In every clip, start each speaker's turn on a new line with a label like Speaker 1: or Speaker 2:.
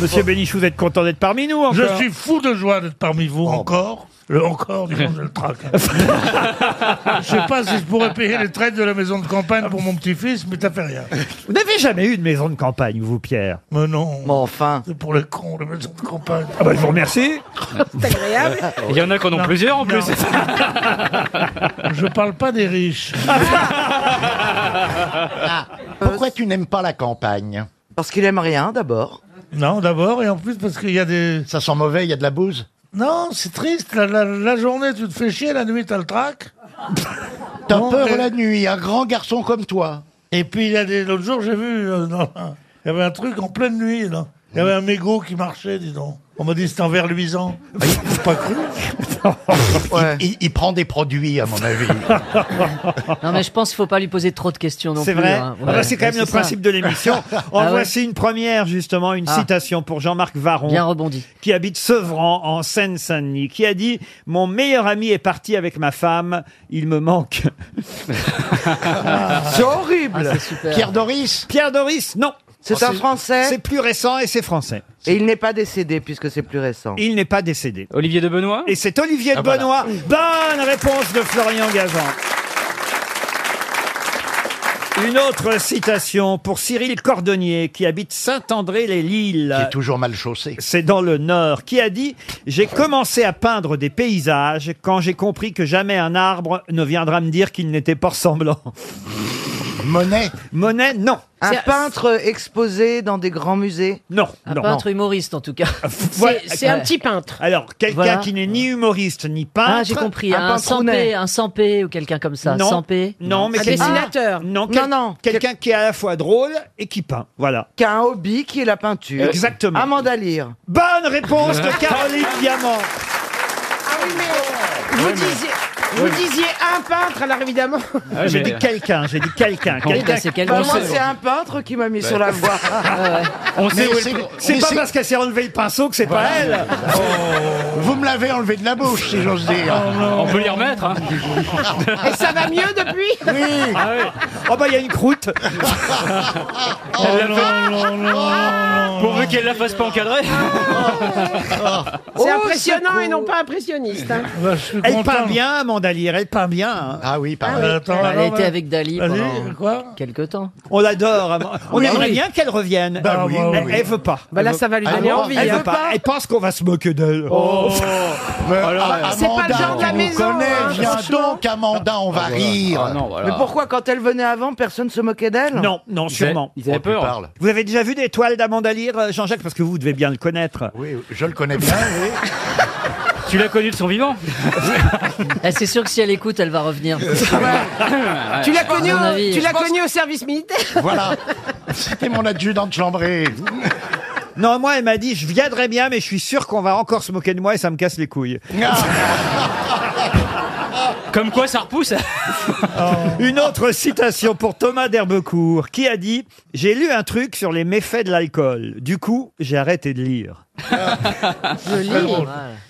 Speaker 1: Monsieur Bénichou, vous êtes content d'être parmi nous encore
Speaker 2: Oh. Je suis fou de joie d'être parmi vous encore. Le encore, disons, je le traque. je sais pas si je pourrais payer les traites de la maison de campagne pour mon petit-fils, mais t'as fait rien.
Speaker 1: Vous n'avez jamais eu de maison de campagne, vous, Pierre
Speaker 2: Mais non,
Speaker 3: Mais enfin.
Speaker 2: c'est pour les cons, la maison de campagne.
Speaker 1: Ah bah, je vous remercie.
Speaker 4: Il y en a qui en ont plusieurs en plus.
Speaker 2: Je parle pas des riches.
Speaker 5: Pourquoi tu n'aimes pas la campagne
Speaker 3: Parce qu'il aime rien d'abord.
Speaker 2: Non, d'abord, et en plus parce qu'il y a des...
Speaker 5: Ça sent mauvais, il y a de la bouse.
Speaker 2: Non, c'est triste, la, la- la journée tu te fais chier, la nuit t'as le trac.
Speaker 5: T'as
Speaker 2: Non,
Speaker 5: peur
Speaker 2: mais-
Speaker 5: la nuit, un grand garçon comme toi.
Speaker 2: Et puis il y a des... l'autre jour, j'ai vu, euh, dans la- il y avait un truc en pleine nuit, là. Il y avait un mégot qui marchait, dis donc. On m'a dit c'était un verre luisant.
Speaker 5: Ah,
Speaker 2: J'ai pas cru.
Speaker 3: Ouais.
Speaker 5: Il, il prend des produits, à mon avis.
Speaker 6: Non, mais je pense qu'il faut pas lui poser trop de questions non
Speaker 1: C'est
Speaker 6: plus.
Speaker 1: vrai.
Speaker 6: hein.
Speaker 1: Ah bah, c'est quand
Speaker 6: Ouais,
Speaker 1: même le
Speaker 6: ça.
Speaker 1: principe de l'émission. En
Speaker 6: Ah ouais.
Speaker 1: voici une première, justement, une
Speaker 6: Ah.
Speaker 1: citation pour Jean-Marc Varon.
Speaker 6: Bien rebondi.
Speaker 1: qui habite Sevran en Seine-Saint-Denis, qui a dit Mon meilleur ami est parti avec ma femme, il me manque.
Speaker 6: Ah,
Speaker 1: Ah,
Speaker 3: C'est horrible. c'est super.
Speaker 5: Pierre Doris
Speaker 1: Pierre Doris, non
Speaker 6: Oh,
Speaker 3: C'est un
Speaker 1: C'est
Speaker 3: Français
Speaker 1: plus récent et c'est français.
Speaker 3: et il n'est pas décédé puisque c'est plus récent.
Speaker 1: Il n'est pas décédé.
Speaker 4: Olivier de Benoît
Speaker 1: Et c'est Olivier de
Speaker 5: Ah, voilà.
Speaker 1: Benoît. Bonne réponse de Florian Gazan. Une autre citation pour Cyril Cordonnier, qui habite Saint-André-les-Lilles.
Speaker 5: qui est toujours mal chaussé.
Speaker 1: c'est dans le Nord, qui a dit J'ai commencé à peindre des paysages quand j'ai compris que jamais un arbre ne viendra me dire qu'il n'était pas ressemblant.
Speaker 5: Monet,
Speaker 1: Monet, non,
Speaker 3: Un
Speaker 6: C'est-
Speaker 3: peintre exposé dans des grands musées.
Speaker 1: non,
Speaker 6: Un
Speaker 1: non.
Speaker 6: peintre humoriste en tout cas.
Speaker 1: Voilà.
Speaker 7: C'est c'est un petit peintre.
Speaker 1: Alors, quelqu'un
Speaker 6: Voilà.
Speaker 1: qui n'est ni humoriste ni peintre.
Speaker 6: Ah, j'ai compris.
Speaker 3: un
Speaker 6: Un,
Speaker 3: peintre rounet.
Speaker 6: 100p, un 100p ou quelqu'un comme ça. Ah,
Speaker 1: Non.
Speaker 6: 100p.
Speaker 1: Non, mais
Speaker 7: Un
Speaker 1: quelqu'un-
Speaker 7: dessinateur.
Speaker 1: Non,
Speaker 3: Non,
Speaker 1: quel-
Speaker 3: non.
Speaker 1: Quelqu'un qui est à la fois drôle et qui peint. Voilà.
Speaker 3: Qui a un hobby qui est la peinture.
Speaker 1: Exactement.
Speaker 3: Amanda Lear.
Speaker 1: Bonne réponse de Caroline Diamant.
Speaker 7: Vous disiez, vous disiez un peintre, alors évidemment.
Speaker 4: Ah,
Speaker 1: J'ai
Speaker 4: mais-
Speaker 1: dit quelqu'un, j'ai dit quelqu'un.
Speaker 6: Eh
Speaker 1: quelqu'un.
Speaker 6: ben, c'est
Speaker 3: Bah,
Speaker 6: quelqu'un.
Speaker 3: moi, c'est un peintre qui m'a mis sur la voie.
Speaker 4: On sait
Speaker 5: Mais
Speaker 4: où est
Speaker 5: c'est-
Speaker 4: le-
Speaker 1: C'est
Speaker 5: mais
Speaker 1: pas
Speaker 5: c'est-
Speaker 1: parce qu'elle s'est enlevé le pinceau que c'est pas elle.
Speaker 5: Oh. vous me l'avez enlevé de la bouche, si j'ose
Speaker 1: Oh,
Speaker 5: dire.
Speaker 4: On peut l'y remettre. hein.
Speaker 7: Et ça va mieux depuis
Speaker 5: Oui,
Speaker 1: Oh bah il y a une croûte.
Speaker 4: Elle l'a fait-
Speaker 6: Ah,
Speaker 2: non, non, non, non.
Speaker 4: Pourvu qu'elle la fasse pas encadrer.
Speaker 7: C'est
Speaker 3: Oh,
Speaker 7: impressionnant
Speaker 3: secours.
Speaker 7: et non pas impressionniste. hein.
Speaker 2: Bah, je suis
Speaker 1: Elle
Speaker 2: content.
Speaker 1: peint bien, Mandalire, elle peint bien. hein.
Speaker 5: ah oui, pardon.
Speaker 2: Euh, attends,
Speaker 6: Elle
Speaker 2: alors,
Speaker 6: était
Speaker 2: bah,
Speaker 6: avec Dali
Speaker 2: Vas-y,
Speaker 6: pendant
Speaker 2: quoi
Speaker 6: quelques temps.
Speaker 1: On l'adore. Amand- On
Speaker 6: Oui.
Speaker 1: aimerait
Speaker 6: Oui.
Speaker 1: bien qu'elle revienne.
Speaker 2: Bah oui,
Speaker 1: elle,
Speaker 2: oui.
Speaker 1: elle veut pas.
Speaker 7: Bah là, ça va lui
Speaker 5: Ah
Speaker 7: donner
Speaker 5: bon
Speaker 7: envie.
Speaker 1: Elle
Speaker 7: hein.
Speaker 1: veut pas. Elle pense qu'on va se moquer d'elle.
Speaker 5: Mais,
Speaker 4: alors,
Speaker 5: ah,
Speaker 7: c'est pas le
Speaker 5: Amanda,
Speaker 7: genre de la
Speaker 5: on
Speaker 7: maison,
Speaker 5: connaît,
Speaker 7: hein,
Speaker 5: viens
Speaker 7: franchement.
Speaker 5: donc, Amanda, on va rire.
Speaker 4: Ah non, voilà.
Speaker 3: Mais pourquoi quand elle venait avant, personne se moquait d'elle
Speaker 1: Non, non,
Speaker 4: Ils avaient-
Speaker 1: sûrement.
Speaker 4: Ils avaient
Speaker 5: Oh, tu
Speaker 4: peur.
Speaker 5: parles.
Speaker 1: Vous avez déjà vu des toiles d'Amandalire, euh, Jean-Jacques, parce que vous devez bien le connaître.
Speaker 5: Oui, je le connais bien, oui.
Speaker 4: Tu l'as connu de son vivant
Speaker 6: Ah, c'est sûr que si elle écoute, elle va revenir.
Speaker 5: Euh,
Speaker 7: Tu l'as connu,
Speaker 6: mon
Speaker 7: au-
Speaker 6: avis,
Speaker 7: tu
Speaker 6: je
Speaker 7: l'as connu au service militaire.
Speaker 5: Voilà. C'était mon adjudant de chambrée.
Speaker 1: Non, moi, elle m'a dit, je viendrai bien, mais je suis sûr qu'on va encore se moquer de moi et ça me casse les couilles.
Speaker 4: Comme quoi ça repousse
Speaker 1: Une autre citation pour Thomas d'Herbecourt, qui a dit J'ai lu un truc sur les méfaits de l'alcool. Du coup, j'ai arrêté de lire.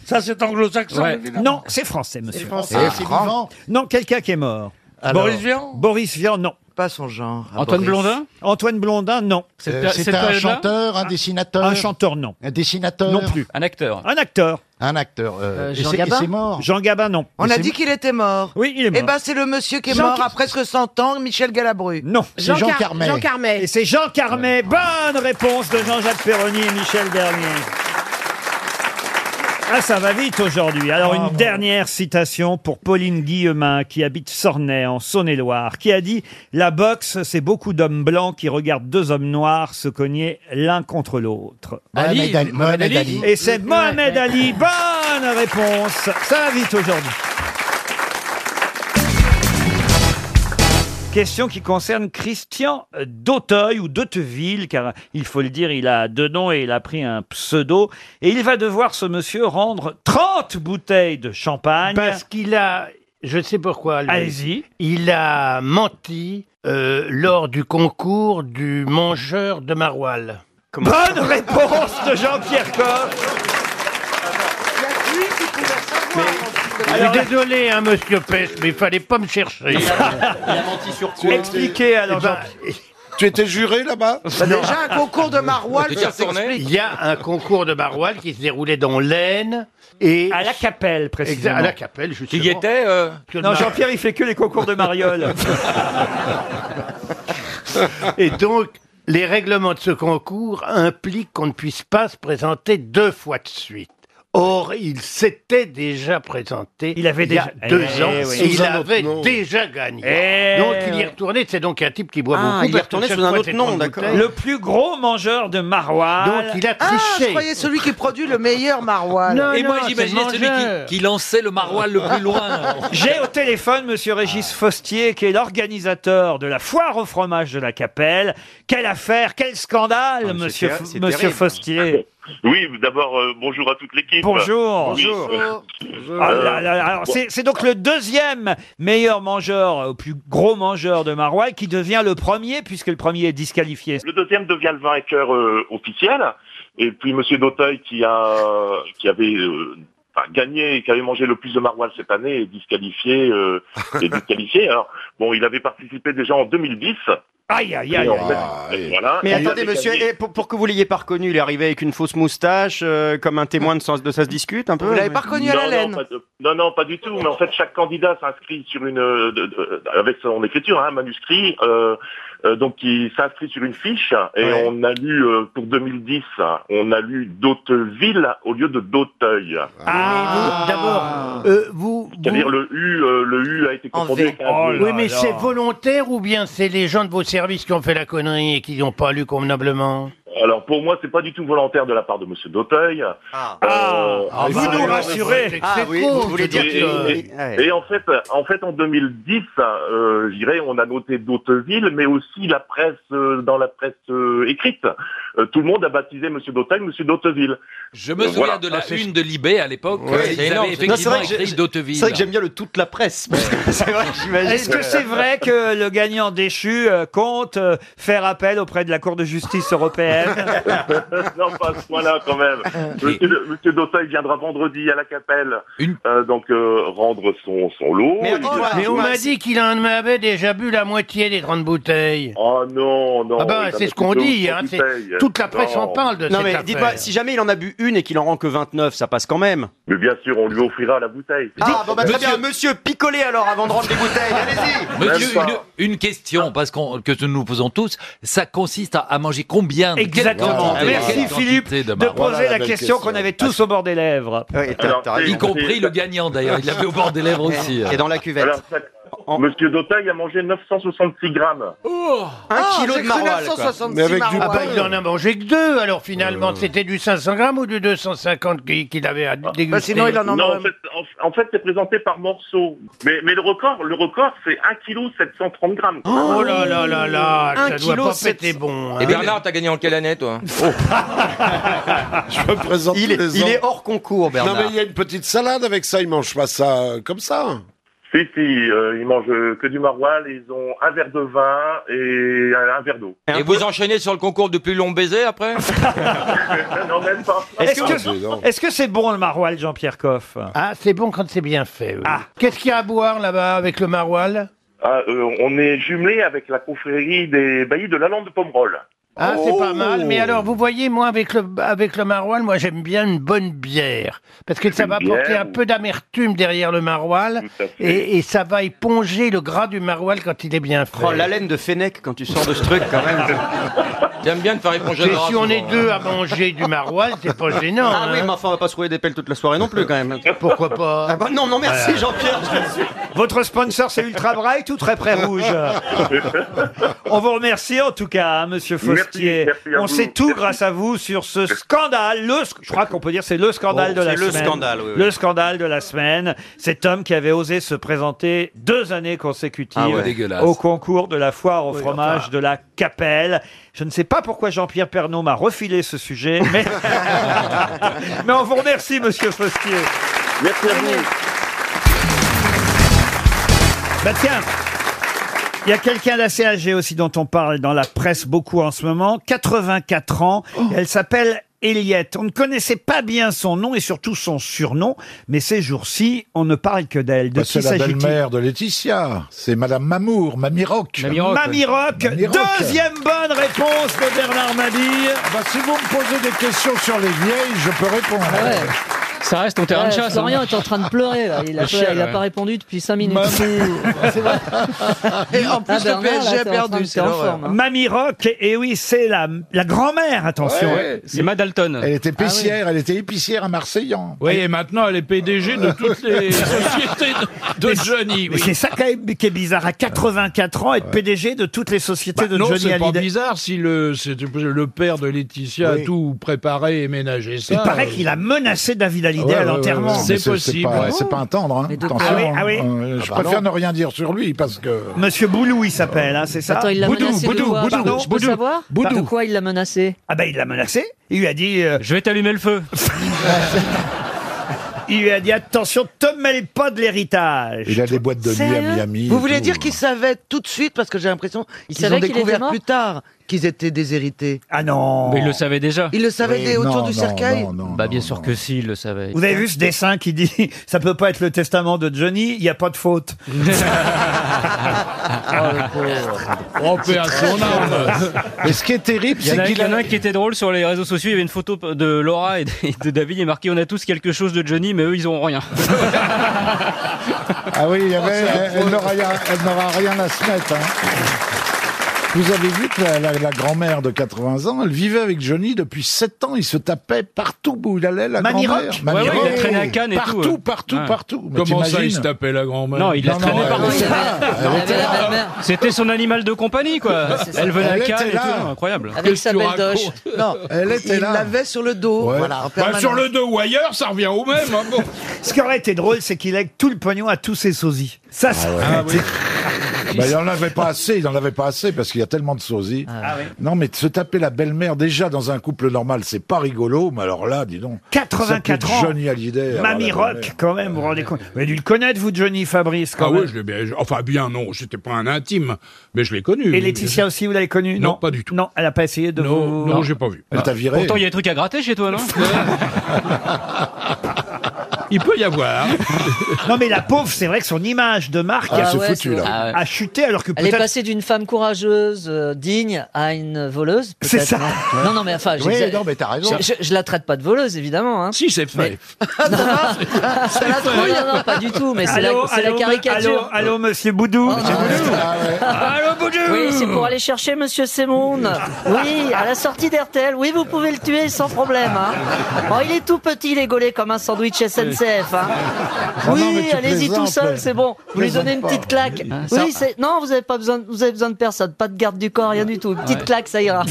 Speaker 2: Ça, c'est anglo-saxon,
Speaker 4: Ouais.
Speaker 2: évidemment.
Speaker 1: Non, c'est français, monsieur.
Speaker 5: C'est vivant.
Speaker 1: Non, quelqu'un qui est mort.
Speaker 5: Alors,
Speaker 2: Boris Vian
Speaker 1: Boris Vian, non.
Speaker 3: Pas son genre. à
Speaker 4: Antoine
Speaker 3: Boris.
Speaker 4: Blondin
Speaker 1: Antoine Blondin, non.
Speaker 4: Cette
Speaker 5: hein, euh, Ah.
Speaker 4: péri- cette
Speaker 5: C'était un
Speaker 4: période-là
Speaker 5: chanteur, un dessinateur.
Speaker 1: Un chanteur, non.
Speaker 5: Un dessinateur.
Speaker 1: Non plus.
Speaker 4: Un acteur.
Speaker 1: Un acteur.
Speaker 5: Un acteur. euh,
Speaker 6: Euh,
Speaker 5: et
Speaker 6: Jean
Speaker 5: c'est- et
Speaker 6: Gabin
Speaker 5: c'est mort.
Speaker 1: Jean Gabin, non.
Speaker 3: On
Speaker 5: Mais
Speaker 3: a
Speaker 5: c'est-
Speaker 3: dit qu'il était mort.
Speaker 1: Oui, il est mort.
Speaker 3: Eh ben, c'est le monsieur qui est
Speaker 7: Jean-
Speaker 3: mort à presque 100 ans, Michel Galabru.
Speaker 1: Non.
Speaker 5: C'est Jean
Speaker 7: Car-
Speaker 5: Carmet.
Speaker 7: Jean
Speaker 1: Et
Speaker 7: Carmet.
Speaker 1: c'est Jean Carmet. Bonne réponse de Jean-Jacques Perroni et Michel Bernier. Ah, ça va vite aujourd'hui. Alors, une dernière citation pour Pauline Guillemin, qui habite Sornay, en Saône-et-Loire, qui a dit « La boxe, c'est beaucoup d'hommes blancs qui regardent deux hommes noirs se cogner l'un contre l'autre.
Speaker 5: Mohamed
Speaker 4: Ali,
Speaker 5: Ali-
Speaker 4: Mohamed
Speaker 5: Mohamed
Speaker 4: Ali.
Speaker 5: Ali. »
Speaker 1: Et c'est Mohamed Ali. Bonne réponse. Ça va vite aujourd'hui. Question qui concerne Christian d'Auteuil ou d'Auteville, car il faut le dire, il a deux noms et il a pris un pseudo. Et il va devoir, ce monsieur, rendre 30 bouteilles de champagne.
Speaker 8: Parce qu'il a, je sais pourquoi, lui.
Speaker 1: Allez-y.
Speaker 8: il a menti euh, lors du concours du mangeur de maroilles.
Speaker 1: Bonne réponse de Jean-Pierre Coff.
Speaker 8: Je suis désolé, hein, monsieur Pêche, mais il fallait pas me chercher.
Speaker 1: Expliquez alors,
Speaker 8: Eh ben,
Speaker 1: Jean-
Speaker 9: Tu étais juré là-bas
Speaker 5: Bah,
Speaker 3: Bah, Déjà, un concours de maroilles, ça s'explique.
Speaker 8: Il y a un concours de maroilles qui se déroulait dans l'Aisne et
Speaker 1: À la Capelle,
Speaker 8: Exa-
Speaker 1: précisément.
Speaker 8: à la Capelle justement.
Speaker 10: était
Speaker 8: Que le
Speaker 1: Non,
Speaker 8: mar-
Speaker 1: Jean-Pierre, il fait que les concours de mariole.
Speaker 8: Et donc les règlements de ce concours impliquent qu'on ne puisse pas se présenter deux fois de suite. Or, il s'était déjà présenté
Speaker 1: Il avait
Speaker 8: il y a
Speaker 1: déjà-
Speaker 8: deux
Speaker 1: Eh
Speaker 8: ans
Speaker 1: oui.
Speaker 8: et il
Speaker 9: Sous un autre
Speaker 8: avait
Speaker 9: nom.
Speaker 8: déjà gagné.
Speaker 1: Eh
Speaker 8: donc il y est
Speaker 1: oui.
Speaker 8: retourné. C'est donc un type qui boit
Speaker 9: Ah,
Speaker 8: beaucoup.
Speaker 9: il y est
Speaker 8: parce que
Speaker 9: retourné
Speaker 8: chaque
Speaker 9: sous un
Speaker 8: fois,
Speaker 9: autre
Speaker 8: c'est
Speaker 9: nom,
Speaker 8: 30
Speaker 9: d'accord.
Speaker 8: bouteilles.
Speaker 1: le plus gros mangeur de maroilles.
Speaker 8: Donc il a
Speaker 3: Ah, je
Speaker 8: triché.
Speaker 3: croyais celui qui produit le meilleur maroilles.
Speaker 8: Et moi, j'imaginais celui
Speaker 10: qui lançait le maroilles le plus loin.
Speaker 1: J'ai au téléphone Monsieur Régis Fostier, qui est l'organisateur de la foire au fromage de la Capelle. Quelle affaire, quel scandale,
Speaker 9: Ah, mais
Speaker 1: Monsieur,
Speaker 9: c'est
Speaker 1: F-
Speaker 9: terri- c'est
Speaker 1: monsieur
Speaker 9: terrible.
Speaker 1: Fostier.
Speaker 11: Oui, d'abord, euh, bonjour à toute l'équipe.
Speaker 1: Bonjour.
Speaker 11: Oui, euh,
Speaker 1: Ah là là là. Alors, c'est c'est donc le deuxième meilleur mangeur, euh, plus gros mangeur de maroilles, qui devient le premier, puisque le premier est disqualifié.
Speaker 11: le deuxième devient le vainqueur euh, officiel. Et puis Monsieur Doteuil qui a qui avait euh, enfin, gagné et qui avait mangé le plus de maroilles cette année est disqualifié. euh, est disqualifié. Alors bon, il avait participé déjà en 2010.
Speaker 1: Aïe, aïe,
Speaker 11: Et
Speaker 1: aïe.
Speaker 11: en
Speaker 1: aïe.
Speaker 11: fait,
Speaker 9: Ah, oui.
Speaker 11: voilà.
Speaker 5: Mais
Speaker 11: Il
Speaker 5: attendez,
Speaker 11: avait
Speaker 5: monsieur,
Speaker 11: gagné.
Speaker 5: et pour, pour que vous l'ayez pas reconnu, il est arrivé avec une fausse moustache, euh, comme un témoin de ça, de ça se discute un peu.
Speaker 3: Vous l'avez
Speaker 5: mais-
Speaker 3: pas reconnu à la
Speaker 11: non,
Speaker 3: laine.
Speaker 11: non, pas de- non, non, pas du tout. Mais en fait, chaque candidat s'inscrit sur une euh, de- de- avec son écriture, hein, un manuscrit, euh, euh, donc qui s'inscrit sur une fiche. Et
Speaker 9: Ouais.
Speaker 11: on a lu euh, pour 2010, hein, on a lu d'Hauteville au lieu de d'Auteuil.
Speaker 8: Ah, d'abord, euh, vous.
Speaker 11: C'est-à-dire
Speaker 8: vous-
Speaker 11: le U, euh, le U a été confondu
Speaker 3: V.
Speaker 11: avec un V.
Speaker 1: Oh
Speaker 8: Oui, mais
Speaker 1: là.
Speaker 8: c'est volontaire ou bien c'est les gens de vos services qui ont fait la connerie et qui n'ont pas lu convenablement
Speaker 11: Alors pour moi, c'est pas du tout volontaire de la part de Monsieur d'Auteuil.
Speaker 9: Ah.
Speaker 11: Euh,
Speaker 1: Ah, vous nous rassurez.
Speaker 9: Ah oui, vous voulez dire
Speaker 11: Et,
Speaker 9: que...
Speaker 11: et- et en fait, en fait, en 2010, euh, je dirais, on a noté d'autres villes, mais aussi la presse, euh, dans la presse euh, écrite, Euh, tout le monde a baptisé Monsieur d'Auteuil, Monsieur d'Hauteville.
Speaker 10: Je
Speaker 11: me souviens
Speaker 10: de la
Speaker 9: Ah,
Speaker 10: une de Libé à l'époque.
Speaker 9: Ouais, ils c'est avaient énorme. effectivement
Speaker 5: écrit
Speaker 10: d'Hauteville.
Speaker 5: C'est vrai que j'aime bien le toute la presse. parce que c'est vrai,
Speaker 1: Est-ce
Speaker 5: j'imagine.
Speaker 1: que c'est vrai que le gagnant déchu euh, compte euh, faire appel auprès de la Cour de justice européenne
Speaker 11: non, pas à ce point-là quand même. Monsieur, de- Monsieur d'Auteuil viendra vendredi à la Capelle,
Speaker 10: Une-
Speaker 11: euh, donc euh, rendre son son lot.
Speaker 5: Mais
Speaker 11: Oh, Il-
Speaker 5: Antoine-
Speaker 8: Mais on
Speaker 5: Ouais,
Speaker 8: m'a
Speaker 5: c'est-
Speaker 8: dit qu'il en avait déjà bu la moitié des 30 bouteilles.
Speaker 11: Oh non, non.
Speaker 8: Ah ben,
Speaker 11: il
Speaker 8: c'est
Speaker 11: avait
Speaker 8: ce qu'on
Speaker 11: plutôt
Speaker 8: dit, hein,
Speaker 11: Duteuil.
Speaker 8: Toute la presse
Speaker 11: Non.
Speaker 8: en parle de
Speaker 5: Non
Speaker 8: cette
Speaker 5: mais
Speaker 8: affaire.
Speaker 5: dites pas, si jamais il en a bu une et qu'il en rend que 29, ça passe quand même.
Speaker 11: Mais bien sûr, on lui offrira la bouteille.
Speaker 5: Ah bon bah très bien, monsieur, picolez alors avant de rendre les bouteilles, allez-y
Speaker 11: Monsieur, Même pas.
Speaker 10: une, question, parce que nous nous posons tous, ça consiste à, manger combien
Speaker 1: Exactement.
Speaker 9: quantité,
Speaker 1: Merci
Speaker 9: quelle
Speaker 1: Philippe de poser
Speaker 9: Voilà la
Speaker 1: la
Speaker 9: belle
Speaker 1: question
Speaker 9: question.
Speaker 1: qu'on avait tous au bord des lèvres.
Speaker 5: Oui, t'as-
Speaker 11: Alors,
Speaker 5: t'as raison.
Speaker 11: y compris le
Speaker 10: gagnant d'ailleurs, il l'avait au bord des lèvres aussi. euh.
Speaker 5: Et dans la cuvette.
Speaker 11: Alors, ça-
Speaker 5: En-
Speaker 11: Monsieur Doteuil a mangé 966 grammes.
Speaker 5: un
Speaker 3: Ah,
Speaker 5: kilo de maroilles. quoi.
Speaker 3: 966
Speaker 9: Mais avec du
Speaker 8: Ah
Speaker 3: maroilles.
Speaker 8: ben, il en a mangé que deux, alors finalement, c'était du 500 grammes ou du 250 qui- qu'il avait à déguster
Speaker 3: Bah, sinon, il en
Speaker 11: Ah. Non,
Speaker 3: a
Speaker 11: en fait, en- en fait, c'est présenté par morceaux. Mais, mais le record, le record, c'est 1 kg 730 grammes.
Speaker 8: Oh là là là là,
Speaker 5: Un
Speaker 8: ça
Speaker 5: kilo,
Speaker 8: doit pas
Speaker 5: sept- Eh ben,
Speaker 8: péter bon. hein.
Speaker 10: Bernard, t'as gagné en quelle année toi
Speaker 5: Oh,
Speaker 9: Je me présente
Speaker 5: Il est,
Speaker 9: tous les
Speaker 5: il
Speaker 9: ans.
Speaker 5: est hors
Speaker 9: Non,
Speaker 5: concours,
Speaker 9: mais
Speaker 5: Bernard.
Speaker 9: il y a une petite salade avec ça. Ils mangent pas ça euh, comme ça.
Speaker 11: Si, si, euh, ils mangent que du maroilles, ils ont un verre de vin et un verre d'eau.
Speaker 10: Et vous enchaînez sur le concours du plus long baiser après
Speaker 12: Ah,
Speaker 11: non, même pas.
Speaker 1: Est-ce
Speaker 9: Ah,
Speaker 1: que
Speaker 9: dis donc.
Speaker 1: est-ce que c'est bon le maroilles, Jean-Pierre Coff
Speaker 8: Ah, c'est bon quand c'est bien fait. oui.
Speaker 1: Ah.
Speaker 8: Qu'est-ce qu'il y a à boire là-bas avec le maroilles
Speaker 11: Ah, euh, on est jumelé avec la confrérie des baillis de la Lande de Pomerol.
Speaker 8: Ah, c'est pas
Speaker 9: Oh.
Speaker 8: mal. Mais alors, vous voyez, moi, avec le, avec le maroilles, moi, j'aime bien une bonne bière. Parce que ça
Speaker 11: Une
Speaker 8: va
Speaker 11: bière
Speaker 8: apporter un
Speaker 11: ou-
Speaker 8: peu d'amertume derrière le maroilles.
Speaker 11: Tout à fait.
Speaker 8: Et, et ça va éponger le gras du maroilles quand il est bien frais.
Speaker 5: Oh, l'haleine de Fennec quand tu sors de ce truc, quand même.
Speaker 10: J'aime bien te faire éponger
Speaker 8: Et
Speaker 10: le gras
Speaker 8: si on
Speaker 10: souvent,
Speaker 8: est
Speaker 10: hein.
Speaker 8: deux à manger du maroilles, c'est pas gênant.
Speaker 5: Ah oui,
Speaker 8: hein.
Speaker 5: mais enfin, on va pas se rouler des pelles toute la soirée non plus, quand même.
Speaker 1: Euh,
Speaker 8: Pourquoi pas
Speaker 5: Ah bah non, non, merci Jean-Pierre.
Speaker 1: Votre sponsor, c'est Ultra Bright ou Très Près Rouge On vous remercie en tout cas, hein, monsieur
Speaker 11: Merci,
Speaker 1: Faustier.
Speaker 11: merci à
Speaker 1: On
Speaker 11: vous.
Speaker 1: sait tout
Speaker 11: Merci.
Speaker 1: grâce à vous sur ce scandale. Le, sc- je crois qu'on peut dire c'est le scandale
Speaker 5: Oh,
Speaker 1: de la
Speaker 5: c'est le
Speaker 1: semaine.
Speaker 5: scandale, oui, oui.
Speaker 1: Le scandale de la semaine. Cet homme qui avait osé se présenter deux années consécutives
Speaker 5: Ah ouais.
Speaker 10: Dégueulasse.
Speaker 1: au concours de la foire au fromage de la Capelle. Je ne sais pas pourquoi Jean-Pierre Pernaud m'a refilé ce sujet, mais, mais on vous remercie, monsieur Faustier.
Speaker 11: Merci à vous.
Speaker 1: Bah tiens il y a quelqu'un d'assez
Speaker 9: Oh.
Speaker 1: âgé aussi dont on parle dans la presse beaucoup en ce moment, 84 ans. Elle s'appelle Eliette. On ne connaissait pas bien son nom et surtout son surnom, mais ces jours-ci, on ne parle que d'elle. De
Speaker 9: Bah,
Speaker 1: qui
Speaker 9: c'est la
Speaker 1: s'agit-il
Speaker 9: belle-mère de Laetitia. C'est Madame Mamour, Mamie Rock.
Speaker 1: Mamie Rock. Mamie Rock. Deuxième bonne réponse de Bernard Mabille.
Speaker 9: Bah, si vous me posez des questions sur les vieilles, je peux répondre.
Speaker 1: Ah
Speaker 4: Ça reste ton terrain
Speaker 6: Ouais,
Speaker 4: de chasse.
Speaker 6: Florian
Speaker 4: hein.
Speaker 6: est en train de pleurer là. Il a,
Speaker 4: Le chien,
Speaker 6: il a
Speaker 4: ouais.
Speaker 6: pas répondu depuis 5 minutes.
Speaker 4: Maman.
Speaker 6: C'est vrai.
Speaker 3: Et en plus,
Speaker 6: Ah, Bernard,
Speaker 3: le PSG a
Speaker 6: là, t'es en train de-
Speaker 3: perdu,
Speaker 6: t'es
Speaker 3: c'est
Speaker 6: en
Speaker 3: l'horreur.
Speaker 6: forme, hein.
Speaker 1: Mamie Rock, et oui, c'est la, la grand-mère, attention.
Speaker 4: C'est Madalton.
Speaker 9: Elle était épicière, elle était épicière à Marseillan.
Speaker 13: Oui, et maintenant, elle est PDG de toutes les sociétés de, de Johnny.
Speaker 1: Mais
Speaker 13: oui.
Speaker 1: C'est ça quand même qui est bizarre. À 84 ans, être PDG de toutes les sociétés
Speaker 13: Bah,
Speaker 1: de
Speaker 13: non,
Speaker 1: Johnny
Speaker 13: c'est pas
Speaker 1: Hallyday.
Speaker 13: bizarre si le, c'est- le père de Laetitia
Speaker 1: Oui.
Speaker 13: a tout préparé et ménagé ça.
Speaker 1: Il paraît
Speaker 9: euh,
Speaker 1: qu'il a menacé David Hallyday
Speaker 13: Ouais,
Speaker 1: à
Speaker 13: ouais,
Speaker 1: l'enterrement. Ah
Speaker 13: ouais, ouais. C'est Mais c'est- possible, Oh.
Speaker 9: C'est pas,
Speaker 13: ouais.
Speaker 9: c'est pas un tendre, hein.
Speaker 1: de-
Speaker 9: Attention.
Speaker 1: Ah oui, ah oui.
Speaker 9: Euh,
Speaker 1: Ah
Speaker 9: je
Speaker 1: bah
Speaker 9: préfère
Speaker 1: non.
Speaker 9: ne rien dire sur lui parce que.
Speaker 1: Monsieur Boulou, il s'appelle, hein, c'est ça
Speaker 6: Attends, il l'a menacé de quoi Pardon, je peux savoir
Speaker 1: Boudou.
Speaker 6: De quoi il l'a menacé
Speaker 1: Ah ben il l'a menacé. Il lui a dit. euh,
Speaker 4: Je vais t'allumer le feu.
Speaker 1: il lui a dit attention, te mêle pas de l'héritage.
Speaker 9: Il a des boîtes de nuit à
Speaker 3: Sérieux
Speaker 9: Miami.
Speaker 3: Vous
Speaker 9: et
Speaker 3: voulez
Speaker 9: tout.
Speaker 3: dire qu'ils savaient tout de suite, parce que j'ai l'impression qu'ils
Speaker 6: savaient
Speaker 3: ont
Speaker 6: qu'il était
Speaker 3: découvert
Speaker 6: mort
Speaker 3: plus tard qu'ils étaient déshérités.
Speaker 1: Ah non
Speaker 4: Mais il le savait déjà.
Speaker 3: Ils le savaient dès- autour du cercueil
Speaker 4: bah bien sûr que si, il le savait.
Speaker 1: Vous avez vu ce dessin qui dit ça peut pas être le testament de Johnny, il n'y a pas de faute.
Speaker 4: Ah,
Speaker 13: Oh, paix à son âme.
Speaker 9: Mais ce qui est terrible,
Speaker 4: Il y en
Speaker 9: c'est
Speaker 4: a, il
Speaker 9: qu'il
Speaker 4: y en a
Speaker 9: a.
Speaker 4: un qui était drôle sur les réseaux sociaux. Il y avait une photo de Laura et de, et de David. Il est marqué On a tous quelque chose de Johnny, mais eux, ils ont rien.
Speaker 9: Ah oui, il y avait, elle, elle n'aura rien, elle n'aura rien à se mettre. hein. Vous avez vu que la, la- la grand-mère de 80 ans, elle vivait avec Johnny depuis 7 ans. Il se tapait partout où il allait, la
Speaker 1: Mamie
Speaker 9: grand-mère.
Speaker 1: Rock
Speaker 9: Mamie
Speaker 4: Ouais, ouais, il
Speaker 9: Rock.
Speaker 4: a traîné à Cannes et tout, hein. Ah.
Speaker 9: Partout,
Speaker 4: ouais.
Speaker 9: partout,
Speaker 4: Ouais.
Speaker 9: partout. Mais
Speaker 13: Comment ça, il se
Speaker 9: t'imagines Ah
Speaker 13: tapait la grand-mère
Speaker 4: Non, il l'a
Speaker 9: Non,
Speaker 4: traîné
Speaker 9: non,
Speaker 4: partout.
Speaker 9: elle était là.
Speaker 6: Il
Speaker 9: Elle
Speaker 6: avait
Speaker 9: était
Speaker 6: la
Speaker 9: là.
Speaker 6: belle-mère.
Speaker 4: C'était son animal de compagnie, quoi. Elle venait à
Speaker 9: Elle
Speaker 4: Cannes
Speaker 9: était
Speaker 4: et tout.
Speaker 9: là.
Speaker 4: non, Incroyable.
Speaker 6: Avec sa
Speaker 13: tu
Speaker 6: belle doche.
Speaker 13: racontes
Speaker 3: Non,
Speaker 9: Elle était
Speaker 3: ils
Speaker 9: là.
Speaker 3: l'avaient sur le dos.
Speaker 9: Ouais.
Speaker 3: Voilà, en
Speaker 13: Bah,
Speaker 3: permanence.
Speaker 13: sur le dos ou ailleurs, ça revient au même. hein, bon.
Speaker 1: Ce qui aurait été drôle, c'est qu'il lègue tout le pognon à tous ses sosies.
Speaker 9: Ah
Speaker 1: Ça, ça
Speaker 5: Ah,
Speaker 9: Bah, il en avait pas assez, il en avait pas assez parce qu'il y a tellement de sosies.
Speaker 1: Ah
Speaker 9: Non, mais de se taper la belle-mère déjà dans un couple normal, c'est pas rigolo. Mais alors là, dis donc.
Speaker 1: 84
Speaker 9: ça peut être
Speaker 1: ans.
Speaker 9: Johnny Hallyday. alors,
Speaker 1: Mamie
Speaker 9: la
Speaker 1: Rock,
Speaker 9: grand-mère.
Speaker 1: quand même, vous vous rendez compte. Vous avez dû le connaître, vous, Johnny Fabrice, quand
Speaker 13: Ah
Speaker 1: même.
Speaker 13: ouais, je l'ai bien. Enfin, bien, non, j'étais pas un intime, mais je l'ai connu.
Speaker 1: Et Laetitia aussi, vous l'avez connue
Speaker 13: Non, pas du tout.
Speaker 1: Non, elle n'a pas essayé de
Speaker 13: Non,
Speaker 1: vous...
Speaker 13: non, j'ai pas vu. Ah.
Speaker 9: Elle t'a viré.
Speaker 4: Pourtant, il y a des trucs à gratter chez toi, non
Speaker 13: Il peut y avoir.
Speaker 1: Non, mais la pauvre, c'est vrai que son image de marque
Speaker 9: Ah,
Speaker 1: a,
Speaker 9: c'est
Speaker 6: ouais,
Speaker 9: foutu
Speaker 6: c'est
Speaker 9: là.
Speaker 4: Ah ouais.
Speaker 1: a chuté alors que
Speaker 6: Elle est
Speaker 1: peut-être...
Speaker 6: passée d'une femme courageuse, euh, digne, à une voleuse. peut-être,
Speaker 1: C'est ça.
Speaker 6: Non, non, non, mais enfin,
Speaker 7: Oui,
Speaker 6: j'exa-
Speaker 7: non, mais t'as raison.
Speaker 6: je, je- je la traite pas de voleuse, évidemment. Hein.
Speaker 13: Si, c'est fait.
Speaker 3: Ça la
Speaker 6: Non,
Speaker 3: trouille, hein.
Speaker 6: non, non, pas du tout, mais c'est la,
Speaker 1: Allô,
Speaker 6: c'est la
Speaker 1: allô,
Speaker 6: caricature.
Speaker 1: Allô, allô, monsieur Boudou. Monsieur Boudou.
Speaker 9: Ah ouais.
Speaker 1: Allô, Boudou.
Speaker 6: Oui, c'est pour aller chercher Monsieur Semoun. Oui, à la sortie d'Hertel. Oui, vous pouvez le tuer sans problème. Hein. Bon, il est tout petit, il est gaulé comme un sandwich SNCF. Hein.
Speaker 9: Oh Non, non, mais
Speaker 6: Oui,
Speaker 9: tu
Speaker 6: allez-y tout
Speaker 9: plaisantes.
Speaker 6: seul, c'est bon. Vous lui donnez une
Speaker 9: Plaisante Ah,
Speaker 6: petite claque. Oui, c'est non, vous avez pas besoin, de- vous avez besoin de personne, pas de garde du corps, rien du tout. Une petite claque, ça ira.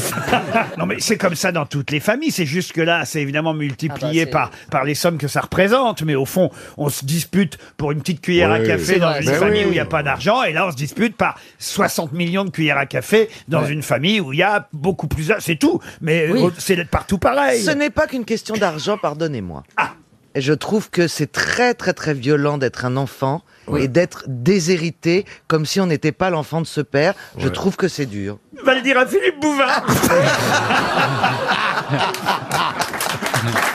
Speaker 1: Non, mais c'est comme ça dans toutes les familles. C'est juste que là, c'est évidemment multiplié
Speaker 6: Ah bah, c'est-
Speaker 1: par, par les sommes que ça représente. Mais au fond, on se dispute pour une petite cuillère à
Speaker 9: Oui.
Speaker 1: café
Speaker 6: C'est
Speaker 1: dans
Speaker 6: vrai,
Speaker 1: une
Speaker 6: c'est
Speaker 1: famille
Speaker 9: vrai.
Speaker 1: où il n'y a pas d'argent. Et là, on se dispute par 60 millions de cuillères à café dans une famille où il y a beaucoup plus. d'ar- C'est tout. Mais euh, c'est partout pareil.
Speaker 3: Ce n'est pas qu'une question d'argent, pardonnez-moi. Et je trouve que c'est très très très violent d'être un enfant et d'être déshérité comme si on n'était pas l'enfant de ce père. Je trouve que c'est dur.
Speaker 1: va le dire à Philippe Bouvard.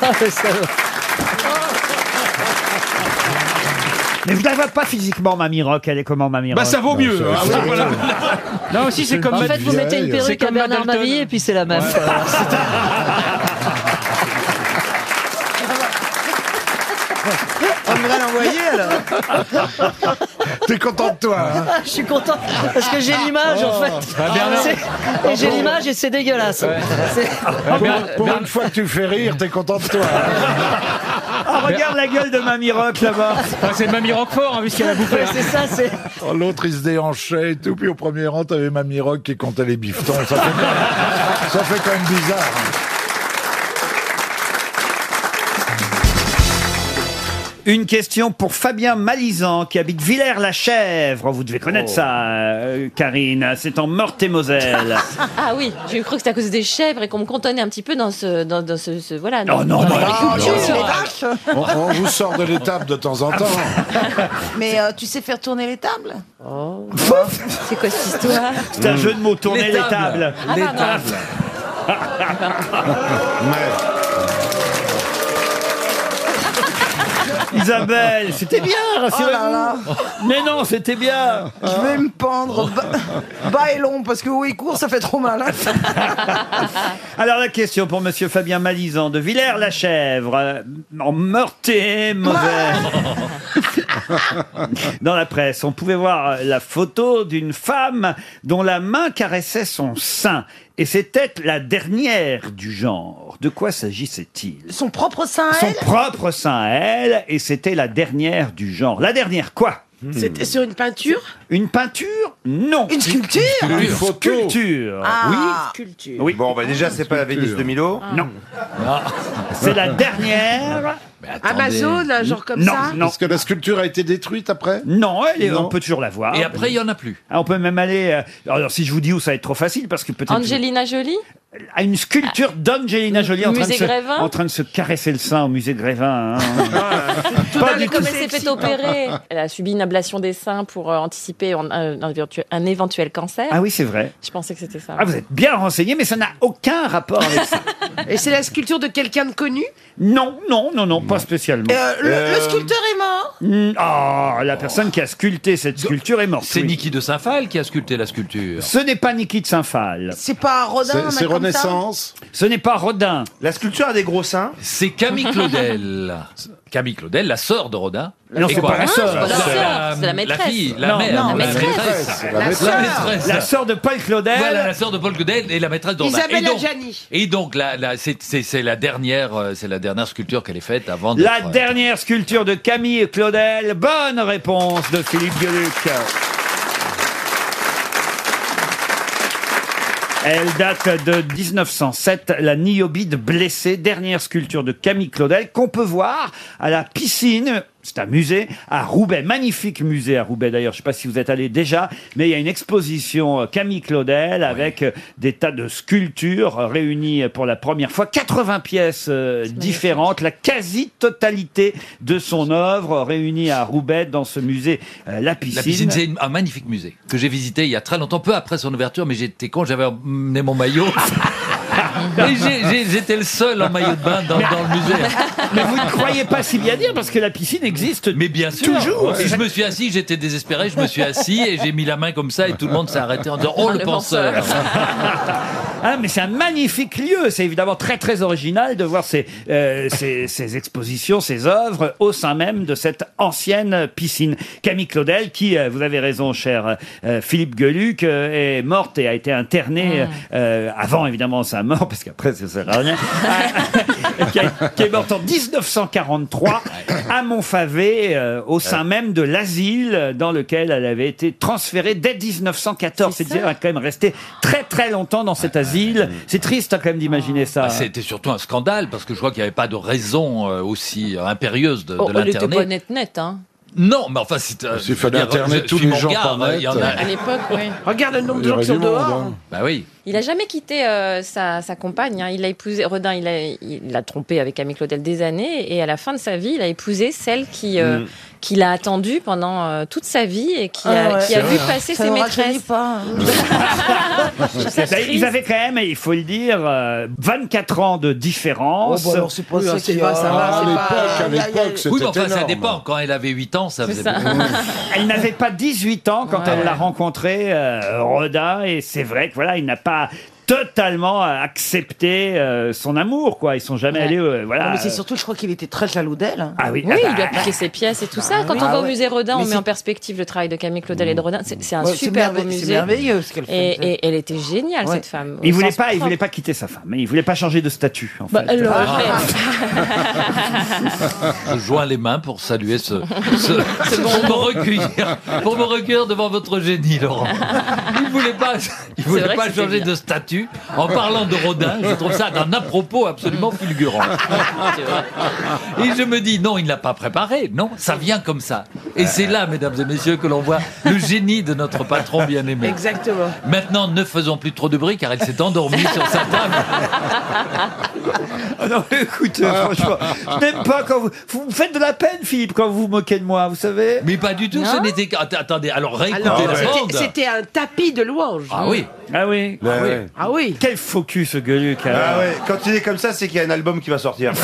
Speaker 1: Ah, Mais vous ne la voyez pas physiquement, Mamie Rock. Elle est comment, Mamie
Speaker 13: Bah,
Speaker 1: Rock
Speaker 13: ça vaut mieux. hein,
Speaker 9: c'est-
Speaker 13: voilà.
Speaker 4: Non, si, c'est comme.
Speaker 6: En
Speaker 4: Mad-
Speaker 6: fait, vous mettez une
Speaker 9: vieille.
Speaker 4: C'est
Speaker 6: perruque à
Speaker 4: comme
Speaker 6: Bernard
Speaker 4: Madalton.
Speaker 6: Mavie et puis c'est la même.
Speaker 3: On devrait l'envoyer alors.
Speaker 9: T'es content de toi. hein
Speaker 6: Ah, Je suis contente parce que j'ai l'image
Speaker 4: Oh.
Speaker 6: en fait.
Speaker 4: Bah,
Speaker 6: C'est- Et j'ai l'image et c'est dégueulasse. C'est-
Speaker 9: pour, pour une fois que tu fais rire, t'es content de toi. hein
Speaker 1: Ah, regarde la gueule de Mamie Rock là-bas.
Speaker 4: Enfin, c'est Mamie Roquefort, hein, vu ce qu'elle a bouffé.
Speaker 6: Ouais, c'est ça, c'est.
Speaker 9: Oh, L'autre, il se déhanchait et tout. Puis au premier rang, t'avais Mamie Rock qui comptait les bifetons. Ça fait, ça fait quand même bizarre. hein.
Speaker 1: Une question pour Fabien Malizan qui habite Villers-la-Chèvre. Vous devez connaître ça, euh, Karine. C'est en Meurthe-et-Moselle.
Speaker 12: Ah oui, j'ai cru que c'était à cause des chèvres et qu'on me cantonnait un petit peu dans ce, dans, dans ce, ce- voilà.
Speaker 1: non, non, non.
Speaker 9: On, on vous sort de l'étape de temps en temps.
Speaker 14: Mais tu sais faire tourner les tables
Speaker 12: C'est quoi cette histoire
Speaker 1: C'est
Speaker 9: Mm.
Speaker 1: un
Speaker 6: Ah,
Speaker 1: jeu de mots. Tourner les tables.
Speaker 12: Ah pardon.
Speaker 9: Mais
Speaker 1: Isabelle, c'était bien, rassurez-vous. Mais non, c'était bien.
Speaker 8: Oh Je vais me pendre ba- bas et long parce que haut et court, ça fait trop mal. hein.
Speaker 1: Alors la question pour Monsieur Fabien Malizan de Villers-la-Chèvre, euh, en meurté mauvais. Dans la presse, on pouvait voir la photo d'une femme dont la main caressait son sein. Et c'était la dernière du genre. De quoi s'agissait-il
Speaker 14: Son propre sein, à
Speaker 1: Son
Speaker 14: elle
Speaker 1: propre sein à elle, et c'était la dernière du genre. La dernière quoi
Speaker 15: C'était sur une peinture
Speaker 1: Une peinture Non. Une
Speaker 15: sculpture
Speaker 1: Une
Speaker 15: Une photo
Speaker 1: sculpture
Speaker 15: Ah,
Speaker 1: Oui.
Speaker 15: sculpture.
Speaker 1: Oui.
Speaker 16: Bon, bah déjà, c'est pas la Vénus de Milo.
Speaker 1: Ah. Non. C'est la dernière.
Speaker 15: Amazon, là, genre comme
Speaker 1: non,
Speaker 15: ça
Speaker 1: Non,
Speaker 9: Est-ce que la sculpture a été détruite après
Speaker 1: Non, elle est-
Speaker 9: Non.
Speaker 1: on peut toujours la voir.
Speaker 9: Et après, il
Speaker 1: y en a plus. on peut même aller. euh, alors, si je vous dis où, ça va être trop facile parce que peut-être.
Speaker 12: Angelina Jolie
Speaker 1: À une
Speaker 15: Ah.
Speaker 1: sculpture d'Angelina Jolie en train, de
Speaker 12: Musée
Speaker 1: se,
Speaker 12: Grévin
Speaker 1: en train de se caresser le sein au musée Grévin. hein.
Speaker 12: Tout
Speaker 1: Pas
Speaker 12: d'un
Speaker 1: du
Speaker 12: coup, comme
Speaker 1: tout.
Speaker 12: elle s'est fait opérer, elle a subi une ablation des seins pour euh, anticiper un, un- un éventu- un éventuel cancer.
Speaker 1: Ah oui, c'est vrai.
Speaker 12: Je pensais que c'était ça.
Speaker 1: Ah, vous êtes bien renseigné, mais ça n'a aucun rapport avec ça.
Speaker 15: Et c'est la sculpture
Speaker 17: euh,
Speaker 15: de quelqu'un de connu
Speaker 1: Non, non, non, non, pas spécialement.
Speaker 8: euh,
Speaker 1: euh,
Speaker 15: est mort
Speaker 1: Mm, Ah, la personne qui a sculpté cette sculpture est morte.
Speaker 10: C'est
Speaker 1: oui.
Speaker 10: Niki de Saint-Phal qui a sculpté la sculpture.
Speaker 1: Ce n'est pas Niki de Saint-Phal.
Speaker 8: C'est pas Rodin, un mec comme ça
Speaker 1: Ce n'est pas Rodin.
Speaker 10: La sculpture a des gros seins. C'est Camille Claudel. Camille Claudel, la sœur de Rodin.
Speaker 1: Non,
Speaker 10: Et
Speaker 1: c'est
Speaker 10: quoi Ah,
Speaker 1: pas la sœur. C'est pas la sœur,
Speaker 12: c'est la maîtresse.
Speaker 10: La fille, la
Speaker 1: Non,
Speaker 10: mère,
Speaker 1: non,
Speaker 10: la
Speaker 1: la
Speaker 10: maîtresse.
Speaker 1: maîtresse. La
Speaker 10: La
Speaker 1: sœur.
Speaker 10: maîtresse.
Speaker 1: La sœur de Paul Claudel.
Speaker 10: Voilà, la sœur de Paul Claudel et la maîtresse de Rodin.
Speaker 15: Isabelle
Speaker 10: et donc,
Speaker 15: Adjani.
Speaker 10: Et donc, la- la- c'est- c'est c'est la dernière, euh, c'est la dernière sculpture qu'elle est faite avant.
Speaker 1: La
Speaker 10: d'être-
Speaker 1: dernière sculpture de Camille Claudel. Bonne réponse de Philippe Gueluc. Elle date de 1907, la Niobide blessée, dernière sculpture de Camille Claudel qu'on peut voir à la piscine. C'est un musée à Roubaix, magnifique musée à Roubaix d'ailleurs. Je ne sais pas si vous êtes allé déjà, mais il y a une exposition euh, Camille Claudel avec euh, des tas de sculptures euh, réunies euh, pour la première fois, 80 pièces euh, différentes, la quasi-totalité de son œuvre euh, réunie à Roubaix dans ce musée euh, La Piscine.
Speaker 10: La piscine, c'est une- un magnifique musée que j'ai visité il y a très longtemps, peu après son ouverture, mais j'étais con, j'avais emmené mon maillot. Et j'ai- j'ai- j'étais le seul en maillot de bain dans, dans le musée.
Speaker 1: Mais vous ne croyez pas si bien dire parce que la piscine existe
Speaker 10: mais bien sûr.
Speaker 1: toujours.
Speaker 10: Si je me suis assis, j'étais désespéré, je me suis assis et j'ai mis la main comme ça et tout le monde s'est arrêté en disant Oh, le, penseur,
Speaker 1: Ah, mais c'est un magnifique lieu. C'est évidemment très, très original de voir ces, euh, ces, ces expositions, ces œuvres au sein même de cette ancienne piscine. Camille Claudel, qui, euh, vous avez raison, cher euh, Philippe Gueluc, euh, est morte et a été internée euh, avant, évidemment, sa mort, parce qu'après, ça sert à rien. Ah, qui, a- qui est morte en 1943 à Montfavet, euh, au sein même de l'asile dans lequel elle avait été transférée dès 1914. C'est-à-dire, elle a quand même resté très très longtemps dans cet asile. C'est triste hein, quand même d'imaginer ça.
Speaker 10: Ah, C'était surtout un scandale parce que je crois qu'il n'y avait pas de raison euh, aussi euh, impérieuse de,
Speaker 12: Oh,
Speaker 10: de
Speaker 12: elle était pas
Speaker 10: l'interner.
Speaker 12: nette, nette, hein.
Speaker 10: Non, mais enfin, c'est. euh,
Speaker 9: S'il fallait
Speaker 10: je veux dire,
Speaker 9: interner
Speaker 10: je-
Speaker 9: tous
Speaker 10: suivant
Speaker 9: les gens
Speaker 10: Gare,
Speaker 9: par
Speaker 10: euh, il y en a-
Speaker 12: À l'époque, oui.
Speaker 15: Regarde le nombre
Speaker 10: Il y
Speaker 15: de gens
Speaker 10: aurait
Speaker 15: qui sont
Speaker 10: du monde,
Speaker 15: dehors.
Speaker 10: hein. Bah oui.
Speaker 12: Il a jamais quitté euh, sa, sa compagne. hein. Il a épousé Rodin. Il a, il l'a trompé avec Camille Claudel des années, et à la fin de sa vie, il a épousé celle qui, euh,
Speaker 14: Mm.
Speaker 12: qui l'a attendu pendant euh, toute sa vie et qui a,
Speaker 14: Ah ouais.
Speaker 12: qui a
Speaker 14: C'est
Speaker 12: vu
Speaker 14: vrai, hein.
Speaker 12: passer
Speaker 14: Ça
Speaker 12: ses
Speaker 14: nous
Speaker 12: maîtresses.
Speaker 14: rajeunit pas.
Speaker 17: hein.
Speaker 1: Bah, Ils avaient quand même, il faut le dire, euh, 24 ans de différence.
Speaker 14: Oh, bah alors, c'est pas Oui, ça c'est qui Ah, va, va, ça va,
Speaker 9: à
Speaker 1: à
Speaker 9: l'époque, c'était
Speaker 10: Oui, mais enfin, ça
Speaker 9: énorme.
Speaker 10: dépend. Quand elle avait 8 ans, ça faisait beaucoup.
Speaker 1: elle n'avait pas 18 ans quand
Speaker 10: Ouais.
Speaker 1: elle l'a rencontré, euh, Rodin, et c'est vrai que voilà, il n'a pas totalement euh, accepté euh, son amour, quoi. Ils sont jamais allés, euh, voilà.
Speaker 14: Non, mais c'est surtout, je crois qu'il était très jaloux d'elle. hein.
Speaker 1: Ah oui.
Speaker 12: Oui,
Speaker 1: ah
Speaker 12: il lui a
Speaker 1: bah,
Speaker 12: piqué ses pièces et tout ça. Quand on
Speaker 14: Ah
Speaker 12: va au
Speaker 14: ouais.
Speaker 12: musée Rodin,
Speaker 14: Mais
Speaker 12: on met
Speaker 14: c'est-
Speaker 12: en perspective le travail de Camille Claudel et de Rodin. C'est c'est un
Speaker 14: Ouais, c'est
Speaker 12: super beau
Speaker 14: merveille- c'est
Speaker 12: musée.
Speaker 14: merveilleux ce qu'elle fait.
Speaker 12: Et, et elle était géniale,
Speaker 14: Ouais.
Speaker 12: cette femme.
Speaker 1: Il
Speaker 12: au
Speaker 1: voulait
Speaker 12: sens
Speaker 1: pas, il
Speaker 12: propre.
Speaker 1: voulait pas quitter sa femme. Il voulait pas changer de statut. En
Speaker 12: Bah,
Speaker 1: fait.
Speaker 12: elle l'aurait
Speaker 10: Ah.
Speaker 12: fait.
Speaker 10: Je joins les mains pour saluer ce, ce- pour me recueillir, pour me recueillir devant votre génie, Laurent. Il voulait pas, il voulait
Speaker 13: vrai que
Speaker 10: pas
Speaker 13: c'était
Speaker 10: changer
Speaker 13: bien.
Speaker 10: de statut. En parlant de Rodin, je trouve ça d'un à-propos absolument fulgurant.
Speaker 6: Ah,
Speaker 10: Et je me dis, non, il ne l'a pas préparé. Non, ça vient comme ça. Et c'est là, mesdames et messieurs, que l'on voit le génie de notre patron bien-aimé.
Speaker 15: Exactement.
Speaker 10: Maintenant, ne faisons plus trop de bruit car elle s'est endormie sur sa table.
Speaker 1: Ah non, écoute, euh, franchement, je n'aime pas quand vous... Vous me faites de la peine, Philippe, quand vous vous moquez de moi, vous savez
Speaker 10: Mais pas du tout, ce
Speaker 1: Non
Speaker 10: n'était qu'un... Att- Attendez, alors réécoutez
Speaker 15: Alors,
Speaker 10: la
Speaker 15: c'était-
Speaker 10: bande.
Speaker 15: c'était un tapis de louanges.
Speaker 10: Ah oui.
Speaker 1: Ah oui.
Speaker 16: Ah oui.
Speaker 15: Ah oui.
Speaker 1: Quel faux cul ce gueuluc.
Speaker 16: Ah ouais, quand il est comme ça, c'est qu'il y a un album qui va sortir.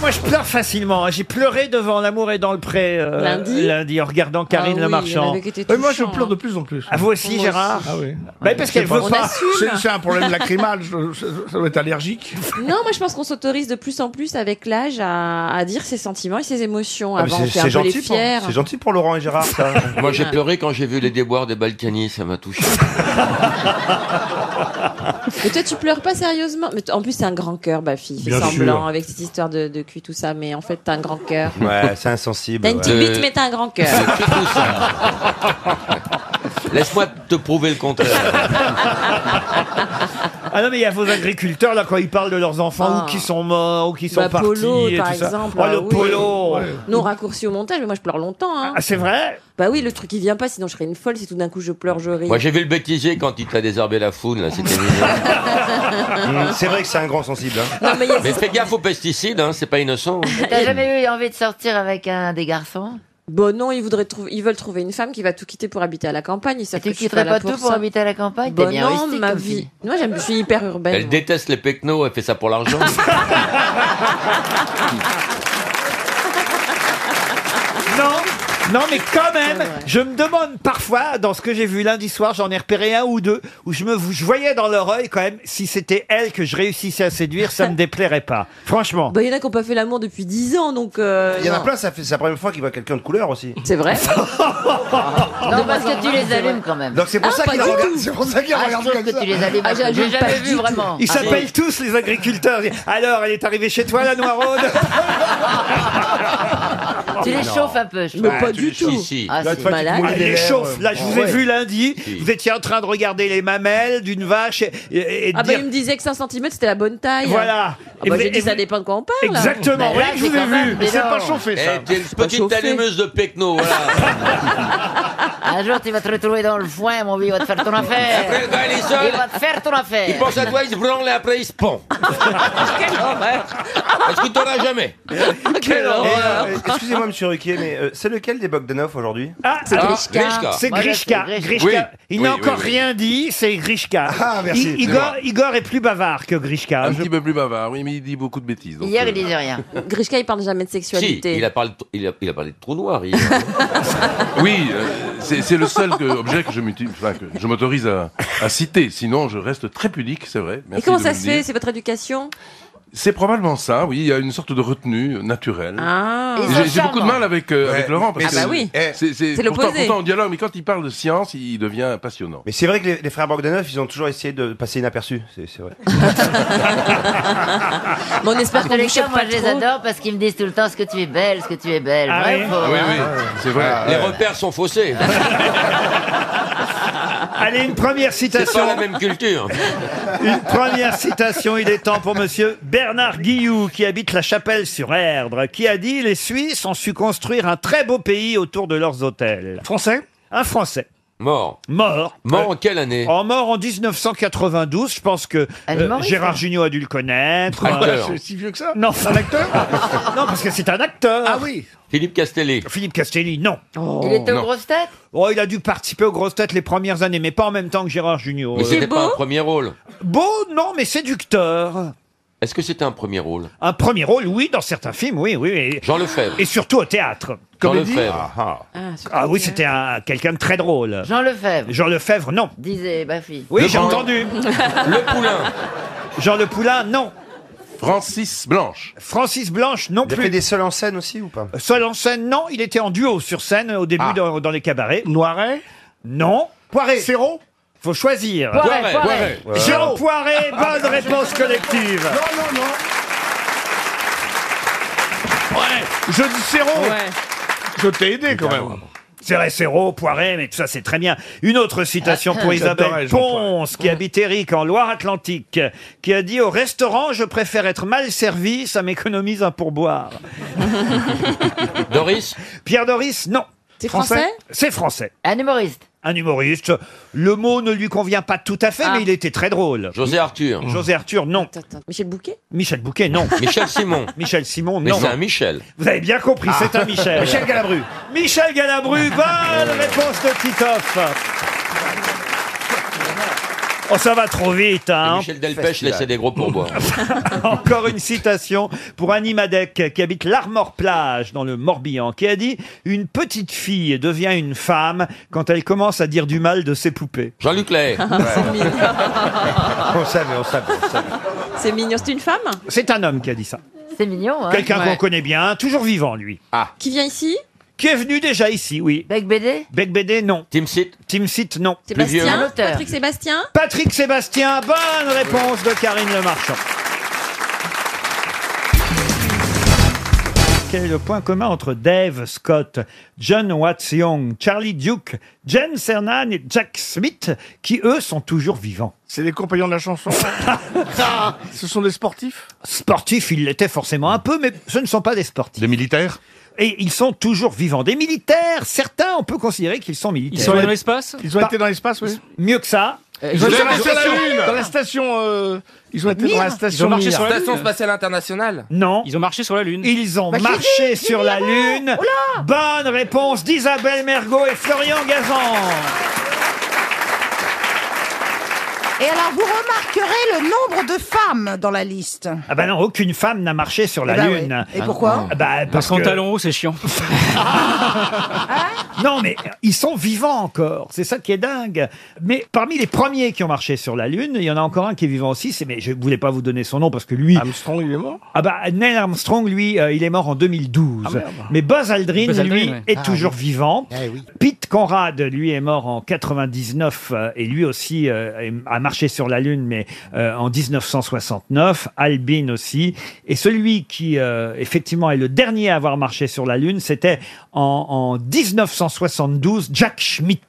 Speaker 1: Moi, je pleure facilement. hein. J'ai pleuré devant L'amour est dans le pré euh,
Speaker 2: Lundi
Speaker 1: en regardant Karine Le Marchand.
Speaker 2: Et moi, je
Speaker 18: hein.
Speaker 2: pleure de plus en plus.
Speaker 1: Ah, vous aussi, Moi Gérard aussi.
Speaker 2: Ah oui.
Speaker 1: Bah, parce
Speaker 2: Je sais
Speaker 1: qu'elle veut
Speaker 2: On
Speaker 1: pas.
Speaker 2: assume. C'est- C'est un problème lacrymal, je- je- ça doit être allergique.
Speaker 12: Non, moi je pense qu'on s'autorise de plus en plus avec l'âge à, à dire ses sentiments et ses émotions.
Speaker 16: Ah, mais
Speaker 12: Avant, on
Speaker 16: c'est-
Speaker 12: fait un
Speaker 16: c'est
Speaker 12: peu les
Speaker 16: gentil pour-
Speaker 12: fiers.
Speaker 16: c'est gentil pour Laurent et Gérard, ça.
Speaker 19: Moi, j'ai pleuré quand j'ai vu les déboires des Balkany, ça m'a touché.
Speaker 12: Mais toi, tu pleures pas sérieusement. Mais t- en plus, c'est un grand cœur, ma fille. Fais
Speaker 16: Bien
Speaker 12: semblant
Speaker 16: sûr.
Speaker 12: avec cette histoire de, de cul, tout ça. Mais en fait, t'as un grand cœur.
Speaker 16: Ouais, c'est insensible.
Speaker 12: T'as une petite
Speaker 16: ouais.
Speaker 12: bite, mais t'as un grand cœur.
Speaker 19: Laisse-moi te prouver le contraire.
Speaker 1: Ah non, mais il y a vos agriculteurs, là, quand ils parlent de leurs enfants,
Speaker 12: Ah.
Speaker 1: ou qui sont morts, ou qui sont
Speaker 12: Bah,
Speaker 1: partis.
Speaker 12: Polo,
Speaker 1: et
Speaker 12: par
Speaker 1: tout ça.
Speaker 12: exemple.
Speaker 1: Oh,
Speaker 12: ah
Speaker 1: le
Speaker 12: oui.
Speaker 1: polo
Speaker 12: Non raccourci au montage, mais moi je pleure longtemps. hein.
Speaker 1: Ah, c'est vrai
Speaker 12: Bah oui, le truc qui vient pas, sinon je serais une folle si tout d'un coup je pleure, je ris.
Speaker 19: Moi, j'ai vu le bêtisier quand il t'a désherbé la foule, là, c'était mignon.
Speaker 16: Mmh, c'est vrai que c'est un grand sensible. hein.
Speaker 12: Non, mais il y a- Ah,
Speaker 19: fais gaffe aux pesticides, hein, c'est pas innocent.
Speaker 1: Mmh.
Speaker 19: hein.
Speaker 20: T'as jamais eu envie de sortir avec un des garçons
Speaker 12: Bon non, ils voudraient trouver, ils veulent trouver une femme qui va tout quitter pour habiter à la campagne. Ils savent
Speaker 20: Tu
Speaker 12: que je suis
Speaker 20: quitterais
Speaker 12: là
Speaker 20: pas tout pour
Speaker 12: ça.
Speaker 20: habiter à la campagne T'es
Speaker 12: Bon
Speaker 20: bien
Speaker 12: non,
Speaker 20: rustique,
Speaker 12: ma
Speaker 20: comme
Speaker 12: vie.
Speaker 20: fille.
Speaker 12: Moi j'aime, je suis hyper urbaine.
Speaker 19: Elle déteste les pecnos, elle fait ça pour l'argent.
Speaker 1: Non non, mais quand même, je me demande parfois, dans ce que j'ai vu lundi soir, j'en ai repéré un ou deux, où je me je voyais dans leur œil quand même, si c'était elle que je réussissais à séduire, ça me déplairait pas. Franchement.
Speaker 12: Bah il y en a qui ont pas fait l'amour depuis 10 ans, donc. euh,
Speaker 16: Il y en a
Speaker 12: non.
Speaker 16: plein, ça fait c'est la première fois qu'il voit quelqu'un de couleur aussi.
Speaker 12: C'est vrai.
Speaker 20: Non, parce que tu les allumes hein, quand même.
Speaker 16: Donc c'est pour
Speaker 20: Ah,
Speaker 16: ça
Speaker 20: pas
Speaker 16: qu'il
Speaker 20: du
Speaker 16: regarde.
Speaker 20: tout.
Speaker 16: C'est pour ça qu'il
Speaker 20: Ah, je
Speaker 16: regarde
Speaker 20: trouve
Speaker 16: comme
Speaker 20: que
Speaker 16: ça.
Speaker 20: tu les allumes.
Speaker 12: Ah, j'ai-
Speaker 20: J'ai
Speaker 12: pas
Speaker 20: jamais
Speaker 12: du
Speaker 20: vu
Speaker 12: tout.
Speaker 20: vraiment.
Speaker 1: Ils s'appellent tous les agriculteurs. Alors, elle est arrivée chez toi, la noiraude
Speaker 20: Tu les chauffes un peu, je
Speaker 1: Mais
Speaker 20: trouve.
Speaker 1: pas du tout.
Speaker 20: Ah,
Speaker 1: Là,
Speaker 20: si.
Speaker 1: tu vois, tu
Speaker 20: Malade.
Speaker 1: vois, elle les chauffe. Là, je
Speaker 20: Ah,
Speaker 1: vous ai
Speaker 20: ouais.
Speaker 1: vu lundi. Vous étiez en train de regarder les mamelles d'une vache et, et- et de
Speaker 12: Ah bah
Speaker 1: dire.
Speaker 12: il me disait que 5 cm c'était la bonne taille.
Speaker 1: Voilà.
Speaker 12: Ah
Speaker 1: Et
Speaker 12: bah,
Speaker 1: vous-
Speaker 12: j'ai
Speaker 1: et
Speaker 12: dit
Speaker 1: vous-
Speaker 12: ça dépend de quoi on parle.
Speaker 1: Exactement,
Speaker 12: Ah
Speaker 21: Bah,
Speaker 1: vous voyez que je vous ai vu. Mais c'est pas chauffé, ça.
Speaker 19: Eh, t'es une petite
Speaker 12: chauffé.
Speaker 19: allumeuse de pecnos, voilà.
Speaker 20: Un jour, tu vas te retrouver dans le foin, mon vieux, il va te faire ton affaire.
Speaker 19: Après, le gars, il est seul.
Speaker 20: Il va te faire ton
Speaker 19: Il
Speaker 20: affaire.
Speaker 19: pense à toi, il se branle et après il se pend. Quelle horreur Est-ce que t'auras jamais
Speaker 16: Et,
Speaker 19: Quelle
Speaker 16: euh, euh, Excusez-moi, monsieur Ruquier, mais euh, c'est lequel des Bogdanov aujourd'hui
Speaker 1: Ah, c'est
Speaker 16: Ah,
Speaker 1: Grishka.
Speaker 16: Grishka.
Speaker 1: C'est
Speaker 16: Voilà,
Speaker 1: Grishka.
Speaker 16: c'est
Speaker 1: Grishka.
Speaker 16: Oui.
Speaker 1: Il
Speaker 16: Oui,
Speaker 1: n'a
Speaker 16: oui,
Speaker 1: encore
Speaker 16: oui.
Speaker 1: rien dit, c'est Grishka.
Speaker 21: Ah, merci,
Speaker 1: I-
Speaker 21: c'est
Speaker 1: Igor,
Speaker 21: moi.
Speaker 1: Igor est plus bavard que Grishka.
Speaker 21: Un
Speaker 1: Je-
Speaker 21: petit peu plus bavard, oui, mais il dit beaucoup de bêtises. donc, euh,
Speaker 12: rien. Grishka il parle jamais de
Speaker 19: Si,
Speaker 12: sexualité.
Speaker 19: il a, parlé, de- il, a, il a parlé de trou noir. hier.
Speaker 21: Oui, euh, c'est c'est le seul que- objet que je m'uti- enfin, que je m'autorise à, à citer. Sinon, je reste très pudique, c'est vrai.
Speaker 12: Et
Speaker 21: Merci
Speaker 12: comment
Speaker 21: de
Speaker 12: ça
Speaker 21: me
Speaker 12: se
Speaker 21: le
Speaker 12: fait
Speaker 21: dire.
Speaker 12: C'est votre éducation
Speaker 21: C'est probablement ça, oui. Il y a une sorte de retenue euh, naturelle.
Speaker 12: Ah.
Speaker 21: Et
Speaker 12: Ils
Speaker 21: J'ai
Speaker 12: sont
Speaker 21: j'ai beaucoup de
Speaker 12: charmants.
Speaker 21: mal avec, euh,
Speaker 12: Ouais.
Speaker 21: avec Laurent. Parce
Speaker 12: Ah bah
Speaker 21: que
Speaker 16: Eh.
Speaker 12: oui.
Speaker 21: C'est c'est-
Speaker 12: C'est
Speaker 21: pourtant,
Speaker 12: l'opposé.
Speaker 21: pourtant, on dialogue, mais quand il parle de science, il devient passionnant.
Speaker 16: Mais c'est vrai que les, les frères Bogdanov, ils ont toujours essayé de passer inaperçus. C'est c'est vrai.
Speaker 12: Mais on espère qu'on
Speaker 20: Dans tous
Speaker 12: vous
Speaker 20: les cas,
Speaker 12: choque
Speaker 20: moi,
Speaker 12: pas
Speaker 20: je les
Speaker 12: trop.
Speaker 20: adore parce qu'ils me disent tout le temps ce que tu es belle, ce que tu es belle.
Speaker 19: Ah
Speaker 20: Vrai
Speaker 19: oui
Speaker 20: ou faux,
Speaker 19: Oui,
Speaker 20: hein
Speaker 19: oui.
Speaker 21: C'est vrai.
Speaker 1: Ah,
Speaker 19: Les repères sont faussés.
Speaker 1: Allez, une première
Speaker 19: C'est
Speaker 1: citation.
Speaker 19: pas la même culture.
Speaker 1: Une première citation, il est temps pour monsieur Bernard Guillou, qui habite la chapelle sur Erdre, qui a dit Les Suisses ont su construire un très beau pays autour de leurs hôtels. Français Un Français.
Speaker 19: Mort.
Speaker 1: Mort.
Speaker 19: Mort en quelle année
Speaker 1: En mort en 1992, je pense que
Speaker 19: Elle est
Speaker 1: euh,
Speaker 19: morte,
Speaker 1: Gérard
Speaker 19: ça
Speaker 1: Jugnot a dû le connaître.
Speaker 19: hein.
Speaker 1: euh,
Speaker 19: Acteur. C'est
Speaker 1: bah, si vieux que ça Non. Un acteur Non, parce que c'est un acteur. Ah oui
Speaker 19: Philippe Castelli.
Speaker 1: Philippe Castelli, non.
Speaker 20: Il était aux grosses têtes
Speaker 1: Oh, il a dû participer aux grosses têtes les premières années, mais pas en même temps que Gérard Jugnot.
Speaker 19: Mais
Speaker 1: Euh,
Speaker 19: c'était pas un premier rôle.
Speaker 1: Beau, non, mais séducteur.
Speaker 19: Est-ce que c'était un premier rôle
Speaker 1: Un premier rôle, oui, dans certains films, oui, oui. Et,
Speaker 19: Jean Lefebvre.
Speaker 1: et surtout au théâtre.
Speaker 19: Jean
Speaker 1: Comédie
Speaker 19: Lefebvre.
Speaker 1: Ah oui, c'était un- quelqu'un de très drôle.
Speaker 20: Jean Lefebvre,
Speaker 1: Jean Lefebvre, non.
Speaker 20: disait ma fille.
Speaker 1: Oui, j'ai entendu.
Speaker 19: Poulain.
Speaker 1: Jean Le Poulain, non.
Speaker 21: Francis Blanche.
Speaker 1: Francis Blanche, non
Speaker 16: Il a
Speaker 1: plus.
Speaker 16: fait des seuls en scène aussi ou pas
Speaker 1: Seul en scène, non. Il était en duo sur scène euh, au
Speaker 21: Ah.
Speaker 1: début dans, dans les cabarets. Noiret Non. Poiré Serrault Faut choisir.
Speaker 21: Poiret, Poiret. Poiret. Ah.
Speaker 1: Jean Poiret, bonne réponse collective.
Speaker 21: non, non.
Speaker 2: Ouais, je dis Serrault. Je t'ai aidé quand même.
Speaker 1: C'est vrai, Serrault, Poiret, mais tout ça, c'est très bien. Une autre citation pour Isabelle
Speaker 2: J'adorais Jean
Speaker 1: Ponce, qui habite Eric en Loire-Atlantique, qui a dit Au restaurant, je préfère être mal servi, ça m'économise un pourboire.
Speaker 19: Doris
Speaker 1: Pierre Doris, non.
Speaker 20: C'est français
Speaker 1: C'est français.
Speaker 20: Un humoriste.
Speaker 1: Un humoriste. Le mot ne lui convient pas tout à fait,
Speaker 20: Ah.
Speaker 1: mais il était très drôle.
Speaker 19: José Arthur.
Speaker 1: José Arthur, non.
Speaker 12: Michel Bouquet
Speaker 1: Michel Bouquet, non.
Speaker 19: Michel Simon.
Speaker 1: Michel Simon,
Speaker 19: Mais
Speaker 1: non.
Speaker 19: c'est un Michel.
Speaker 1: Vous avez bien compris,
Speaker 19: Ah.
Speaker 1: c'est un Michel.
Speaker 19: Michel
Speaker 1: Galabru. Michel Galabru, bonne réponse de Titoff. Oh, ça va trop vite, hein.
Speaker 19: Michel Delpech laissait des gros pourboires.
Speaker 1: Encore une citation pour Annie Madec, qui habite l'Armor Plage, dans le Morbihan, qui a dit « Une petite fille devient une femme quand elle commence à dire du mal de ses poupées. »
Speaker 19: Jean-Luc Lahaye.
Speaker 1: On savait, on savait, on savait.
Speaker 12: C'est mignon, c'est une femme
Speaker 1: C'est un homme qui a dit ça.
Speaker 12: C'est mignon, hein
Speaker 1: Quelqu'un qu'on connaît bien, toujours vivant, lui. Ah.
Speaker 12: Qui vient ici
Speaker 1: Qui est venu déjà ici, oui.
Speaker 12: Bec BD
Speaker 1: Bec BD, non.
Speaker 19: Tim Sit
Speaker 1: Tim Sit, non.
Speaker 12: Sébastien Patrick Sébastien
Speaker 1: Patrick Sébastien, bonne réponse de Karine Le Marchand. Quel est le point commun entre Dave Scott, John Watts Young, Charlie Duke, James Cernan et Jack Smith, qui eux sont toujours vivants
Speaker 2: C'est les compagnons de la chanson. Ce sont des sportifs
Speaker 1: Sportifs, ils l'étaient forcément un peu, mais ce ne sont pas des sportifs. Des militaires Et ils sont toujours vivants. Des militaires, certains, on peut considérer qu'ils sont militaires.
Speaker 4: Ils sont allés dans l'espace
Speaker 2: Ils ont
Speaker 1: Pas-
Speaker 2: été dans l'espace, oui.
Speaker 1: Mieux que ça.
Speaker 2: Ils ont été dans la station. Dans la station. euh, Ils ont été dans la station. Mir.
Speaker 19: Station spatiale internationale.
Speaker 1: Non.
Speaker 4: Ils ont marché sur la Lune.
Speaker 1: Ils ont
Speaker 4: Bah, qui
Speaker 1: marché
Speaker 4: dit
Speaker 1: sur la Lune.
Speaker 22: Oh
Speaker 1: Bonne réponse d'Isabelle Mergot et Florian Gazan.
Speaker 22: Et alors, vous remarquerez le nombre de femmes dans la liste.
Speaker 1: Ah bah non, aucune femme n'a marché sur la
Speaker 22: Eh ben ouais.
Speaker 1: Lune.
Speaker 22: Et pourquoi
Speaker 1: Ah bah, parce
Speaker 4: Parce qu'en
Speaker 1: que-
Speaker 4: talon haut, c'est chiant.
Speaker 22: Ah.
Speaker 1: Non, mais ils sont vivants encore. C'est ça qui est dingue. Mais parmi les premiers qui ont marché sur la Lune, il y en a encore un qui est vivant aussi. C'est, mais je voulais pas vous donner son nom parce que lui. Armstrong, il est mort. Ah bah Neil Armstrong, lui, euh, il est mort en 2012.
Speaker 2: Ah, merde.
Speaker 1: mais Buzz Aldrin,
Speaker 2: Buzz Aldrin,
Speaker 1: lui,
Speaker 2: ouais.
Speaker 1: est
Speaker 2: Ah,
Speaker 1: toujours
Speaker 2: oui.
Speaker 1: vivant.
Speaker 2: Eh oui.
Speaker 1: Pete Conrad, lui, est mort en 99 euh, et lui aussi euh, est- a marché sur la Lune, mais euh, en 1969. Albin aussi. Et celui qui, euh, effectivement, est le dernier à avoir marché sur la Lune, c'était en, en 1972, Jack Schmidt.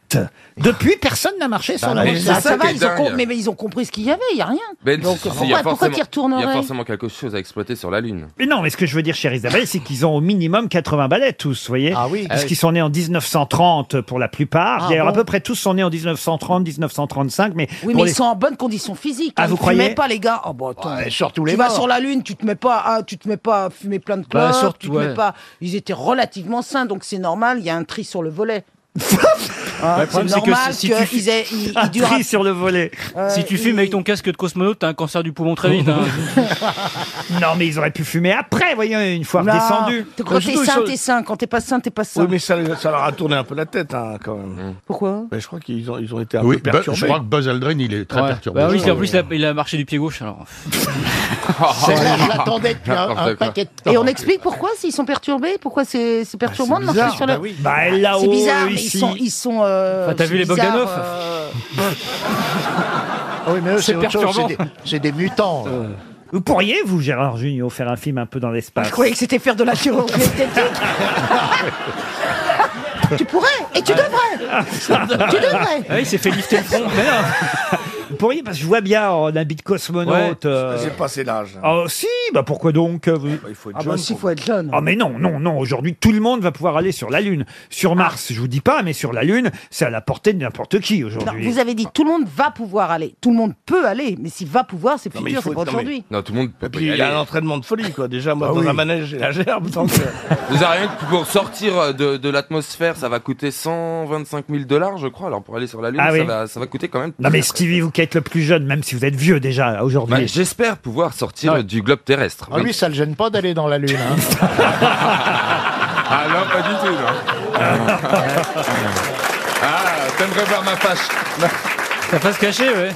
Speaker 1: Depuis, personne n'a marché sur la
Speaker 22: Ah,
Speaker 1: Lune.
Speaker 22: ça, va, ils ont com- mais, mais ils ont compris ce qu'il y avait, il n'y a rien.
Speaker 23: Ben,
Speaker 22: Donc,
Speaker 23: si, si,
Speaker 22: pourquoi,
Speaker 13: il y a
Speaker 22: pourquoi
Speaker 13: forcément-
Speaker 22: tu y
Speaker 13: Il y a
Speaker 22: retournerais
Speaker 13: forcément quelque chose à exploiter sur la Lune.
Speaker 1: Mais non, mais ce que je veux dire, chère Isabelle, c'est qu'ils ont au minimum 80 ballets tous, vous voyez Ah oui. Parce
Speaker 13: Ah oui.
Speaker 1: qu'ils sont nés en 1930 euh, pour la plupart.
Speaker 22: Ah
Speaker 1: D'ailleurs, à
Speaker 22: bon
Speaker 1: peu près tous sont nés en 1930, 1935, mais
Speaker 22: Oui,
Speaker 1: pour
Speaker 22: mais
Speaker 1: les-
Speaker 22: ils sont en bonne condition physique.
Speaker 1: Ah,
Speaker 22: hein.
Speaker 1: vous
Speaker 22: Ils
Speaker 1: croyez
Speaker 22: fumaient pas, les gars. Oh, bah, attends.
Speaker 2: surtout
Speaker 22: tu vas sur la lune, tu te mets pas, à, tu te mets pas à fumer plein de clopes,
Speaker 2: Bah, surtout,
Speaker 22: tu te mets
Speaker 2: ouais.
Speaker 22: pas. Ils étaient relativement sains, donc c'est normal. Il y a un tri sur le volet. Hein,
Speaker 4: Le
Speaker 22: c'est
Speaker 4: problème,
Speaker 22: normal
Speaker 4: c'est si tu-
Speaker 22: qu'ils aient, ils,
Speaker 4: Un
Speaker 22: ils durent.
Speaker 4: tri
Speaker 1: sur le volet.
Speaker 22: Euh,
Speaker 4: si tu fumes avec ton casque de cosmonaute, t'as un cancer du poumon très vite. hein.
Speaker 1: Non, mais ils auraient pu fumer après, voyez, une fois
Speaker 22: Non,
Speaker 1: redescendus.
Speaker 22: Quand t'es sain, t'es sain. Quand t'es pas sain, t'es pas sain.
Speaker 2: Oui, mais ça, ça leur a tourné un peu la tête, hein, quand même.
Speaker 22: Pourquoi
Speaker 2: ben, Je crois qu'ils ont, ils ont été un
Speaker 13: Oui,
Speaker 2: peu
Speaker 13: Buzz-
Speaker 2: perturbés.
Speaker 13: je crois que
Speaker 2: Buzz Aldrin, il est
Speaker 4: Ouais. Bah oui, en plus, il a, il a marché du pied gauche, alors.
Speaker 7: Celle-là,
Speaker 4: Ah,
Speaker 7: je l'attendais depuis un- un paquet de temps.
Speaker 22: Et on explique pourquoi s'ils sont perturbés, pourquoi c'est c'est perturbant de marcher
Speaker 7: bizarre,
Speaker 22: sur la.
Speaker 7: bah oui.
Speaker 1: Bah,
Speaker 22: c'est
Speaker 1: là-haut,
Speaker 22: bizarre, mais
Speaker 1: ici.
Speaker 22: ils sont, ils sont. euh,
Speaker 1: Enfin, t'as vu
Speaker 22: c'est
Speaker 1: les
Speaker 22: bizarre,
Speaker 1: Bogdanov
Speaker 22: euh,
Speaker 7: Ah oui, mais eux, c'est autre chose,
Speaker 1: perturbant. Euh.
Speaker 7: c'est des- C'est des, mutants. là.
Speaker 1: Vous pourriez, vous, Gérard Junior, faire un film un peu dans l'espace
Speaker 22: Je croyais que c'était faire de la chirurgie esthétique. tu pourrais et tu devrais. tu
Speaker 4: Ah
Speaker 22: devrais.
Speaker 7: Ah
Speaker 1: il s'est fait lifter le front. Vous pourriez, parce que je vois bien en habit de cosmonaute. euh,
Speaker 2: J'ai passé l'âge.
Speaker 1: Ah si, bah pourquoi donc euh, vous-
Speaker 2: Il faut être
Speaker 22: Ah bah
Speaker 2: jeune
Speaker 22: si,
Speaker 2: pour-
Speaker 22: faut être jeune.
Speaker 1: Ah mais non, non, non, aujourd'hui tout le monde va pouvoir aller sur la Lune.
Speaker 22: Ah.
Speaker 1: Sur Mars, je vous dis pas, mais sur la Lune, c'est à la portée de n'importe qui
Speaker 22: Non,
Speaker 1: aujourd'hui.
Speaker 22: vous avez dit tout le monde va pouvoir aller, tout le monde peut aller, mais s'il va pouvoir, c'est
Speaker 2: mais
Speaker 22: futur,
Speaker 2: il faut-
Speaker 22: c'est pas
Speaker 2: non, mais-
Speaker 22: aujourd'hui.
Speaker 13: Non, tout le monde peut
Speaker 2: Et puis, il y a un entraînement de folie, quoi. Déjà, moi,
Speaker 13: Bah
Speaker 2: dans
Speaker 13: oui. Ah
Speaker 2: un manège, j'ai la gerbe. Donc, euh,
Speaker 13: Vous avez rien que pour sortir de, de l'atmosphère, ça va coûter 125 000 dollars, je crois. Alors pour aller sur la Lune,
Speaker 1: Ah oui.
Speaker 13: ça, va, ça va coûter quand même.
Speaker 1: Non mais Stevie, vous qui êtes le plus jeune, même si vous êtes vieux déjà aujourd'hui.
Speaker 13: Bah, J'espère pouvoir sortir du globe terrestre.
Speaker 7: Ah, lui, ça le gêne pas d'aller dans la lune. hein.
Speaker 13: Ah non, pas du tout, non. ah, t'aimerais voir ma face
Speaker 4: Ta face cachée, ouais.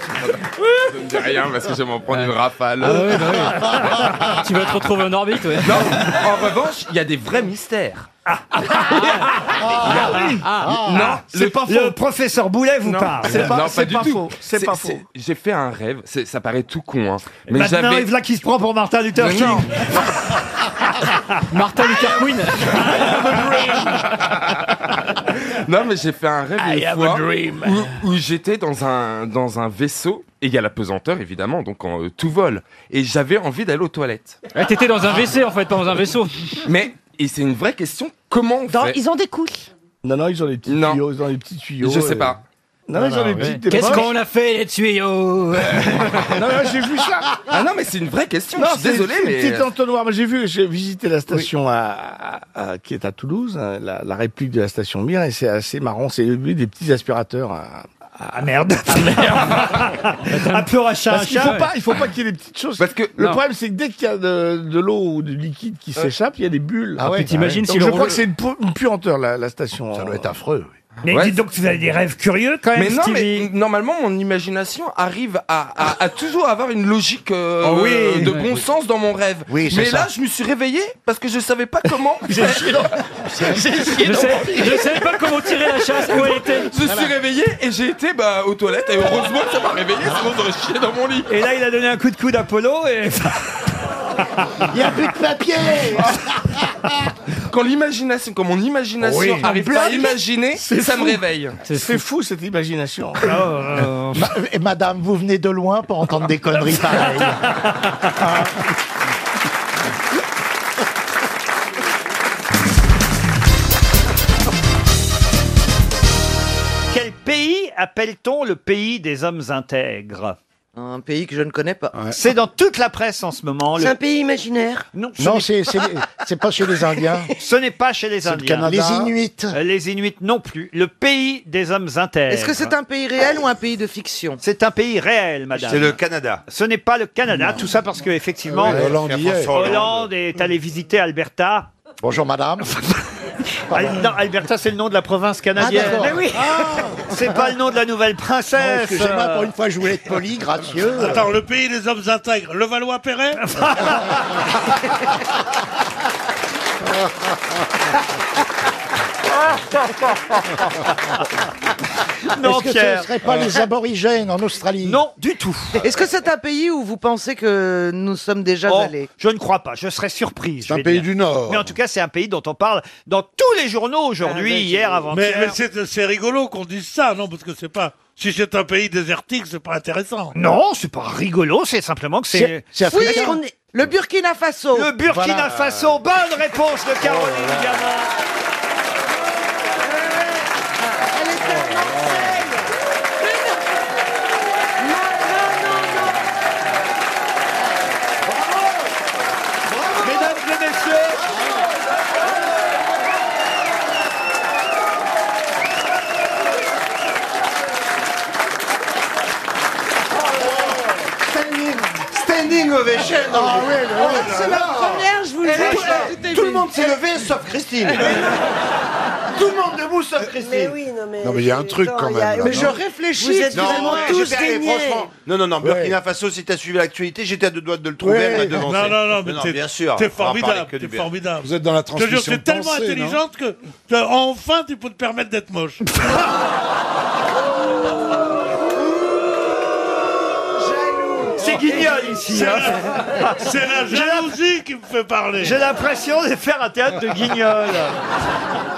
Speaker 13: Je ne dis rien parce que je vais m'en prendre une rafale.
Speaker 4: Ah ouais, bah oui. tu vas te retrouver en orbite, ouais.
Speaker 13: Non, en revanche, il y a des vrais mystères.
Speaker 1: Ah, c'est pas faux. Le professeur Boulet vous parle.
Speaker 13: Non,
Speaker 1: c'est
Speaker 13: du
Speaker 1: pas
Speaker 13: tout.
Speaker 1: faux, c'est pas faux.
Speaker 13: J'ai fait un rêve, c'est- ça paraît tout con, hein. Mais
Speaker 1: Maintenant,
Speaker 13: j'avais.
Speaker 1: il là qui se prend pour Martin Luther
Speaker 13: Mais
Speaker 1: King.
Speaker 13: non.
Speaker 4: Martin Luther Queen.
Speaker 6: hein.
Speaker 13: Non, mais j'ai fait un rêve
Speaker 2: I
Speaker 13: une
Speaker 2: have
Speaker 13: fois
Speaker 2: a dream.
Speaker 13: où, où j'étais dans un, dans un vaisseau et il y a la pesanteur évidemment, donc en, euh, tout vole. Et j'avais envie d'aller aux toilettes.
Speaker 4: Ouais, T'étais dans un WC, en fait, pas dans un vaisseau.
Speaker 13: Mais, et c'est une vraie question, comment on fait
Speaker 22: Oh, Ils ont des couches.
Speaker 2: Non, non, ils ont des petits tuyaux. Ils ont des petits tuyaux.
Speaker 13: Je sais pas.
Speaker 5: Non, mais j'en ai
Speaker 7: oui.
Speaker 5: petites, des
Speaker 7: Qu'est-ce
Speaker 5: broches.
Speaker 7: qu'on a fait les tuyaux
Speaker 5: Non, mais j'ai vu ça.
Speaker 7: Ah non, mais c'est une vraie question.
Speaker 5: Non,
Speaker 7: je suis
Speaker 5: c'est-
Speaker 7: désolé,
Speaker 5: c'est une
Speaker 7: mais. euh,
Speaker 5: Petite entonnoir. Mais j'ai vu, j'ai visité la station à, à- à- qui est à Toulouse, hein, la, la réplique de la station Mir, et c'est assez marrant. C'est des petits aspirateurs à.
Speaker 1: merde. Ah, Un peu rachat,
Speaker 5: Parce qu'il
Speaker 1: rachat,
Speaker 5: faut
Speaker 1: ouais.
Speaker 5: pas, il faut pas qu'il y ait des petites choses. Parce que le
Speaker 1: non.
Speaker 5: problème, c'est que dès qu'il y a de, de l'eau ou du liquide qui s'échappe, il y a des bulles.
Speaker 1: Ah, puis t'imagines
Speaker 5: Donc
Speaker 1: si le
Speaker 5: je crois
Speaker 1: rouleau-
Speaker 5: que c'est une, pu- une puanteur la, la station. Euh, Ça doit être affreux.
Speaker 1: Mais dites donc, vous avez des rêves curieux quand même,
Speaker 13: Mais non,
Speaker 1: Stevie.
Speaker 13: mais normalement, mon imagination arrive à, à- à toujours avoir une logique euh,
Speaker 7: Oh oui.
Speaker 13: de
Speaker 7: Oui,
Speaker 13: bon
Speaker 7: oui.
Speaker 13: sens dans mon rêve.
Speaker 7: Oui, c'est
Speaker 13: mais
Speaker 7: ça.
Speaker 13: là, je me suis réveillé parce que je savais pas comment. J'ai chié dans- j'ai chié
Speaker 7: Je
Speaker 13: dans
Speaker 7: savais-
Speaker 13: mon lit.
Speaker 7: je savais pas comment tirer la chasse, où elle était.
Speaker 13: Je
Speaker 7: Voilà.
Speaker 13: suis réveillé et j'ai été bah, aux toilettes et heureusement que ça m'a réveillé, sinon j'aurais chié dans mon lit.
Speaker 1: Et là, il a donné un coup de coude à Polo et.
Speaker 13: Il y a plus de papier Quand l'imagination, quand mon imagination
Speaker 5: Oui.
Speaker 13: arrive
Speaker 5: Un
Speaker 13: pas à
Speaker 5: bloc,
Speaker 13: imaginer,
Speaker 5: c'est
Speaker 13: ça
Speaker 5: fou.
Speaker 13: me réveille.
Speaker 5: C'est fou cette imagination.
Speaker 2: Ah, euh,
Speaker 1: Ma-
Speaker 5: et madame, vous venez de loin pour entendre des
Speaker 24: conneries pareilles.
Speaker 1: Quel pays appelle-t-on le pays des hommes intègres
Speaker 3: Un pays que je ne connais pas.
Speaker 1: C'est dans toute la presse en ce moment.
Speaker 23: C'est
Speaker 1: le-
Speaker 23: un pays imaginaire.
Speaker 1: Non,
Speaker 15: Non, c'est- c'est-
Speaker 1: pas chez les Indiens. Ce n'est pas chez les
Speaker 15: C'est le
Speaker 1: Indiens.
Speaker 15: Canada. Les Inuits.
Speaker 1: Euh, Les Inuits non plus. Le pays des hommes intègres.
Speaker 3: Est-ce que c'est un pays réel ou un pays de fiction
Speaker 1: C'est un pays réel, madame.
Speaker 3: C'est le
Speaker 1: Canada. Ce n'est pas le Canada, tout ça parce que effectivement,
Speaker 15: Ah oui, Hollande y est.
Speaker 1: Hollande est allé visiter Alberta.
Speaker 15: Bonjour madame.
Speaker 1: Al- non, Alberta, c'est le nom de la province canadienne.
Speaker 15: Ah, d'accord. Mais oui.
Speaker 1: C'est pas le nom de la nouvelle princesse.
Speaker 15: fois, je voulais être poli, gracieux.
Speaker 2: Attends, le pays des hommes intègres, le Valois-Perret
Speaker 1: Non,
Speaker 15: Est-ce que
Speaker 1: Pierre. Ah.
Speaker 15: ce ne serait pas les aborigènes en Australie
Speaker 1: Non, du tout.
Speaker 3: Est-ce que c'est un pays où vous pensez que nous sommes déjà
Speaker 1: Oh,
Speaker 3: allés
Speaker 1: je ne crois pas, je serais surprise.
Speaker 15: C'est un pays du Nord.
Speaker 1: Mais en tout cas, c'est un pays dont on parle dans tous les journaux
Speaker 3: Ah,
Speaker 1: aujourd'hui, hier,
Speaker 2: Mais,
Speaker 1: avant-hier.
Speaker 2: mais c'est c'est rigolo qu'on dise ça, non Parce que c'est pas. Si c'est un pays désertique, c'est pas intéressant.
Speaker 1: Non, c'est pas rigolo, c'est simplement que c'est.
Speaker 3: Oui, on est- le Burkina Faso.
Speaker 1: Le Burkina Faso, bonne réponse de Caroline
Speaker 5: Oh
Speaker 1: Diamant.
Speaker 5: Oh
Speaker 1: Mesdames et messieurs
Speaker 5: Standing,
Speaker 7: standing ovation.
Speaker 5: Ah oui, mais oui,
Speaker 7: C'est la première, je vous le dis.
Speaker 5: dis. Tout le monde s'est levé sauf Christine.
Speaker 7: Tout le monde debout sauf Christine. Mais
Speaker 23: oui, non mais.
Speaker 5: Non, mais il y a un truc quand même, là,
Speaker 7: Mais
Speaker 5: non
Speaker 7: je réfléchis.
Speaker 5: Vous êtes
Speaker 7: Non,
Speaker 5: vraiment
Speaker 7: ouais,
Speaker 5: tous
Speaker 7: j'ai perdu,
Speaker 5: déniés.
Speaker 7: franchement. Non, non, non,
Speaker 5: Ouais.
Speaker 7: Burkina Faso, si t'as suivi l'actualité, j'étais à deux doigts de le trouver,
Speaker 5: Ouais.
Speaker 7: elle m'a devancé.
Speaker 2: Non, non, non, mais t'es-
Speaker 7: bien sûr.
Speaker 2: t'es
Speaker 7: on va parler
Speaker 2: formidable,
Speaker 7: que du
Speaker 2: t'es
Speaker 7: bien.
Speaker 2: formidable.
Speaker 15: Vous êtes dans la
Speaker 2: Je te jure,
Speaker 15: transmission
Speaker 2: c'est tellement
Speaker 15: de pensée, non
Speaker 2: intelligente que, que enfin tu peux te permettre d'être moche.
Speaker 1: C'est guignol ici.
Speaker 2: C'est
Speaker 1: hein.
Speaker 2: la, c'est la jalousie qui me fait parler.
Speaker 1: J'ai l'impression de faire un théâtre de guignol.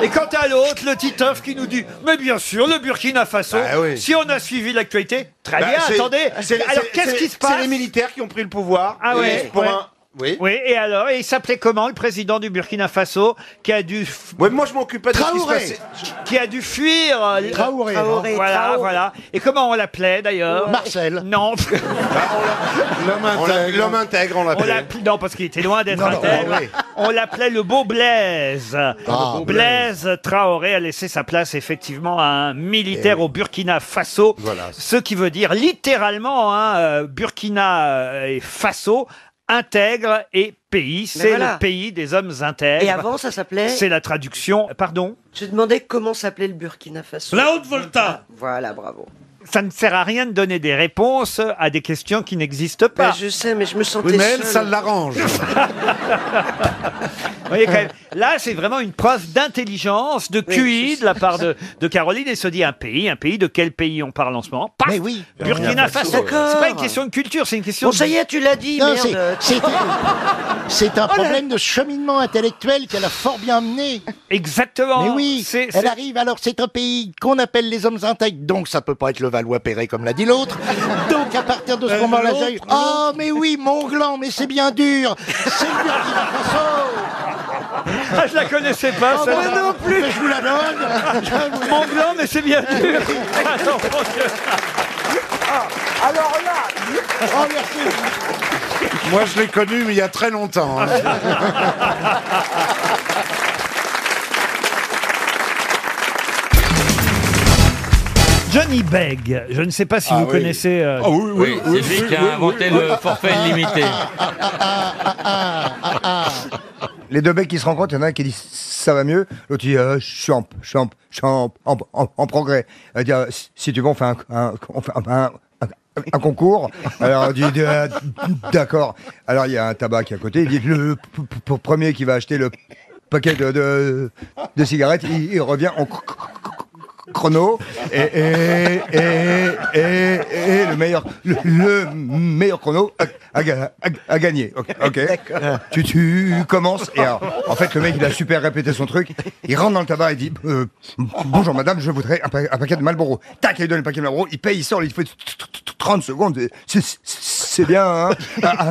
Speaker 1: Et quant à l'autre, le Titoff qui nous dit Mais bien sûr, le Burkina Faso, si on a suivi l'actualité, très
Speaker 7: Bah,
Speaker 1: bien,
Speaker 7: c'est-
Speaker 1: attendez.
Speaker 7: c'est-
Speaker 1: Alors
Speaker 7: c'est-
Speaker 1: qu'est-ce
Speaker 7: c'est-
Speaker 1: qui se passe
Speaker 7: C'est les militaires qui ont pris le pouvoir.
Speaker 1: Ah
Speaker 7: Et
Speaker 1: ouais,
Speaker 7: pour
Speaker 1: ouais.
Speaker 7: un- Oui.
Speaker 1: Oui, et alors Et il s'appelait comment le président du Burkina Faso qui a dû.
Speaker 7: Ouais, moi je m'occupe pas de ce qui se
Speaker 1: Traoré.
Speaker 7: passait.
Speaker 1: Qui a dû fuir. euh, le-
Speaker 7: Traoré, non
Speaker 1: Voilà,
Speaker 7: Traoré.
Speaker 1: voilà. Et comment on l'appelait
Speaker 15: Euh,
Speaker 1: d'ailleurs Marcel. Non.
Speaker 7: L'homme intègre. L'homme intègre, on
Speaker 1: On
Speaker 7: l'appelle.
Speaker 1: l'appelait- non, parce qu'il était loin d'être
Speaker 7: Non, non,
Speaker 1: intègre.
Speaker 7: oui.
Speaker 1: On l'appelait le beau Blaise.
Speaker 7: beau
Speaker 1: Blaise Traoré a laissé sa place effectivement à un militaire au Burkina Faso. Ce qui veut dire littéralement hein, euh, Burkina euh, et Faso intègre et pays. C'est
Speaker 23: voilà.
Speaker 1: le pays des hommes intègres.
Speaker 23: Et avant, ça s'appelait
Speaker 1: C'est la traduction. Pardon
Speaker 23: Je demandais comment s'appelait le Burkina Faso.
Speaker 1: La Haute-Volta.
Speaker 23: Voilà, bravo.
Speaker 1: Ça ne sert à rien de donner des réponses à des questions qui n'existent pas.
Speaker 23: Ben, je sais, mais je me sentais
Speaker 1: Oui, mais elle,
Speaker 23: seule.
Speaker 1: ça l'arrange. Vous voyez, quand même, là, c'est vraiment une preuve d'intelligence, de QI de la part de, de Caroline. Et se dit un pays, un pays, de quel pays on parle en ce moment Paf,
Speaker 15: oui.
Speaker 1: Burkina Faso. C'est
Speaker 23: D'accord.
Speaker 1: pas une question de culture, c'est une question
Speaker 23: Bon, ça y est, tu l'as dit,
Speaker 15: Non, c'est-
Speaker 23: merde.
Speaker 15: c'est- C'est un
Speaker 23: Oh là
Speaker 15: problème de cheminement intellectuel qu'elle a fort bien mené.
Speaker 1: Exactement.
Speaker 15: Mais oui,
Speaker 1: C'est- c'est-
Speaker 15: elle arrive, alors c'est un pays qu'on appelle les hommes intègres, donc ça peut pas être le Valois-Perret comme l'a dit l'autre. Donc à partir de ce
Speaker 7: Euh,
Speaker 15: moment-là, Ah
Speaker 7: l'autre,
Speaker 15: j'ai eu- Oh mais oui, Monglan, mais c'est bien dur. C'est le Burkina Faso.
Speaker 1: Ah, je la connaissais pas,
Speaker 5: Ah,
Speaker 1: ça.
Speaker 5: moi non plus. Mais je vous la donne. Je vous la-
Speaker 1: Mon blanc, mais c'est bien dur. Attends, mon Dieu.
Speaker 8: Ah,
Speaker 5: Alors là, oh merci.
Speaker 9: Moi, je l'ai connu, mais il y a très longtemps. hein.
Speaker 2: Ah,
Speaker 1: Johnny Begg, je ne sais pas si
Speaker 5: Ah oui.
Speaker 1: vous connaissez. euh,
Speaker 5: Ah oui, oui, Oui, oui, c'est lui oui, qui a oui, inventé oui. le forfait illimité.
Speaker 23: Les deux mecs qui se rencontrent, il y en a un qui dit ça va mieux, l'autre il dit euh, je suis en, je suis en- je suis en- en- en- en progrès. Elle dit euh, si- si tu veux, on fait un, un- on fait un- un- un- un concours. Alors il dit euh, d'accord. Alors il y a un tabac qui est à côté, il dit le p- p- premier qui va acheter le paquet de, de- de cigarettes, il, il revient en cr- cr- chrono et, et- et- et- et le meilleur le, le meilleur chrono a, a ga- a- a gagné. Ok. ok. Tu, tu commences et alors, en fait le mec il a super répété son truc. Il rentre dans le tabac et dit euh, bonjour madame je voudrais un, pa- un paquet de Marlboro. Tac il lui donne le paquet de Marlboro. Il paye il sort il fait 30 secondes. C'est- c'est- C'est bien hein à,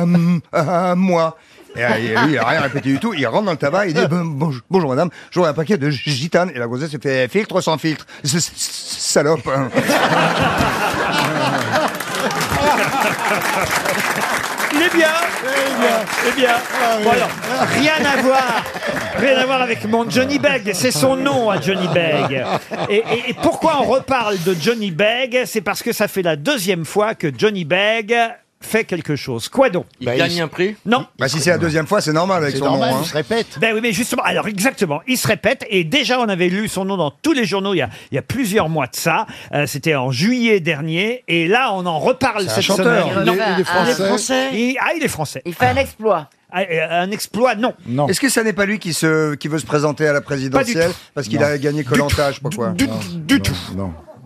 Speaker 23: à- à moi. Et euh, et lui, il a rien répété du tout. Il rentre dans le tabac, il dit Bon- bonjour, bonjour, madame, j'aurais un paquet de g- gitane. Et la grossesse se fait filtre sans filtre. C'est- c'est- c'est- Salope. hein.
Speaker 1: Il est bien. Il est bien. Ah Bon, alors, rien à voir. Rien à voir avec mon Johnny Begg. C'est son nom à Johnny Begg. Et, et- et pourquoi on reparle de Johnny Begg C'est parce que ça fait la deuxième fois que Johnny Begg fait quelque chose. Quoi donc
Speaker 23: Il Bah, gagne il- un prix
Speaker 1: Non.
Speaker 23: Bah, si c'est la deuxième fois, c'est normal avec
Speaker 1: C'est
Speaker 23: son
Speaker 1: normal,
Speaker 23: nom. hein.
Speaker 1: il se répète. Ben oui, mais justement, alors exactement, il se répète. Et déjà, on avait lu son nom dans tous les journaux il y a, il y a plusieurs mois de ça. Euh, C'était en juillet dernier. Et là, on en reparle
Speaker 23: C'est un
Speaker 1: cette
Speaker 23: chanteur.
Speaker 1: semaine.
Speaker 23: Il est- il est français. Il est français.
Speaker 1: Il- ah, il est français. Il fait un exploit. Un exploit, non.
Speaker 23: Est-ce que ça n'est pas lui qui, se, qui veut se présenter à la présidentielle Parce qu'il
Speaker 1: Non.
Speaker 23: a gagné Colanta, je sais pas quoi.
Speaker 1: Du, du tout.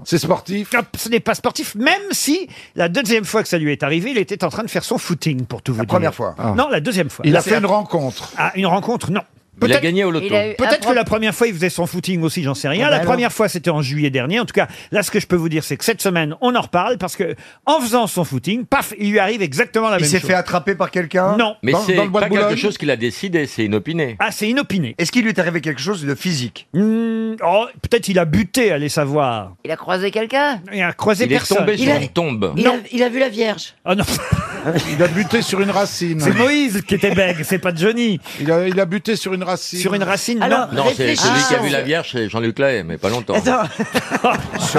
Speaker 1: C'est sportif Ce n'est pas sportif, même si la deuxième fois que ça lui est arrivé, il était en train de faire son footing, pour tout vous dire. La
Speaker 23: première fois. Ah.
Speaker 1: Non, la deuxième fois.
Speaker 23: Il a
Speaker 1: La-
Speaker 23: fait une
Speaker 1: rencontre. Ah, une rencontre, non.
Speaker 23: Il a
Speaker 1: Peut-être-
Speaker 23: gagné au loto. Il a eu un
Speaker 1: Peut-être que
Speaker 23: pro-
Speaker 1: la première fois, il faisait son footing aussi, j'en sais rien.
Speaker 23: Ah
Speaker 1: la
Speaker 23: bah
Speaker 1: première fois, c'était en juillet dernier. En tout cas, là, ce que je peux vous dire, c'est que cette semaine, on en reparle parce que, en faisant son footing, paf, il lui arrive exactement la
Speaker 23: Il
Speaker 1: même chose.
Speaker 23: s'est fait attraper par quelqu'un
Speaker 1: Non.
Speaker 19: Mais c'est
Speaker 23: bois de
Speaker 19: pas quelque
Speaker 23: Boulogne
Speaker 19: chose qu'il a décidé, c'est inopiné.
Speaker 1: Ah, c'est inopiné.
Speaker 23: Est-ce qu'il lui est arrivé quelque chose de physique
Speaker 1: Hmm, oh, Peut-être il a buté, allez savoir.
Speaker 20: Il a croisé quelqu'un
Speaker 1: Il a croisé
Speaker 19: Il est
Speaker 1: personne.
Speaker 19: tombé sur une tombe.
Speaker 15: Il a, il a vu la Vierge.
Speaker 1: Ah non.
Speaker 9: Il a buté sur une racine.
Speaker 1: C'est Moïse qui était bègue, c'est pas Johnny.
Speaker 9: Il a, il a buté sur une racine.
Speaker 1: Sur une racine,
Speaker 9: Alors,
Speaker 19: Non, c'est celui qui a vu la Vierge, c'est Jean-Luc Lahaye, mais pas
Speaker 1: Eh,
Speaker 19: longtemps.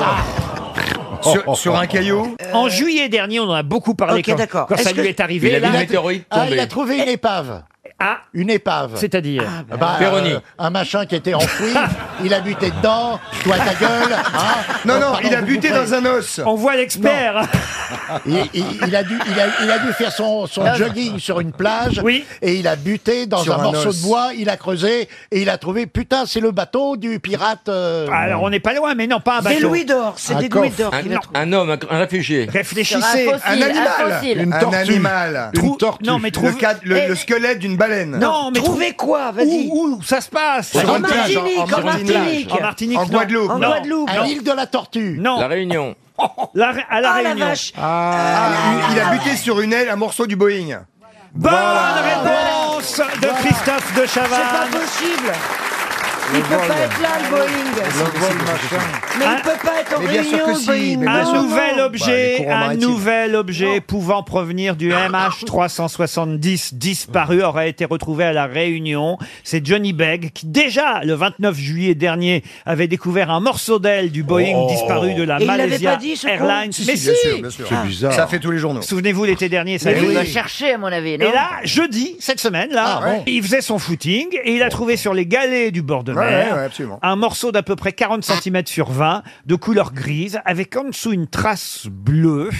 Speaker 23: Sur- sur un caillou
Speaker 1: En juillet dernier, on en a beaucoup parlé
Speaker 23: Ok,
Speaker 1: quand,
Speaker 23: d'accord.
Speaker 1: quand ça
Speaker 23: Est-ce
Speaker 1: lui
Speaker 23: que-
Speaker 1: est arrivé.
Speaker 19: Il a vu
Speaker 1: Là-
Speaker 19: une météorite
Speaker 5: Ah, il
Speaker 19: tomber.
Speaker 5: a trouvé une épave.
Speaker 1: Ah,
Speaker 5: une épave.
Speaker 1: C'est-à-dire
Speaker 5: Ah bah,
Speaker 19: Péroni.
Speaker 5: euh, un machin qui était enfoui, il a buté dedans, toi ta gueule. hein.
Speaker 23: Non,
Speaker 5: Euh,
Speaker 23: non,
Speaker 5: pardon,
Speaker 23: il a
Speaker 5: vous
Speaker 23: buté
Speaker 5: couperez.
Speaker 23: dans un os.
Speaker 1: On voit l'expert.
Speaker 5: Il, il- il a dû, il, a, il a dû faire son, son
Speaker 23: Ah.
Speaker 5: jogging sur une plage et il a buté dans
Speaker 23: Sur
Speaker 5: un,
Speaker 23: un
Speaker 5: morceau
Speaker 23: os.
Speaker 5: de bois, il a creusé et il a trouvé putain, c'est le bateau du pirate. euh,
Speaker 1: Ah, Alors on n'est pas loin, mais non, pas un
Speaker 5: Des
Speaker 1: bateau.
Speaker 5: louis d'or, c'est Un des louis coffre. d'or qu'il a
Speaker 19: Ah, Un, un homme, un, un réfugié.
Speaker 1: Réfléchissez.
Speaker 23: Sur un fossile, Un animal. un fossile. Une tortue. Une
Speaker 1: Trou-
Speaker 23: tortue.
Speaker 1: Non, mais
Speaker 23: Le
Speaker 1: trouve...
Speaker 23: cadre- le- le squelette d'une baleine.
Speaker 1: Non, mais
Speaker 23: Trouvez
Speaker 1: quoi Vas-y. Où, où ça se passe
Speaker 23: Sur En une plage, en- Martinique, en- en sur une Martinique. plage.
Speaker 1: En Martinique.
Speaker 23: En
Speaker 1: non.
Speaker 23: Guadeloupe. En
Speaker 1: Non.
Speaker 23: Guadeloupe.
Speaker 1: Non.
Speaker 5: à l'île de la tortue.
Speaker 1: Non.
Speaker 19: La Réunion.
Speaker 1: La Ré- à la
Speaker 23: Ah, la
Speaker 1: Réunion.
Speaker 23: vache. Ah, il a buté sur une aile un morceau du Boeing.
Speaker 1: Bonne réponse de Christophe de
Speaker 8: C'est pas
Speaker 1: Chavannes.
Speaker 8: possible. Il peut pas être là, le Boeing. Mais il peut pas être en
Speaker 1: Ah. Mais bien sûr
Speaker 8: réunion,
Speaker 1: que
Speaker 8: le
Speaker 1: si,
Speaker 8: Boeing.
Speaker 1: mais
Speaker 8: Ah
Speaker 1: bien Un sûr que non. nouvel
Speaker 23: Bah, les
Speaker 1: objet,
Speaker 23: courants
Speaker 1: un
Speaker 23: maritimes.
Speaker 1: nouvel objet pouvant provenir du MH 370 disparu aurait été retrouvé à la Réunion. C'est Johnny Begg qui déjà le 29 juillet dernier avait découvert un morceau d'aile du Boeing
Speaker 23: Oh.
Speaker 1: disparu de la
Speaker 23: Et il l'avait
Speaker 1: Malaysia
Speaker 23: pas dit, ce con
Speaker 1: Airlines.
Speaker 23: Si, si,
Speaker 1: Mais
Speaker 23: bien
Speaker 1: si Ah.
Speaker 23: sûr, bien sûr. C'est bizarre. Ça fait tous les journaux.
Speaker 1: Souvenez-vous l'été dernier, ça
Speaker 20: Mais
Speaker 1: avait
Speaker 20: oui, il
Speaker 1: été-
Speaker 20: va chercher, à mon avis. non
Speaker 1: et là, jeudi, cette semaine, là,
Speaker 20: Ah, ouais.
Speaker 1: il faisait son footing et il a trouvé sur les galets du bord de
Speaker 23: Ouais,
Speaker 1: mer
Speaker 23: ouais, ouais, absolument.
Speaker 1: un morceau d'à peu près 40 cm sur 20 de couleur grise avec en dessous une trace bleue.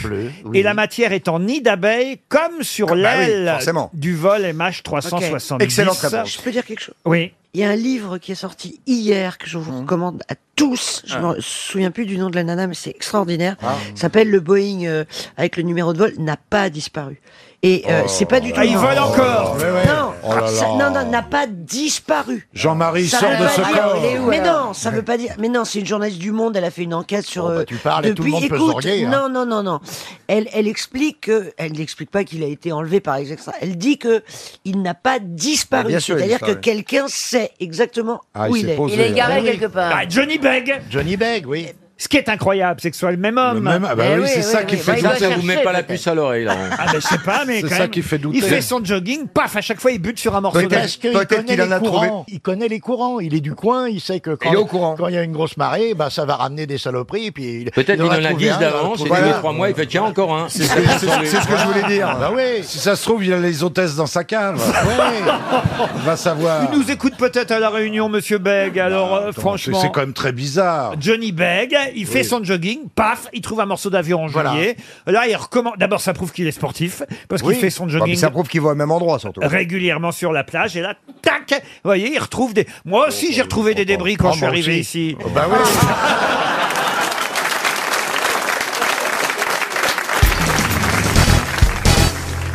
Speaker 1: Et la matière est en nid d'abeille comme sur
Speaker 23: Bah oui,
Speaker 1: l'aile
Speaker 23: forcément.
Speaker 1: du vol MH370.
Speaker 23: Ok. Excellente réponse.
Speaker 15: Je peux dire quelque chose
Speaker 1: Oui.
Speaker 15: Il y a un livre qui est sorti hier que je vous recommande à tous. Je
Speaker 1: Mhm. Ah.
Speaker 15: me souviens plus du nom de la nana, mais c'est extraordinaire. Ça s'appelle Le Boeing euh,
Speaker 1: Oh.
Speaker 15: avec le numéro de vol n'a pas disparu. Et euh, c'est pas du tout.
Speaker 1: Ah, il vole encore.
Speaker 15: Non,
Speaker 9: Oh là
Speaker 15: Ça-
Speaker 9: là.
Speaker 15: non, non, n'a pas disparu.
Speaker 9: Jean-Marie
Speaker 15: Ça
Speaker 9: sort
Speaker 15: veut
Speaker 9: de
Speaker 15: pas
Speaker 9: ce
Speaker 15: dire-
Speaker 9: corps.
Speaker 15: Mais non, ça veut pas dire. Mais non, c'est une journaliste du Monde. Elle a fait une enquête sur. euh,
Speaker 9: Oh, bah, tu parles et tout le monde peut
Speaker 15: écoute,
Speaker 9: zorguer, hein.
Speaker 15: Non, non, non, non. Elle, elle explique que, elle n'explique pas qu'il a été enlevé par exemple. Elle dit que il n'a pas
Speaker 1: Ah,
Speaker 15: disparu.
Speaker 1: bien sûr, il a
Speaker 15: C'est-à-dire que
Speaker 1: disparu.
Speaker 15: quelqu'un sait exactement
Speaker 1: Ah, il
Speaker 15: où
Speaker 1: s'est
Speaker 15: il est.
Speaker 1: posé, Il est garé hein. quelque part. Bah, Johnny Begg.
Speaker 9: Johnny Begg, oui.
Speaker 1: Ce qui est incroyable, c'est que ce soit le même homme.
Speaker 9: même- ah bah Eh oui, oui, c'est oui, ça oui. qui fait Bah, il doit douter. chercher, Vous mettez pas la peut-être. puce
Speaker 1: à l'oreille, là.
Speaker 19: bah,
Speaker 1: Ah, ben, je sais pas, mais
Speaker 9: C'est
Speaker 1: quand
Speaker 9: ça
Speaker 1: même,
Speaker 9: qui fait douter.
Speaker 1: Il fait son jogging, paf, à chaque fois, il bute sur un morceau de-
Speaker 9: Peut-être-
Speaker 5: Parce qu'il connaît les courants. Il connaît les courants. Il est du coin. Il sait que quand
Speaker 9: Il est au
Speaker 5: quand il y a une grosse marée, bah, ça va ramener des saloperies. Puis il-
Speaker 19: Peut-être qu'il
Speaker 5: aura
Speaker 19: en a
Speaker 5: trouvé
Speaker 19: 10
Speaker 5: un, il aura
Speaker 19: d'avance, et
Speaker 5: trouvé
Speaker 19: tous
Speaker 5: un.
Speaker 19: les 3 mois, il fait tiens, encore un.
Speaker 9: C'est ce que- c'est- c'est ce que je voulais dire.
Speaker 5: Ah, bah oui.
Speaker 9: Si ça se trouve, il a les hôtesses dans sa cave. On va savoir.
Speaker 1: Il nous écoute peut-être à la réunion, monsieur Begg. Alors, euh, franchement.
Speaker 9: Bah, C'est quand même très bizarre.
Speaker 1: Johnny Begg, il fait son jogging, paf, il trouve un morceau d'avion en juillet. Là, il recommence. D'abord, ça prouve qu'il est sportif, parce qu'il
Speaker 23: Oui.
Speaker 1: fait son
Speaker 23: Bah, mais
Speaker 1: jogging
Speaker 23: ça prouve qu'ils vont au même endroit, surtout.
Speaker 1: régulièrement sur la plage. Et là, tac, vous voyez, il retrouve des. Moi aussi, j'ai retrouvé des débris quand
Speaker 23: Ah,
Speaker 1: je suis
Speaker 23: moi
Speaker 1: arrivé
Speaker 23: aussi.
Speaker 1: ici.
Speaker 9: bah oui.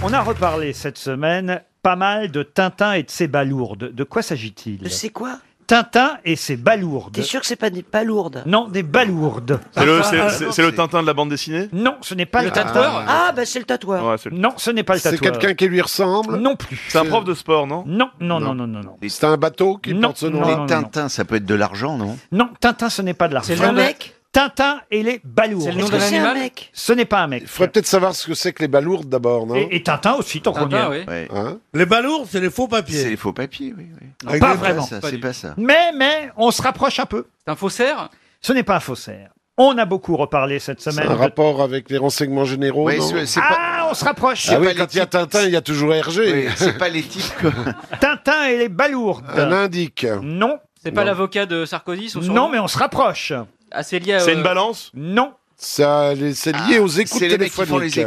Speaker 1: On a reparlé cette semaine pas mal de Tintin et de ses balourdes. De quoi s'agit-il
Speaker 15: De c'est quoi
Speaker 1: Tintin et ses balourdes.
Speaker 15: T'es sûr que c'est pas des palourdes
Speaker 1: Non, des balourdes. euh,
Speaker 11: C'est le, c'est- c'est- c'est le Tintin de la bande dessinée
Speaker 1: Non, ce n'est pas le, tatoueur. Ah, bah c'est le tatoueur. Non, ce n'est pas le
Speaker 11: C'est
Speaker 1: tatoueur.
Speaker 11: quelqu'un
Speaker 1: qui lui ressemble Non plus.
Speaker 11: C'est un prof de sport, non
Speaker 1: Non, non, non, non, non. non.
Speaker 11: C'est un bateau qui
Speaker 1: Non, porte ce nom-là. non, non, non.
Speaker 18: Tintin, ça peut être de l'argent, non
Speaker 1: Non, Tintin, ce n'est pas de l'argent.
Speaker 18: C'est le nom de-
Speaker 1: Tintin et les balourdes.
Speaker 11: C'est le nom Est-ce que d'un c'est un animal
Speaker 1: mec Ce n'est pas un mec.
Speaker 11: Il faudrait peut-être savoir ce que c'est que les balourdes d'abord, non
Speaker 1: Et, et Tintin aussi, tant qu'on y est.
Speaker 11: Les balourdes, c'est les faux papiers.
Speaker 18: C'est les faux papiers, oui. oui.
Speaker 1: Non, pas vraiment.
Speaker 18: ça, c'est pas ça.
Speaker 1: Mais, mais, on se rapproche un peu. C'est un faussaire Ce n'est pas un faussaire. On a beaucoup reparlé cette
Speaker 11: C'est
Speaker 1: semaine.
Speaker 11: un
Speaker 1: de-
Speaker 11: rapport avec les renseignements généraux.
Speaker 18: Oui,
Speaker 11: non
Speaker 18: c'est- c'est
Speaker 1: Ah, on se rapproche.
Speaker 11: Ah oui, quand il y a Tintin, il y a toujours Hergé.
Speaker 18: Oui, c'est pas les types
Speaker 1: Tintin et les balourdes.
Speaker 11: Un indique.
Speaker 1: Non.
Speaker 4: C'est pas
Speaker 11: Non.
Speaker 4: l'avocat de Sarkozy, son
Speaker 1: Non, mais on se rapproche.
Speaker 4: Ah, c'est lié à, euh,
Speaker 1: Non.
Speaker 11: Ça, c'est lié
Speaker 18: Ah,
Speaker 11: aux
Speaker 9: Ah,
Speaker 11: écoutes téléphoniques.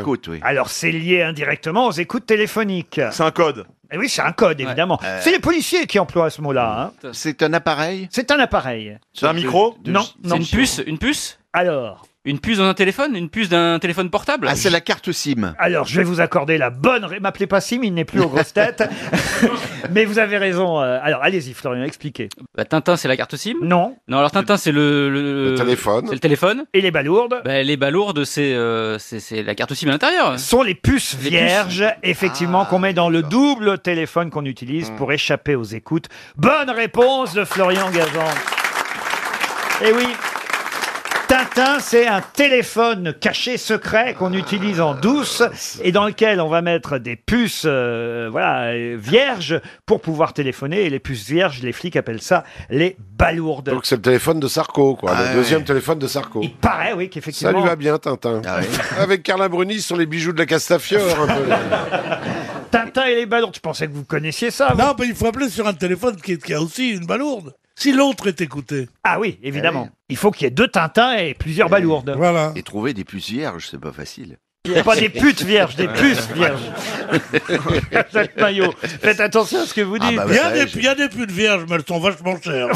Speaker 1: Alors, c'est lié indirectement aux écoutes téléphoniques. C'est un code. oui, c'est un code, évidemment.
Speaker 18: Euh.
Speaker 1: C'est les policiers qui emploient ce mot-là. hein.
Speaker 18: C'est un appareil
Speaker 1: C'est un appareil.
Speaker 18: C'est un micro De- de-
Speaker 4: Non,
Speaker 18: c'est
Speaker 4: non.
Speaker 18: une
Speaker 4: Une puce Une puce
Speaker 1: Alors
Speaker 4: Une puce dans un téléphone Une puce d'un téléphone portable
Speaker 18: Ah, c'est la carte SIM.
Speaker 1: Alors, je vais vous accorder la bonne... ré- M'appelez pas Sim, il n'est plus aux grosses têtes. Mais vous avez raison. euh, Alors, allez-y, Florian, expliquez.
Speaker 4: Bah, Tintin, c'est la carte SIM
Speaker 1: Non.
Speaker 4: Non, alors Tintin, c'est le, le,
Speaker 11: téléphone.
Speaker 4: C'est le téléphone.
Speaker 1: Et les balourdes
Speaker 4: bah, Les balourdes, c'est euh, c'est- c'est la carte SIM à l'intérieur.
Speaker 1: Ce sont les puces
Speaker 4: Les
Speaker 1: vierges, effectivement, qu'on met dans le double téléphone qu'on utilise pour échapper aux écoutes. Bonne réponse de Florian Gazan. Eh oui. Tintin, c'est un téléphone caché secret qu'on utilise en douce et dans lequel on va mettre des puces euh, voilà, euh, vierges pour pouvoir téléphoner. Et les puces vierges, les flics appellent ça les balourdes.
Speaker 11: Donc c'est le téléphone de Sarko, quoi.
Speaker 18: Ah
Speaker 11: le
Speaker 18: ouais.
Speaker 11: deuxième téléphone de Sarko.
Speaker 1: Il paraît, Eh oui,
Speaker 11: Ça
Speaker 1: qu'effectivement.
Speaker 11: lui va bien, Tintin.
Speaker 18: Ah
Speaker 9: Ah,
Speaker 11: Avec Carla Bruni sur les bijoux de la Castafiore, un peu.
Speaker 1: Tintin et les balourdes, je pensais que vous connaissiez ça.
Speaker 2: Non, mais il faut appeler sur un téléphone qui, qui a aussi une balourde. Si l'autre est écouté.
Speaker 1: Ah oui,
Speaker 15: Eh
Speaker 1: évidemment. Il faut qu'il y ait deux Tintins et plusieurs balourdes.
Speaker 2: Voilà.
Speaker 18: Et trouver des puces vierges, c'est pas facile.
Speaker 1: Pas des putes vierges, des puces vierges. Jacques Maillot, faites attention à ce que vous dites.
Speaker 18: Ah bah
Speaker 2: il, y a
Speaker 18: ça,
Speaker 2: des,
Speaker 18: j'ai-
Speaker 2: il y a des pulls vierges, mais elles sont vachement chères.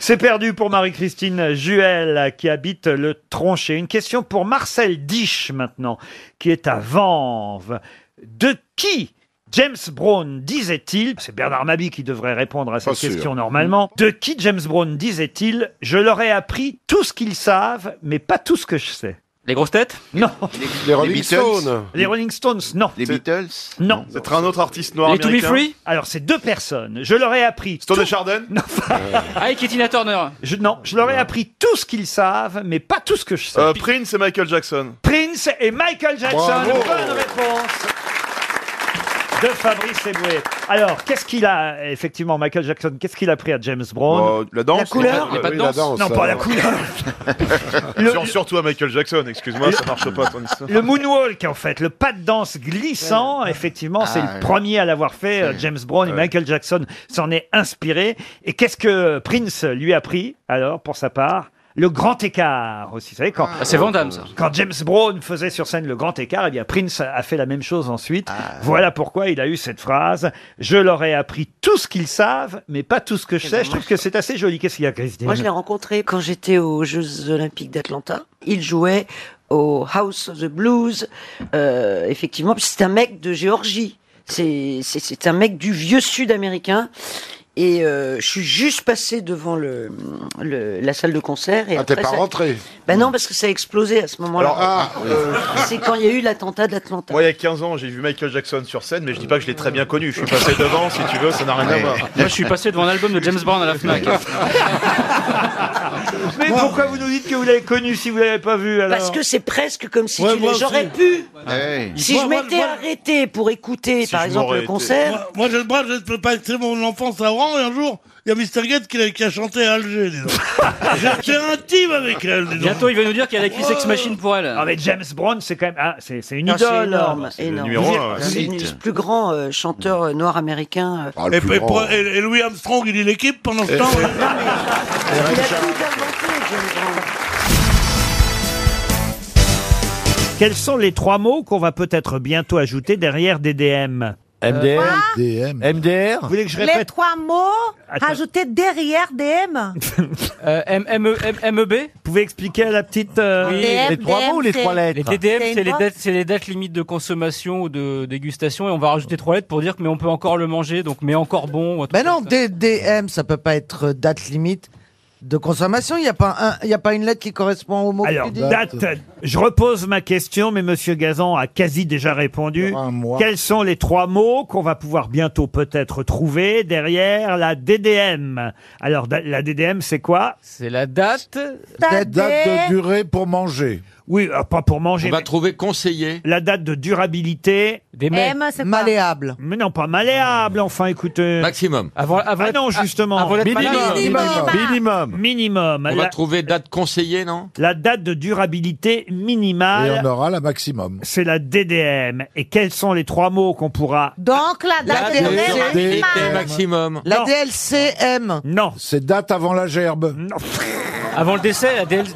Speaker 1: C'est perdu pour Marie-Christine Juel qui habite le Tronchet. Une question pour Marcel Diche maintenant, qui est à Vanves. De qui James Brown disait-il, c'est Bernard Mabi qui devrait répondre à cette
Speaker 11: Pas sûr.
Speaker 1: question normalement, de qui James Brown disait-il, je leur ai appris tout ce qu'ils savent, mais pas tout ce que je sais
Speaker 4: Les grosses têtes
Speaker 1: Non.
Speaker 11: Les Rolling Stones.
Speaker 1: Les Rolling Stones, non. Les Beatles Non.
Speaker 11: C'est un autre artiste noir
Speaker 1: Alors, c'est deux personnes. Je leur ai appris. Stone et Chardin Non.
Speaker 4: Ah, et Kittina Turner.
Speaker 1: Je, non, je leur ai appris tout ce qu'ils savent, mais pas tout ce que je sais.
Speaker 11: Euh, Prince et Michael Jackson.
Speaker 1: Prince et Michael Jackson.
Speaker 11: Bravo.
Speaker 1: Bonne réponse de Fabrice Eboué. Alors, qu'est-ce qu'il a, effectivement, Michael Jackson, qu'est-ce qu'il a pris à James Brown
Speaker 11: Oh, la danse, La couleur il y a pas de
Speaker 1: Oui,
Speaker 11: danse. Euh,
Speaker 1: Non, pas la couleur.
Speaker 11: Sur-
Speaker 1: surtout à Michael Jackson, excuse-moi,
Speaker 11: ça marche pas, ton histoire.
Speaker 1: Le moonwalk, en fait, le pas de danse glissant, effectivement, c'est
Speaker 11: ouais.
Speaker 1: le premier à l'avoir fait. euh, James Brown et Michael Jackson s'en est inspiré. Et qu'est-ce que Prince lui a pris, alors, pour sa part le grand écart aussi, vous savez quand
Speaker 4: Ah, c'est Van Damme, ça.
Speaker 1: quand James Brown faisait sur scène le grand écart, eh bien Prince a fait la même chose ensuite.
Speaker 11: Ah,
Speaker 1: Voilà pourquoi il a eu cette phrase Je leur ai appris tout ce qu'ils savent, mais pas tout ce que je sais. Je trouve que c'est assez joli. Qu'est-ce qu'il y a, Christine
Speaker 15: Moi, je l'ai rencontré quand j'étais aux Jeux Olympiques d'Atlanta. Il jouait au House of the Blues. Euh, effectivement, puis c'est un mec de Géorgie. C'est c'est- c'est un mec du vieux sud américain. Et euh, je suis juste passé devant le, le- la salle de concert. Et
Speaker 25: Ah, t'es
Speaker 15: après,
Speaker 25: pas
Speaker 15: ça-
Speaker 25: rentré
Speaker 15: Ben non, parce que ça a explosé à ce moment-là.
Speaker 11: Alors, ah, euh,
Speaker 15: C'est quand il y a eu l'attentat d'Atlanta.
Speaker 11: Moi, il y a 15 ans, j'ai vu Michael Jackson sur scène, mais je dis pas que je l'ai très bien connu. Je suis passé devant, si tu veux, ça n'a rien à voir.
Speaker 4: Moi, je suis passé devant un album de James Brown à la Fnac.
Speaker 1: Mais pourquoi vous nous dites que vous l'avez connu si vous l'avez pas vu alors
Speaker 15: Parce que c'est presque comme si
Speaker 1: Ouais,
Speaker 15: tu
Speaker 1: moi
Speaker 15: l'as-
Speaker 1: aussi.
Speaker 15: j'aurais pu.
Speaker 1: Hey.
Speaker 15: Si
Speaker 2: Moi,
Speaker 15: je
Speaker 2: moi,
Speaker 15: m'étais
Speaker 2: moi-
Speaker 15: arrêté pour écouter, par exemple, le concert.
Speaker 2: Moi, moi, j'ai le bras, je ne peux pas exprimer mon enfance avant, et un jour, il y a Mr. Gate qui, a- qui a chanté à Alger, dis donc. J'étais intime avec elle, dis donc.
Speaker 4: Bientôt, il va nous dire qu'il y a la Sex Machine pour elle.
Speaker 1: Ah mais James Brown, c'est quand même ah, c'est c'est une
Speaker 15: Non, c'est
Speaker 1: idole. Ah,
Speaker 15: énorme,
Speaker 1: C'est
Speaker 15: énorme.
Speaker 4: numéro
Speaker 15: Vous
Speaker 4: un,
Speaker 15: êtes
Speaker 4: ouais.
Speaker 15: l'un des
Speaker 4: Site.
Speaker 15: plus grands euh, chanteurs euh, noirs américains. euh.
Speaker 25: Ah,
Speaker 2: et, et- et- et Louis Armstrong, il est l'équipe pendant ce temps.
Speaker 1: Quels sont les trois mots qu'on va peut-être bientôt ajouter derrière DDM
Speaker 14: MDR,
Speaker 1: MDR Vous voulez que je
Speaker 14: Les
Speaker 1: répète
Speaker 14: trois mots
Speaker 1: Attends.
Speaker 14: rajoutés derrière DM.
Speaker 4: Euh, E, MEB Vous
Speaker 1: pouvez expliquer à la petite.
Speaker 4: les
Speaker 14: trois mots ou les trois lettres
Speaker 4: Les DDM,
Speaker 14: C'est une
Speaker 4: c'est les,
Speaker 14: boîte
Speaker 4: dates, c'est les dates limites de consommation ou de dégustation. Et on va rajouter trois lettres pour dire que mais on peut encore le manger, donc mais encore bon. ou un truc
Speaker 3: Ben non,
Speaker 4: comme ça.
Speaker 3: DDM, ça peut pas être euh, date limite de consommation. Il n'y a, pas un- il y a pas une lettre qui correspond au mot que
Speaker 1: Alors,
Speaker 3: tu dis.
Speaker 1: date, je repose ma question, mais Monsieur Gazan a quasi déjà répondu. Quels sont les trois mots qu'on va pouvoir bientôt peut-être trouver derrière la DDM Alors, da- la DDM, c'est quoi
Speaker 4: C'est la date.
Speaker 9: Date de durée pour manger.
Speaker 1: Oui, euh, pas pour manger.
Speaker 9: On va
Speaker 1: trouver conseiller. La date de durabilité. Des
Speaker 14: mets. M, c'est quoi Malléable.
Speaker 1: Mais non, pas malléable, enfin, écoutez. Maximum. Avant, ah non, justement.
Speaker 19: avant d'être Minimum. malade. Minimum.
Speaker 1: Minimum. Minimum.
Speaker 19: On va
Speaker 1: La-
Speaker 19: trouver date conseillée, non
Speaker 1: La date de durabilité minimale.
Speaker 19: Et on
Speaker 1: aura la maximum. C'est la DDM. Et quels sont les trois mots qu'on pourra
Speaker 14: Donc la date
Speaker 3: La
Speaker 14: de
Speaker 3: date
Speaker 14: DM
Speaker 3: de-
Speaker 19: Maximum. maximum.
Speaker 3: La
Speaker 1: Non.
Speaker 3: DLCM.
Speaker 1: Non.
Speaker 9: C'est date avant la gerbe.
Speaker 19: Avant le décès, la DL...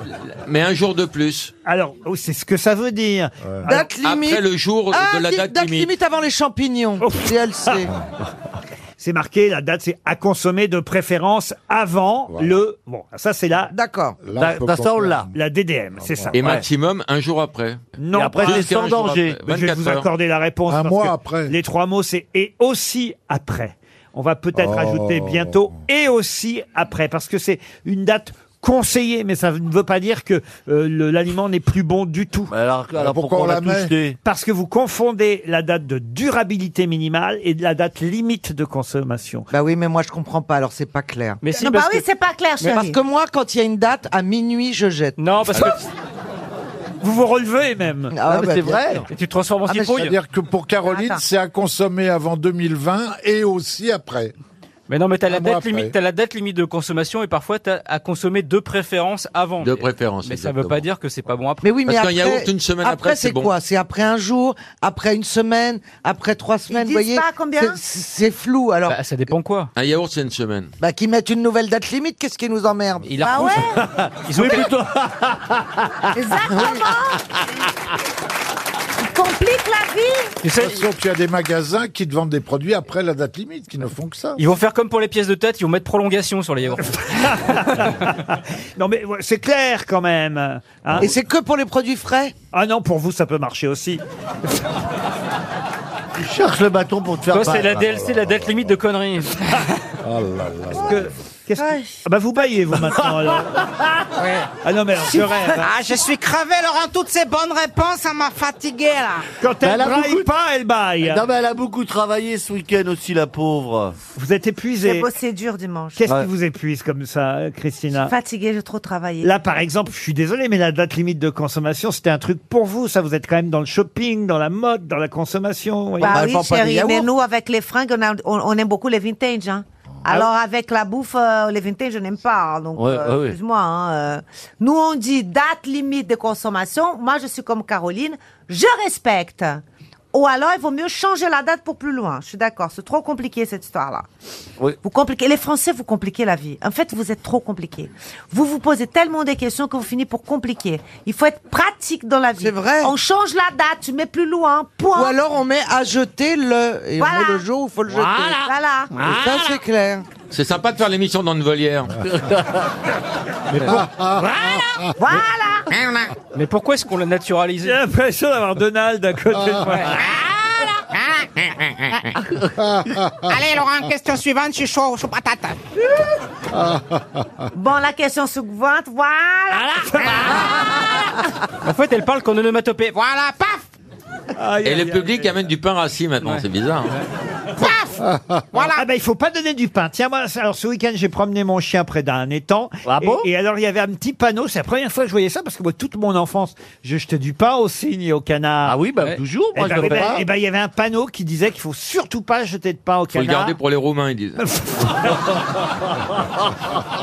Speaker 19: Mais un jour de plus.
Speaker 1: Alors, oh, c'est ce que ça veut dire.
Speaker 3: Date limite.
Speaker 19: Après le jour
Speaker 3: Ah,
Speaker 19: de la
Speaker 3: di-
Speaker 19: date, limite.
Speaker 3: avant les champignons. DLC.
Speaker 1: Oh. C'est marqué, la date, c'est à consommer de préférence avant le. Bon, ça, c'est la.
Speaker 3: D'accord.
Speaker 1: La,
Speaker 19: on peut comprendre. Ah,
Speaker 1: La DDM, c'est ça.
Speaker 19: Et
Speaker 1: Ouais.
Speaker 19: maximum un jour après.
Speaker 1: Non,
Speaker 9: Ah,
Speaker 1: pas-
Speaker 19: Jusqu'à un jour après,
Speaker 1: Mais je vais
Speaker 19: 24
Speaker 1: vous
Speaker 19: heures.
Speaker 1: accorder la réponse.
Speaker 19: Un
Speaker 1: parce
Speaker 19: mois
Speaker 1: que
Speaker 19: après.
Speaker 1: Les trois mots, c'est et aussi après. On va peut-être
Speaker 19: Oh.
Speaker 1: ajouter bientôt et aussi après, parce que c'est une date conseillée, mais ça ne veut pas dire que euh, le- l'aliment n'est plus bon du tout. Alors,
Speaker 9: alors pourquoi pourquoi on on l'a l'a tous met
Speaker 1: Parce que vous confondez la date de durabilité minimale et de la date limite de consommation.
Speaker 3: Bah oui, mais moi je comprends pas, alors c'est pas clair.
Speaker 1: Mais
Speaker 3: si,
Speaker 14: Non, bah oui, c'est pas clair,
Speaker 3: Mais parce
Speaker 14: chérie.
Speaker 3: que moi, quand il y a une date, à minuit, je jette.
Speaker 4: Non, parce que.
Speaker 1: Vous vous relevez même.
Speaker 3: Ah, bah, bien sûr.
Speaker 4: Et tu te transformes
Speaker 19: Ah,
Speaker 4: en citrouille.
Speaker 9: Ah, C'est-à-dire que pour Caroline,
Speaker 4: Attends.
Speaker 9: c'est à consommer avant 2020 et aussi après.
Speaker 19: Mais non, mais
Speaker 4: T'as la, date limite, t'as la date limite de consommation et parfois t'as à consommer de préférence avant.
Speaker 19: De préférence,
Speaker 4: Mais ça
Speaker 19: exactement.
Speaker 4: veut pas dire que c'est pas bon après.
Speaker 3: Mais oui, mais
Speaker 19: Parce qu'un
Speaker 3: après,
Speaker 19: yaourt, une semaine après, c'est
Speaker 3: c'est
Speaker 19: bon.
Speaker 3: quoi C'est après un jour, après une semaine, après trois semaines, vous
Speaker 19: disent
Speaker 3: voyez
Speaker 19: pas combien
Speaker 3: C'est- C'est c'est flou, alors. Bah,
Speaker 4: ça dépend quoi
Speaker 19: Un yaourt, c'est une semaine.
Speaker 3: Bah, qu'ils mettent une nouvelle date limite, qu'est-ce qui nous emmerde
Speaker 19: Il a Bah
Speaker 4: Ils ont plutôt.
Speaker 8: Ah
Speaker 1: Oh
Speaker 14: Complique la vie.
Speaker 9: Sauf qu'il y a des magasins qui te vendent des produits après la date limite, qui ne font que ça.
Speaker 4: Ils vont faire comme pour les pièces de tête, ils vont mettre prolongation sur les yaourts.
Speaker 1: Non, mais ouais, c'est clair quand même. hein.
Speaker 3: Et c'est que pour les produits frais
Speaker 1: Ah non, pour vous, ça peut marcher aussi.
Speaker 4: Ils cherchent le bâton pour te
Speaker 1: faire
Speaker 4: Toi, c'est
Speaker 1: mal.
Speaker 4: la DLC, la date limite de conneries.
Speaker 1: Que- qu'est-ce que- Ah bah vous baillez vous maintenant alors. Ah non mais alors, je rêve.
Speaker 4: hein.
Speaker 1: hein.
Speaker 7: Ah, je suis crevé, Laurent. Toutes ces bonnes réponses, ça m'a fatigué, là.
Speaker 1: Quand elle, braille pas, elle baille.
Speaker 7: Non,
Speaker 1: mais elle a beaucoup travaillé ce week-end aussi, la pauvre. Vous êtes
Speaker 14: J'ai
Speaker 1: épuisé.
Speaker 14: bossé dur dimanche.
Speaker 1: Qu'est-ce qui vous épuise comme ça, Christina
Speaker 14: Fatigué, j'ai trop travaillé.
Speaker 1: Là, par exemple, je suis désolé, mais la date limite de consommation, c'était un truc pour vous. Ça, vous êtes quand même dans le shopping, dans la mode, dans la consommation. voyez.
Speaker 14: Bah oui, chérie, mais nous, avec les fringues, on, a- on- on aime beaucoup les vintage. hein. Alors, avec la bouffe, euh, les vintage, je n'aime pas. hein, Donc,
Speaker 1: Ouais,
Speaker 14: euh,
Speaker 1: ouais, ouais.
Speaker 14: excuse-moi. hein, euh. nous, on dit date limite de consommation. Moi, je suis comme Caroline. Je respecte. Ou alors, il vaut mieux changer la date pour plus loin. Je suis d'accord. C'est trop compliqué, cette histoire-là. Vous compliquez. Les Français, vous compliquez la vie. En fait, vous êtes trop compliqués. Vous vous posez tellement des questions que vous finissez pour compliquer. Il faut être pratique dans la vie. C'est vrai. On change la date, tu mets plus loin, point.
Speaker 3: Ou alors on met
Speaker 14: ah,
Speaker 3: à jeter le. Et
Speaker 14: Voilà.
Speaker 3: on met le jour où il faut le jeter.
Speaker 14: Voilà.
Speaker 3: Et ça, c'est clair.
Speaker 19: C'est sympa de faire l'émission dans une volière.
Speaker 14: Voilà.
Speaker 4: Mais pourquoi est-ce qu'on l'a naturalisé J'ai
Speaker 1: l'impression d'avoir Donald à côté de moi.
Speaker 17: Allez, Laurent, question suivante, je suis chaud, je suis patate.
Speaker 14: Bon, la question suivante, voilà.
Speaker 4: En fait, elle parle qu'en onomatopée.
Speaker 17: Voilà, paf,
Speaker 26: Et le public amène du pain rassis maintenant, c'est bizarre. hein.
Speaker 17: paf
Speaker 1: Voilà. Ah ben, il faut pas donner du pain. Tiens, moi, alors ce week-end, j'ai promené mon chien près d'un étang.
Speaker 26: Ah
Speaker 1: et, et alors, il y avait un petit panneau. C'est la première fois que je voyais ça parce que moi, toute mon enfance, je jetais du pain au cygne et au canard. Ah oui,
Speaker 26: bah, toujours, moi, je
Speaker 1: et
Speaker 26: le fais pas.
Speaker 1: ben, il y avait un panneau qui disait qu'il faut surtout pas jeter de pain au
Speaker 26: Faut le
Speaker 1: canard.
Speaker 26: garder pour les Roumains, ils disent. Ah,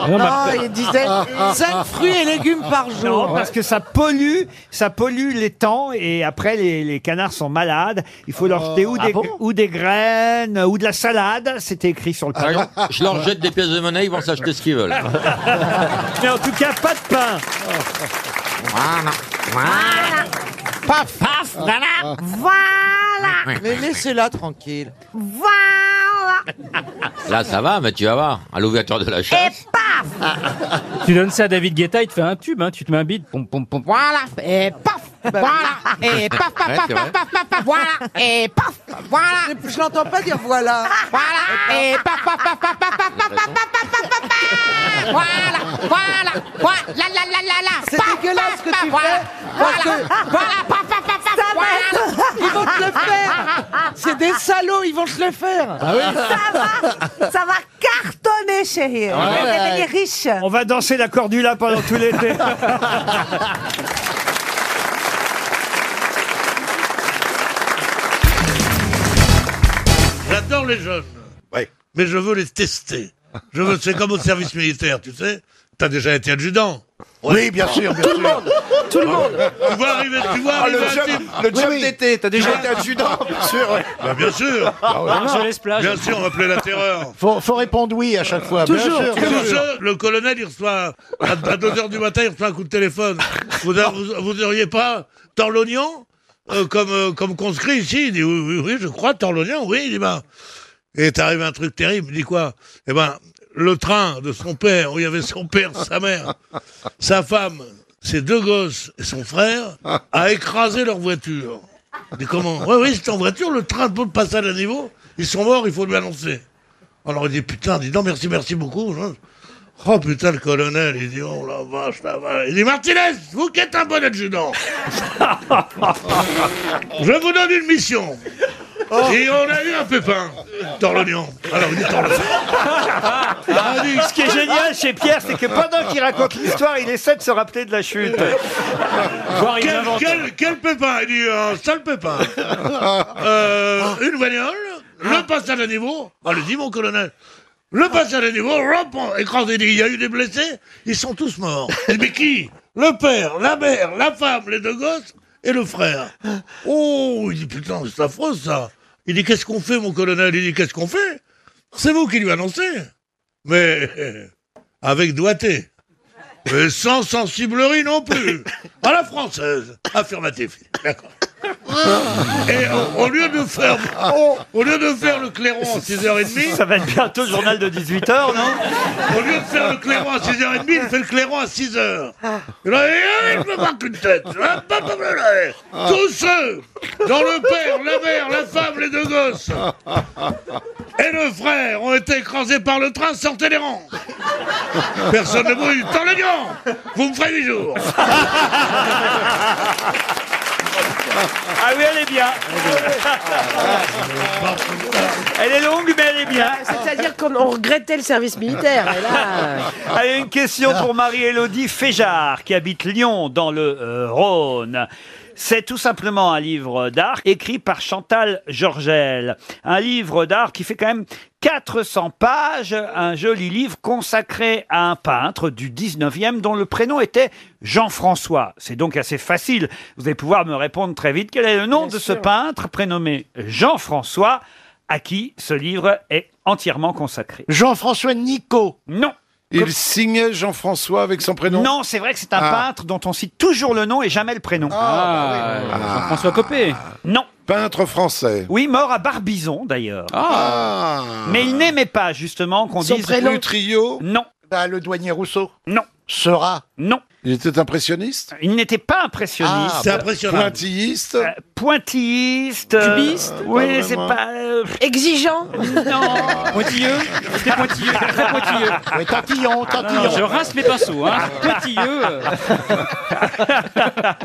Speaker 1: Non,
Speaker 26: parce que-
Speaker 27: il disait cinq fruits et légumes par jour.
Speaker 1: Non, parce que ça pollue, ça pollue l'étang et après les, les canards sont malades. Il faut leur jeter ou,
Speaker 26: Ah
Speaker 1: des,
Speaker 26: bon
Speaker 1: ou des graines ou de la salade. C'était écrit sur le
Speaker 26: Ah
Speaker 1: panneau.
Speaker 26: non, je leur jette des pièces de monnaie, ils vont s'acheter ce qu'ils veulent.
Speaker 1: Mais en tout cas, pas de pain.
Speaker 26: Voilà.
Speaker 17: Voilà. Paf, paf, voilà. Voilà.
Speaker 27: Mais laissez-la tranquille.
Speaker 17: Voilà.
Speaker 26: Là, ça va, mais tu vas voir. À l'ouverture de
Speaker 4: Ah,
Speaker 26: la chaîne.
Speaker 17: Paf.
Speaker 4: Tu donnes ça à David Guetta, il te fait un tube, hein, tu te mets un bide. Pom, pom, pom.
Speaker 17: Voilà. Et paf. Voilà. Et paf,
Speaker 4: Bah
Speaker 17: paf,
Speaker 4: Ouais,
Speaker 17: paf,
Speaker 4: c'est vrai.
Speaker 17: paf, paf, paf, paf. Voilà. Et paf. Voilà.
Speaker 27: Je l'entends pas dire voilà.
Speaker 17: Voilà. Et paf, paf, paf, paf, paf, paf, paf, paf, paf, paf, paf, paf, paf. Voilà. Voilà. Voilà. La, la, la, la, la.
Speaker 27: C'est
Speaker 17: Paf,
Speaker 27: dégueulasse
Speaker 17: paf,
Speaker 27: ce que
Speaker 17: paf.
Speaker 27: tu
Speaker 17: Voilà.
Speaker 27: fais, parce
Speaker 17: Voilà.
Speaker 27: que-
Speaker 17: Voilà. Paf, paf, paf,
Speaker 27: Ça
Speaker 17: paf.
Speaker 27: va
Speaker 17: Voilà.
Speaker 27: être- Ils vont te le faire C'est des salauds, ils vont te le faire
Speaker 26: Ah oui
Speaker 14: Ça va, ça va cartonner, chérie. On va
Speaker 1: Ouais.
Speaker 14: devenir riche.
Speaker 1: On va danser la cordula pendant tout l'été. Ah
Speaker 2: J'adore les jeunes. Mais je veux les tester. Je veux, c'est comme au service militaire, tu sais. T'as déjà été adjudant.
Speaker 11: Oui, bien sûr, bien Tout le sûr. monde, tout le monde.
Speaker 2: Tu vois arriver, tu vois
Speaker 11: Ah, le
Speaker 2: arriver un
Speaker 11: job-
Speaker 2: type.
Speaker 11: le job d'été, t'as déjà été adjudant, bien sûr.
Speaker 2: Bah, bien sûr.
Speaker 11: Ah ouais.
Speaker 2: Argelès
Speaker 11: Plage.
Speaker 2: Bien sûr, on va appeler la terreur.
Speaker 5: Faut, faut répondre oui à chaque fois. bien sûr, bien
Speaker 2: Comme
Speaker 5: sûr.
Speaker 2: ça, le colonel, il reçoit, à, 2h du matin, il reçoit un coup de téléphone. Vous n'auriez pas Torlognon euh, comme, euh, comme conscrit ici Il dit oui, oui, oui, je crois, Torlognon, oui. Il dit ben. Et t'arrive un truc terrible. Il dit quoi Eh ben, le train de son père, où il y avait son père, sa mère, sa femme, ses deux gosses et son frère, a écrasé leur voiture. Il dit comment Oui, oui, c'est en voiture, le train pour le passage à niveau. Ils sont morts, il faut lui annoncer. Alors il dit putain, dis donc, merci, merci beaucoup. Oh putain, le colonel, il dit oh la vache, la vache. Il dit Martinez, vous qui êtes un bon adjudant, je vous donne une mission. Et on a eu un pépin dans l'oignon. Alors il dit dans
Speaker 1: Ah, Ce qui est génial chez Pierre, c'est que pendant qu'il raconte l'histoire, il essaie de se rappeler de la chute. il
Speaker 2: quel,
Speaker 1: l'invente.
Speaker 2: quel, quel pépin Il dit un sale pépin. Euh, une bagnole, le passage à niveau. Allez-y, mon colonel. Le passage à niveau, hop, écrasé. Il dit, il y a eu des blessés, ils sont tous morts. Il dit, mais qui Le père, la mère, la femme, les deux gosses et le frère. Oh, il dit, putain, c'est affreux ça. Il dit, qu'est-ce qu'on fait, mon colonel Il dit, qu'est-ce qu'on fait C'est vous qui lui annoncez. Mais euh, avec doigté. Mais sans sensiblerie non plus. À la française. Affirmatif. D'accord. Et au, au lieu de faire, au lieu de faire le clairon à 6h30.
Speaker 1: Ça va être bientôt le journal de 18h, non
Speaker 2: Au lieu de faire le clairon à 6h30, il fait le clairon à 6h. Et là, eh, je me marque une tête. Hop, hop, hop, là. Tous ceux, dont le père, la mère, la femme, les deux gosses et le frère ont été écrasés par le train, sortez les rangs. Personne ne brûle. Tant les gants, vous me ferez 8 jours.
Speaker 1: Ah oui, elle est bien. Elle est longue, mais elle est bien.
Speaker 8: Ah, C'est-à-dire qu'on on regrettait le service militaire. Et là,
Speaker 1: Allez, une question pour Marie-Élodie Féjard, qui habite Lyon, dans le euh, Rhône. C'est tout simplement un livre d'art écrit par Chantal Georgel. Un livre d'art qui fait quand même 400 pages, un joli livre consacré à un peintre du 19e dont le prénom était Jean-François. C'est donc assez facile. Vous allez pouvoir me répondre très vite. Quel est le nom de ce peintre prénommé Jean-François à qui ce livre est entièrement consacré
Speaker 11: Jean-François Nico.
Speaker 1: Non.
Speaker 11: Il signait Jean-François avec son prénom.
Speaker 1: Non, c'est vrai que c'est un
Speaker 11: Ah.
Speaker 1: peintre dont on cite toujours le nom et jamais le prénom. bah
Speaker 4: Ah,
Speaker 11: François
Speaker 1: Copé Non.
Speaker 11: Peintre français.
Speaker 1: Oui, mort à Barbizon d'ailleurs.
Speaker 4: Ah.
Speaker 11: Ah.
Speaker 1: Mais il n'aimait pas justement qu'on
Speaker 11: Son
Speaker 1: dise
Speaker 11: prénom
Speaker 1: trio. Non.
Speaker 5: le douanier Rousseau
Speaker 1: Non.
Speaker 5: Sera
Speaker 1: Non. Il était impressionniste Il n'était pas impressionniste.
Speaker 11: Ah, C'est impressionnant.
Speaker 1: Pointilliste Pointilliste. euh,
Speaker 11: Cubiste
Speaker 1: Oui,
Speaker 11: Pas
Speaker 1: c'est
Speaker 11: vraiment.
Speaker 1: pas. euh,
Speaker 15: Exigeant
Speaker 4: Non Pointilleux
Speaker 8: Ah
Speaker 4: C'était pointilleux, très pointilleux.
Speaker 5: Ouais,
Speaker 1: Ah,
Speaker 5: tantillon,
Speaker 4: tantillon. Ah, je rince mes pinceaux, hein. Pointilleux. euh.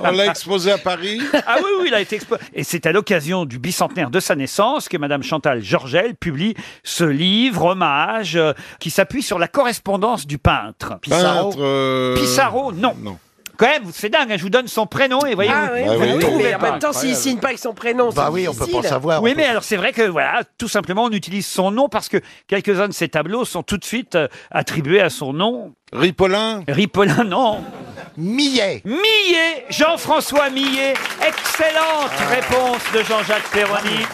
Speaker 1: On l'a exposé à Paris Ah oui, oui, il a été exposé. Et c'est à l'occasion du bicentenaire de sa naissance que Madame Chantal Georgel publie ce livre, hommage, euh, qui s'appuie sur la correspondance du peintre.
Speaker 11: Pissarro
Speaker 1: Pissarro, non. Quand même, c'est dingue, hein, je vous donne son prénom et voyez.
Speaker 8: Ah
Speaker 1: vous-
Speaker 8: oui,
Speaker 1: vous
Speaker 8: bah
Speaker 1: le
Speaker 8: oui,
Speaker 1: trouvez
Speaker 8: mais en
Speaker 1: pas.
Speaker 8: même temps, s'il signe pas avec son prénom,
Speaker 17: Bah
Speaker 8: c'est difficile.
Speaker 1: Bah Oui, mais alors c'est vrai que voilà, tout simplement, on utilise son nom parce que quelques-uns de ses tableaux sont tout de suite euh, attribués à son nom. Ripollin Ripollin, non. Millet Millet Jean-François Millet Excellente réponse de Jean-Jacques Perroni.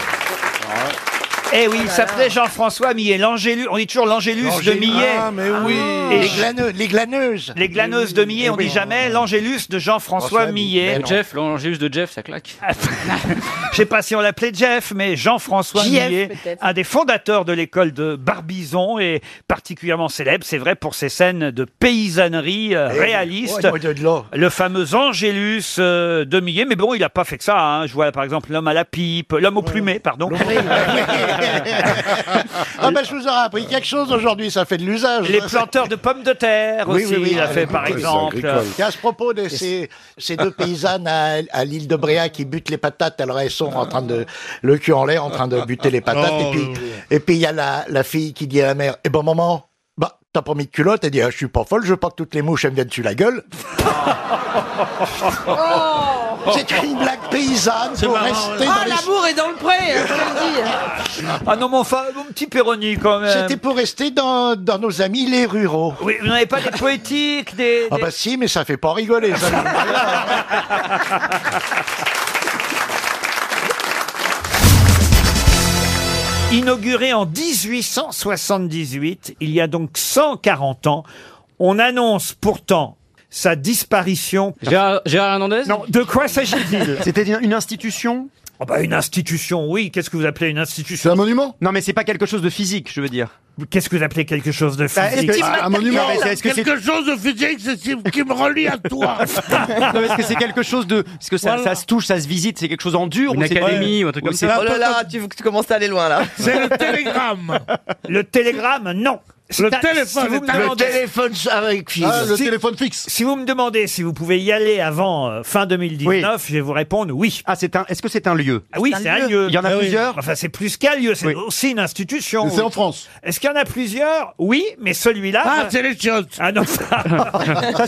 Speaker 1: Eh oui, il s'appelait Jean-François Millet, l'Angélus, on dit toujours l'Angélus de
Speaker 5: L'Angélus.
Speaker 1: Millet.
Speaker 5: Ah, mais oui.
Speaker 1: Et
Speaker 5: Les
Speaker 1: je-
Speaker 5: glaneuses-
Speaker 1: les glaneuses. de Millet, on dit jamais l'Angélus de Jean-François Millet.
Speaker 4: Le Jeff, l'angélus de Jeff, ça claque.
Speaker 1: Je sais pas si on l'appelait Jeff, mais Jean-François
Speaker 4: JF,
Speaker 1: Millet,
Speaker 4: peut-être.
Speaker 1: un des fondateurs de l'école de Barbizon et particulièrement célèbre, c'est vrai, pour ses scènes de paysannerie euh,
Speaker 5: Eh,
Speaker 1: réaliste.
Speaker 5: ouais, moi, de là.
Speaker 1: Le fameux Angélus euh, de Millet, mais bon, il n'a pas fait que ça. hein. Je vois par exemple l'homme à la pipe, l'homme au plumet, pardon.
Speaker 5: Ah ben je vous aurais appris quelque chose aujourd'hui, ça fait de l'usage.
Speaker 1: Les
Speaker 5: ça, c'est-
Speaker 1: planteurs de pommes de terre
Speaker 5: Oui,
Speaker 1: aussi,
Speaker 5: oui, oui,
Speaker 1: il a fait par
Speaker 5: agricoles,
Speaker 1: exemple.
Speaker 5: les agricoles. Et à ce propos de ces, ces deux paysannes à, à l'île de Bréa qui butent les patates, alors elles sont en train de le cul en l'air en train de buter les patates. et
Speaker 2: Oh,
Speaker 5: puis et puis il y a la, la fille qui dit à la mère "Eh ben maman, bah t'as pas mis de culotte." Elle dit ah, "Je suis pas folle, je veux pas que toutes les mouches elles me viennent sur la gueule."
Speaker 17: Oh.
Speaker 5: C'est une blague paysanne pour rester
Speaker 8: Ah,
Speaker 5: dans les
Speaker 8: l'amour est dans le pré, hein, je te le dis.
Speaker 1: Ah non, mais enfin, mon petit Péroni quand même.
Speaker 5: C'était pour rester dans, dans nos amis les ruraux.
Speaker 1: Oui, vous n'avez pas des poétiques, des...
Speaker 5: Ah bah si, mais ça fait pas rigoler. ça.
Speaker 1: Inauguré en 1878, il y a donc 140 ans, on annonce pourtant sa disparition. Gérard Hernandez Non, de quoi s'agit-il
Speaker 10: C'était une, une institution
Speaker 1: Ah bah une institution, oui. Qu'est-ce que vous appelez une institution
Speaker 10: C'est un monument Non, mais c'est pas quelque chose de physique, je veux dire.
Speaker 1: Qu'est-ce que vous appelez quelque chose de
Speaker 10: Bah, est-ce
Speaker 1: Euh, physique
Speaker 10: que- Ah, un monument.
Speaker 1: Non, mais
Speaker 10: Est-ce que c'est-
Speaker 2: Quelque chose de physique c'est ce qui me relie à toi.
Speaker 10: Non, mais est-ce que c'est quelque chose de. Est-ce que ça, ça
Speaker 2: Voilà.
Speaker 10: se touche, ça se visite, c'est quelque chose en dur
Speaker 4: Une
Speaker 10: ou c'est-
Speaker 4: académie ou un truc comme
Speaker 10: c'est
Speaker 4: ça.
Speaker 10: pas-
Speaker 4: Oh là là,
Speaker 1: tu, commences à aller loin là. C'est le télégramme. Le télégramme, non.
Speaker 10: Le
Speaker 1: C'est un-
Speaker 10: téléphone,
Speaker 1: vous
Speaker 10: le
Speaker 1: me
Speaker 10: téléphone.
Speaker 1: demandez-
Speaker 10: Le téléphone avec fil. Ah, le téléphone
Speaker 1: fixe. Si vous me demandez si vous pouvez y aller avant euh, fin 2019, je vais vous répondre oui. Ah, c'est un. Est-ce que c'est un lieu Oui,
Speaker 10: C'est
Speaker 1: c'est
Speaker 10: un
Speaker 1: un
Speaker 10: lieu.
Speaker 1: lieu.
Speaker 10: Il y en a
Speaker 1: Ah oui.
Speaker 10: plusieurs
Speaker 1: Enfin, c'est plus qu'un lieu, c'est aussi une institution.
Speaker 10: Et c'est en
Speaker 1: France. Est-ce qu'il y en a plusieurs Oui, mais celui-là.
Speaker 2: Ah, c'est les chiottes.
Speaker 1: Ah non.
Speaker 10: Ça,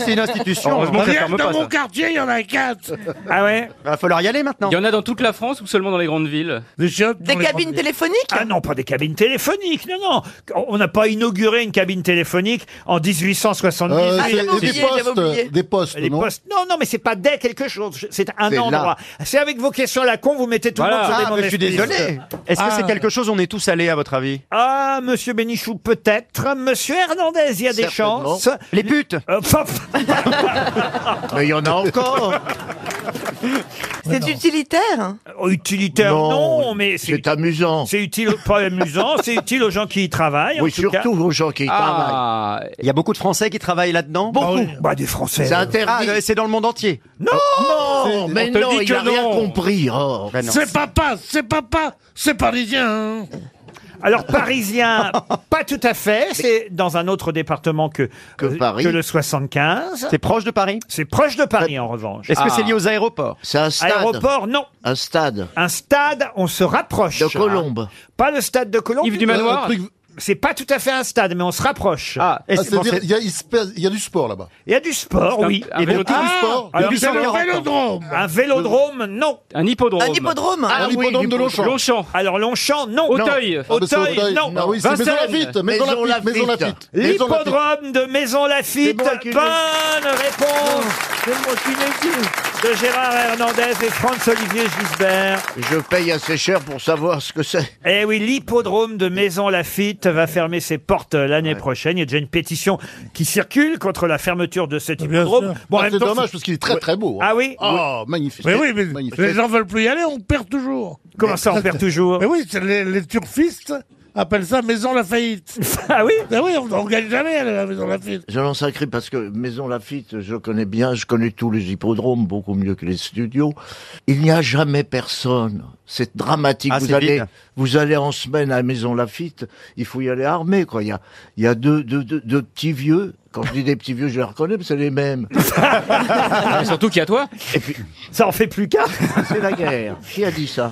Speaker 10: c'est une institution. Heureusement que ça
Speaker 2: Rien
Speaker 10: ferme
Speaker 2: que dans
Speaker 10: pas,
Speaker 2: mon
Speaker 10: ça.
Speaker 2: quartier, il y en a quatre.
Speaker 1: Ah ouais
Speaker 10: Il va falloir y aller maintenant.
Speaker 4: Il y en a dans toute la France ou seulement dans les grandes villes
Speaker 1: Des chiottes
Speaker 4: Des cabines
Speaker 1: téléphoniques Ah non, pas des cabines téléphoniques, non, non. On n'a pas inauguré une cabine téléphonique en 1878.
Speaker 9: Euh, Ah, c'est- j'avais oublié, des postes, j'avais oublié. des postes,
Speaker 1: Les
Speaker 9: non
Speaker 1: Non, non, mais c'est pas des quelque chose, c'est un
Speaker 10: C'est là.
Speaker 1: endroit. C'est avec vos questions à la con, vous mettez tout le monde sur des
Speaker 10: Ah, mais je
Speaker 1: mauvaises
Speaker 10: suis
Speaker 1: pistes.
Speaker 10: désolé. Est-ce que
Speaker 1: Ah.
Speaker 10: c'est quelque chose on est tous allés à votre avis
Speaker 1: Ah, monsieur Bénichou, peut-être. Monsieur Hernandez, il y a des
Speaker 10: Certainement.
Speaker 1: chances.
Speaker 10: Les putes
Speaker 1: Euh, paf.
Speaker 10: Mais il y en a encore.
Speaker 1: C'est utilitaire hein. Utilitaire, non, mais c'est amusant. C'est utile, pas amusant, c'est utile aux gens qui y travaillent. en tout cas.
Speaker 10: Ah, Il y a beaucoup de Français qui travaillent là-dedans
Speaker 1: Beaucoup. Bah, des Français.
Speaker 10: C'est interdit. Ah, c'est dans le monde entier.
Speaker 1: Non
Speaker 5: Ah,
Speaker 10: Non,
Speaker 2: mais non, il a rien compris,
Speaker 10: Oh.
Speaker 5: Bah
Speaker 10: Ben non.
Speaker 2: C'est papa, c'est papa, c'est parisien. hein.
Speaker 1: Alors parisien, pas tout à fait. C'est dans un autre département que euh, que,
Speaker 10: Paris.
Speaker 1: le 75.
Speaker 10: C'est proche de Paris Euh,
Speaker 1: C'est proche de Paris en revanche. Ah.
Speaker 10: Est-ce que
Speaker 26: Ah.
Speaker 10: c'est lié aux aéroports C'est un
Speaker 1: Aéroport, non.
Speaker 10: Un stade.
Speaker 1: Un stade, on se rapproche. Ah.
Speaker 10: De Colombes.
Speaker 1: Pas le stade de Colombes.
Speaker 10: Yves du Manoir.
Speaker 1: Euh, truc- C'est pas tout à fait un stade, mais on se rapproche. Ah,
Speaker 10: et Ah, c'est- c'est-à-dire,
Speaker 9: il y a- il se passe- il y a du sport là-bas.
Speaker 1: Il y a du sport,
Speaker 9: C'est un-
Speaker 1: oui.
Speaker 9: un Et vélo- beaucoup de
Speaker 1: Ah,
Speaker 9: sport.
Speaker 1: alors,
Speaker 9: Depuis
Speaker 1: c'est le
Speaker 9: 140 ans.
Speaker 1: vélodrome. Un vélodrome, non.
Speaker 4: Un hippodrome.
Speaker 1: Un hippodrome.
Speaker 4: Ah, Un oui, hippodrome de l'hippodrome. Longchamp. Longchamp.
Speaker 1: Alors Longchamp, non.
Speaker 4: Auteuil.
Speaker 1: Non.
Speaker 4: Ah, bah, c'est
Speaker 1: Auteuil,
Speaker 4: Auteuil.
Speaker 1: non.
Speaker 4: Ah oui, c'est Maison Vincennes. Lafitte, Maison Maison Lafitte, Maison Lafitte. Lafitte. Maison Lafitte.
Speaker 1: Hippodrome de Maison Lafitte.
Speaker 4: C'est moi qui l'ai.
Speaker 1: Bonne réponse. De Gérard Hernandez et Franz-Olivier Gisbert.
Speaker 13: Je paye assez cher pour savoir ce que c'est.
Speaker 1: Eh oui, l'hippodrome de Maison Lafitte va fermer ses portes l'année prochaine. Il y a déjà une pétition qui circule contre la fermeture de cet hippodrome.
Speaker 9: Ah, c'est dommage parce qu'il est très, très beau, hein.
Speaker 1: Ah oui
Speaker 9: Oh, magnifique.
Speaker 2: Mais oui, mais
Speaker 9: Magnifique.
Speaker 2: les gens veulent plus y aller, on perd toujours.
Speaker 1: Comment ça, on perd toujours
Speaker 2: Mais oui, c'est les, les turfistes appelle ça maison la faillite.
Speaker 1: ah oui
Speaker 2: Ah oui, on ne gagne jamais à la maison la faillite.
Speaker 26: Je lance un cri parce que Maison Lafitte, je connais bien, je connais tous les hippodromes, beaucoup mieux que les studios. Il n'y a jamais personne. C'est dramatique.
Speaker 19: Ah,
Speaker 26: vous,
Speaker 19: c'est
Speaker 26: allez,
Speaker 19: vide.
Speaker 26: vous allez en semaine à Maison Lafitte, il faut y aller armé. Quoi. Il y a, il y a deux, deux, deux, deux petits vieux. Quand je dis des petits vieux, je les reconnais, mais c'est les mêmes.
Speaker 4: surtout qu'il y a toi.
Speaker 26: Et puis,
Speaker 1: ça en fait plus qu'un.
Speaker 26: C'est la guerre. Qui a dit ça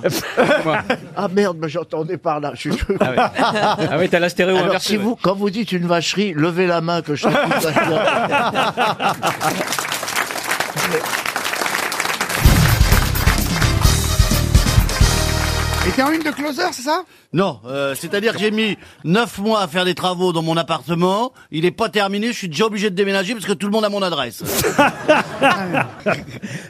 Speaker 26: Ah merde, mais j'entendais par là. Je suis...
Speaker 4: Ah ouais. Ah ouais, t'as la stéréo
Speaker 26: Alors,
Speaker 4: inversée,
Speaker 26: si
Speaker 4: ouais.
Speaker 26: vous, quand vous dites une vacherie, levez la main que je t'écoute.
Speaker 7: Et t'es en une de closer, c'est ça
Speaker 5: Non, euh, c'est-à-dire que j'ai mis 9 mois à faire des travaux dans mon appartement, il est pas terminé, je suis déjà obligé de déménager parce que tout le monde a mon adresse.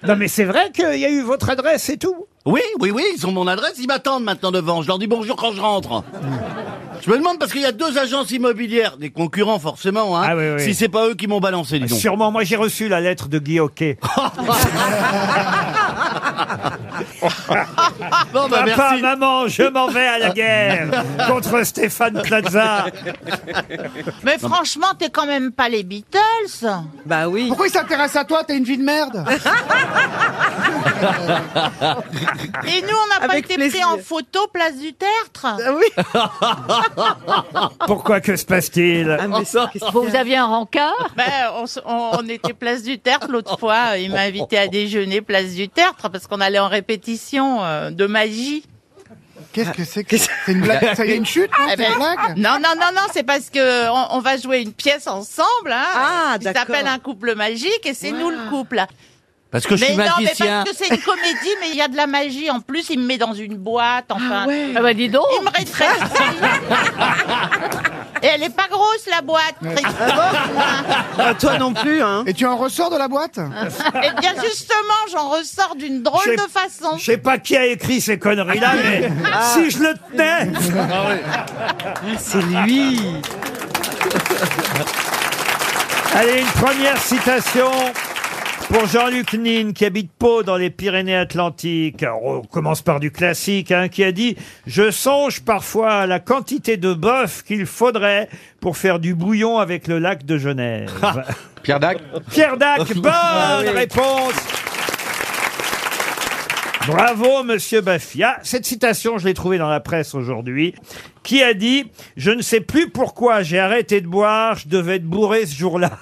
Speaker 1: Non, mais c'est vrai qu'il y a eu votre adresse et tout.
Speaker 5: Oui, oui, oui, ils ont mon adresse, ils m'attendent maintenant devant, je leur dis bonjour quand je rentre. Je me demande parce qu'il y a deux agences immobilières, des concurrents forcément, hein,
Speaker 1: Ah oui.
Speaker 5: si c'est pas eux qui m'ont balancé, dis donc.
Speaker 1: Ah, Sûrement, moi j'ai reçu la lettre de Guy Hockey.
Speaker 5: Bon, bah,
Speaker 1: Papa,
Speaker 5: merci.
Speaker 1: maman, je m'en vais à la guerre contre Stéphane Plaza.
Speaker 17: Mais franchement, t'es quand même pas les Beatles. Bah oui. Pourquoi ils s'intéressent à toi T'as une vie de merde. Et nous, on n'a pas été pris en photo place du Tertre. oui.
Speaker 8: Ah
Speaker 1: Pourquoi que se passe-t-il
Speaker 5: Ah,
Speaker 9: Ah,
Speaker 17: vous aviez un rencard Ben, on, s- on- on était place du Tertre l'autre fois. Il m'a invité à déjeuner place du Tertre parce qu'on allait en répétition euh, de magie.
Speaker 7: Qu'est-ce que c'est que c'est une blague Ça y est, une chute non,
Speaker 17: Eh
Speaker 7: c'est
Speaker 17: ben,
Speaker 7: une blague
Speaker 17: Non, non, non, non, c'est parce que on, on va jouer une pièce ensemble. Hein, ah, qui s'appelle un couple magique et c'est nous le couple.
Speaker 5: Parce que je suis
Speaker 17: mais non, mais
Speaker 5: magicien.
Speaker 17: parce que c'est une comédie, mais il y a de la magie. En plus, il me met dans une boîte, enfin.
Speaker 28: ouais. Ah bah, dis donc.
Speaker 17: Il me rétrécit. Et elle est pas grosse, la boîte.
Speaker 7: Toi non plus, hein. Et tu en ressors de la boîte
Speaker 17: Ah. Et Eh bien justement, j'en ressors d'une drôle
Speaker 1: J'ai-
Speaker 17: de façon.
Speaker 1: Je sais pas qui a écrit ces conneries-là,
Speaker 9: Ah.
Speaker 1: mais si je le tenais C'est lui Allez, une première citation pour Jean-Luc Nin, qui habite Pau dans les Pyrénées-Atlantiques. Alors, On commence par du classique, hein, qui a dit « Je songe parfois à la quantité de bœuf qu'il faudrait pour faire du bouillon avec le lac de Genève.
Speaker 19: Pierre Dac
Speaker 1: Pierre Dac, bonne
Speaker 19: Ah oui.
Speaker 1: réponse Bravo, monsieur Bafia. Cette citation, je l'ai trouvée dans la presse aujourd'hui, qui a dit « Je ne sais plus pourquoi j'ai arrêté de boire, je devais être bourré ce jour-là.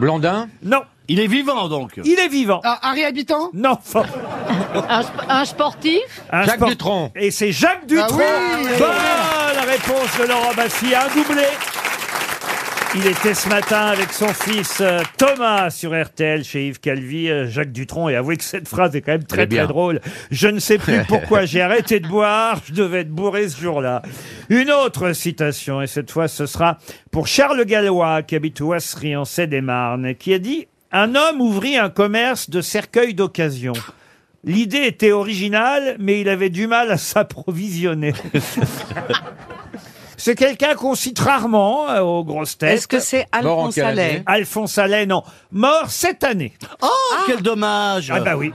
Speaker 19: Blandin »
Speaker 1: Non.
Speaker 5: Il est vivant donc.
Speaker 1: Il est vivant.
Speaker 7: Un réhabitant
Speaker 1: Non.
Speaker 17: Ah, Un, sportif
Speaker 1: Jacques Dutronc. Et c'est Jacques Dutronc.
Speaker 17: oui, oui,
Speaker 1: Bonne réponse de Laurent Baffi, un doublé. Il était ce matin avec son fils euh, Thomas sur RTL chez Yves Calvi, euh, Jacques Dutronc, et avouez que cette phrase est quand même
Speaker 19: Elle
Speaker 1: très
Speaker 19: est bien.
Speaker 1: très drôle. Je ne sais plus pourquoi j'ai arrêté de boire, je devais être bourré ce jour-là. Une autre citation, et cette fois ce sera pour Charles Gallois, qui habite Oisserie en Seine-et-Marne, qui a dit « Un homme ouvrit un commerce de cercueils d'occasion. L'idée était originale, mais il avait du mal à s'approvisionner. C'est quelqu'un qu'on cite rarement euh, aux grosses têtes.
Speaker 3: Est-ce que c'est Mort en Alphonse quelle Allais année
Speaker 1: Alphonse Allais, non. Mort cette année.
Speaker 5: Oh, quel dommage
Speaker 1: Ah bah oui.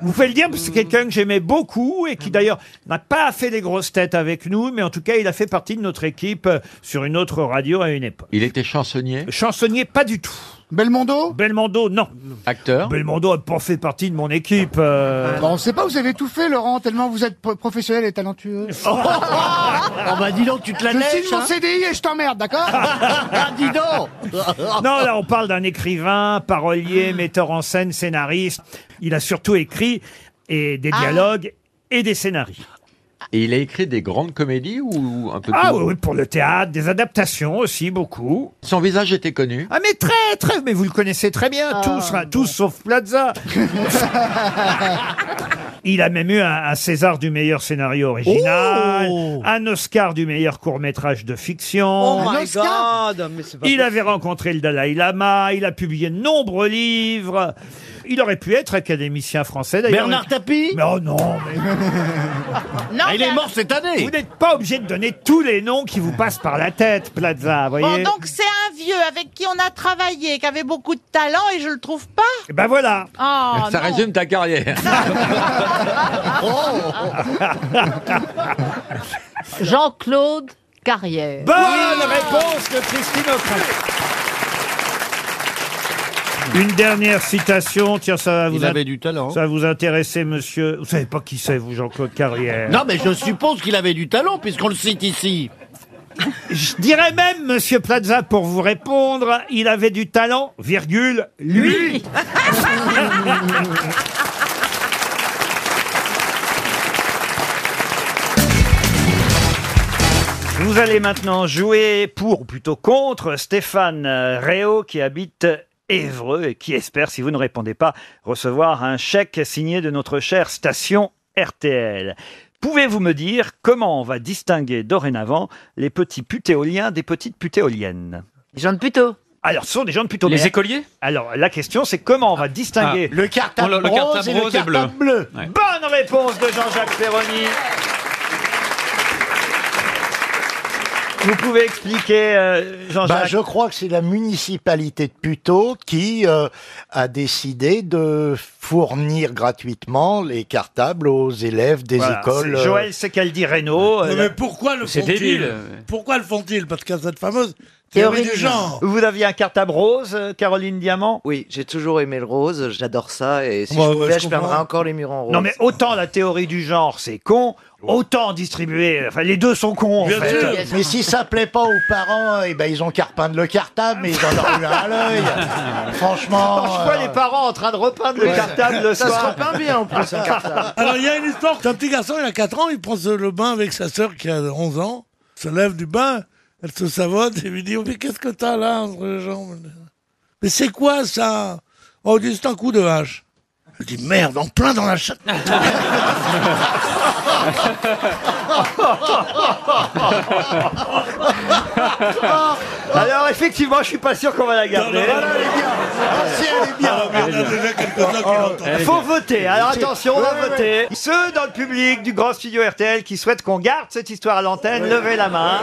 Speaker 1: Vous pouvez le dire, parce que c'est quelqu'un que j'aimais beaucoup et qui d'ailleurs n'a pas fait les grosses têtes avec nous, mais en tout cas, il a fait partie de notre équipe euh, sur une autre radio à une époque.
Speaker 19: Il était chansonnier.
Speaker 1: Chansonnier, pas du tout. Belmondo Belmondo, non.
Speaker 19: Acteur
Speaker 1: Belmondo n'a pas fait partie de mon équipe. euh.
Speaker 7: Bah, On sait pas, vous avez tout fait, Laurent, tellement vous êtes pro- professionnel et talentueux.
Speaker 5: Oh bah dis donc, tu te la
Speaker 7: je
Speaker 5: lèches.
Speaker 7: signe mon
Speaker 5: hein.
Speaker 7: CDI et je t'emmerde, d'accord
Speaker 5: Ah, dis donc
Speaker 1: Non, là, on parle d'un écrivain,
Speaker 19: Ah.
Speaker 1: parolier, metteur en scène, scénariste. Il a surtout écrit et des
Speaker 17: Ah.
Speaker 1: dialogues et des scénarios.
Speaker 19: Et il a écrit des grandes comédies ou un peu
Speaker 1: Ah
Speaker 19: plus
Speaker 1: oui, oui, pour le théâtre, des adaptations aussi, beaucoup.
Speaker 19: Son visage était connu. Ah.
Speaker 1: Ah mais très, très, mais vous le connaissez très bien, tous, enfin, tous sauf Plaza. Il a même eu un, un César du meilleur scénario original,
Speaker 19: Oh.
Speaker 1: un Oscar du meilleur court-métrage de fiction.
Speaker 3: Oh god! Mais c'est pas
Speaker 1: Oh Il avait rencontré le Dalai Lama, il a publié de nombreux livres. Il aurait pu être académicien français d'ailleurs.
Speaker 5: Bernard Tapie
Speaker 1: Mais oh non mais-
Speaker 17: Non,
Speaker 5: Ah, Il est mort cette année
Speaker 1: Vous n'êtes pas obligé de donner tous les noms qui vous passent par la tête, Plaza, vous
Speaker 17: Bon,
Speaker 1: voyez
Speaker 17: donc c'est un vieux avec qui on a travaillé, qui avait beaucoup de talent et je le trouve pas.
Speaker 1: Eh Ben voilà
Speaker 17: Oh,
Speaker 19: Ça
Speaker 17: non.
Speaker 19: résume ta
Speaker 7: Oh.
Speaker 19: carrière.
Speaker 17: Jean-Claude Carrière.
Speaker 1: Bonne réponse de Christine O'Crane. Une dernière citation, tiens, ça va vous
Speaker 12: Il
Speaker 1: in-
Speaker 12: avait du talent.
Speaker 1: Ça va vous intéresser, monsieur. Vous savez pas qui c'est, vous, Jean-Claude Carrière
Speaker 12: Non, mais je suppose qu'il avait du talent, puisqu'on le cite ici.
Speaker 1: Je dirais même, monsieur Plaza, pour vous répondre, il avait du talent, virgule, lui. Vous allez maintenant jouer pour, ou plutôt contre, Stéphane euh, Réau qui habite Évreux et qui espère, si vous ne répondez pas, recevoir un chèque signé de notre chère station RTL. Pouvez-vous me dire comment on va distinguer dorénavant les petits putéoliens des petites putéoliennes Les gens de puteaux. Alors, ce sont des gens de puteaux.
Speaker 26: Les
Speaker 1: mais-
Speaker 26: écoliers
Speaker 1: Alors, la question, c'est comment on va distinguer
Speaker 26: Ah, le cartable Oh, le- le rose cartable et le rose et cartable bleu. bleu. Ouais.
Speaker 1: Bonne réponse de Jean-Jacques Ferroni. Vous pouvez expliquer, euh, Jean-Jacques
Speaker 5: Bah, je crois que c'est la municipalité de Puteaux qui euh, a décidé de fournir gratuitement les cartables aux élèves des
Speaker 1: Voilà,
Speaker 5: écoles.
Speaker 1: c'est
Speaker 5: euh,
Speaker 1: Joël Secaldi
Speaker 5: Non,
Speaker 1: Reno. euh,
Speaker 5: mais
Speaker 2: Pourquoi le
Speaker 5: C'est
Speaker 2: font-ils
Speaker 5: débile.
Speaker 2: Pourquoi le font-ils Parce qu'il y a cette fameuse
Speaker 1: Théorie
Speaker 2: théorie du genre.
Speaker 1: Vous aviez un cartable rose, euh, Caroline Diamant
Speaker 7: Oui, j'ai toujours aimé le rose, j'adore ça, et si
Speaker 1: Ouais, Bah ouais,
Speaker 7: je pouvais,
Speaker 1: je
Speaker 7: je, peindrais
Speaker 1: comprends.
Speaker 7: encore les murs en rose.
Speaker 1: Non mais autant la théorie du genre c'est con, autant distribuer. Enfin les deux sont cons en fait.
Speaker 5: Mais si ça plaît pas aux parents, eh ben ils ont qu'à repeindre le cartable, mais ils en ont eu un à l'œil. Franchement. euh,
Speaker 1: Je vois les parents en train de repeindre le
Speaker 5: Ouais.
Speaker 1: cartable le
Speaker 5: Ça se
Speaker 1: soir.
Speaker 5: repeint bien, en plus, un cartable.
Speaker 2: Alors il y a une histoire qu'un petit garçon, il a 4 ans, il prend ce- le bain avec sa sœur qui a 11 ans, se lève du bain, elle se savonne et lui dit oh, Mais qu'est-ce que t'as là entre les jambes Mais c'est quoi ça Oh, il dit, c'est un coup de hache. Elle dit Merde, en plein dans la chatte
Speaker 1: Alors effectivement je suis pas sûr qu'on va la garder. Oh,
Speaker 16: Eh
Speaker 1: Faut voter. hein. Alors attention, on va voter. Ceux dans le public du grand studio RTL qui souhaitent qu'on garde cette histoire à l'antenne, levez la main.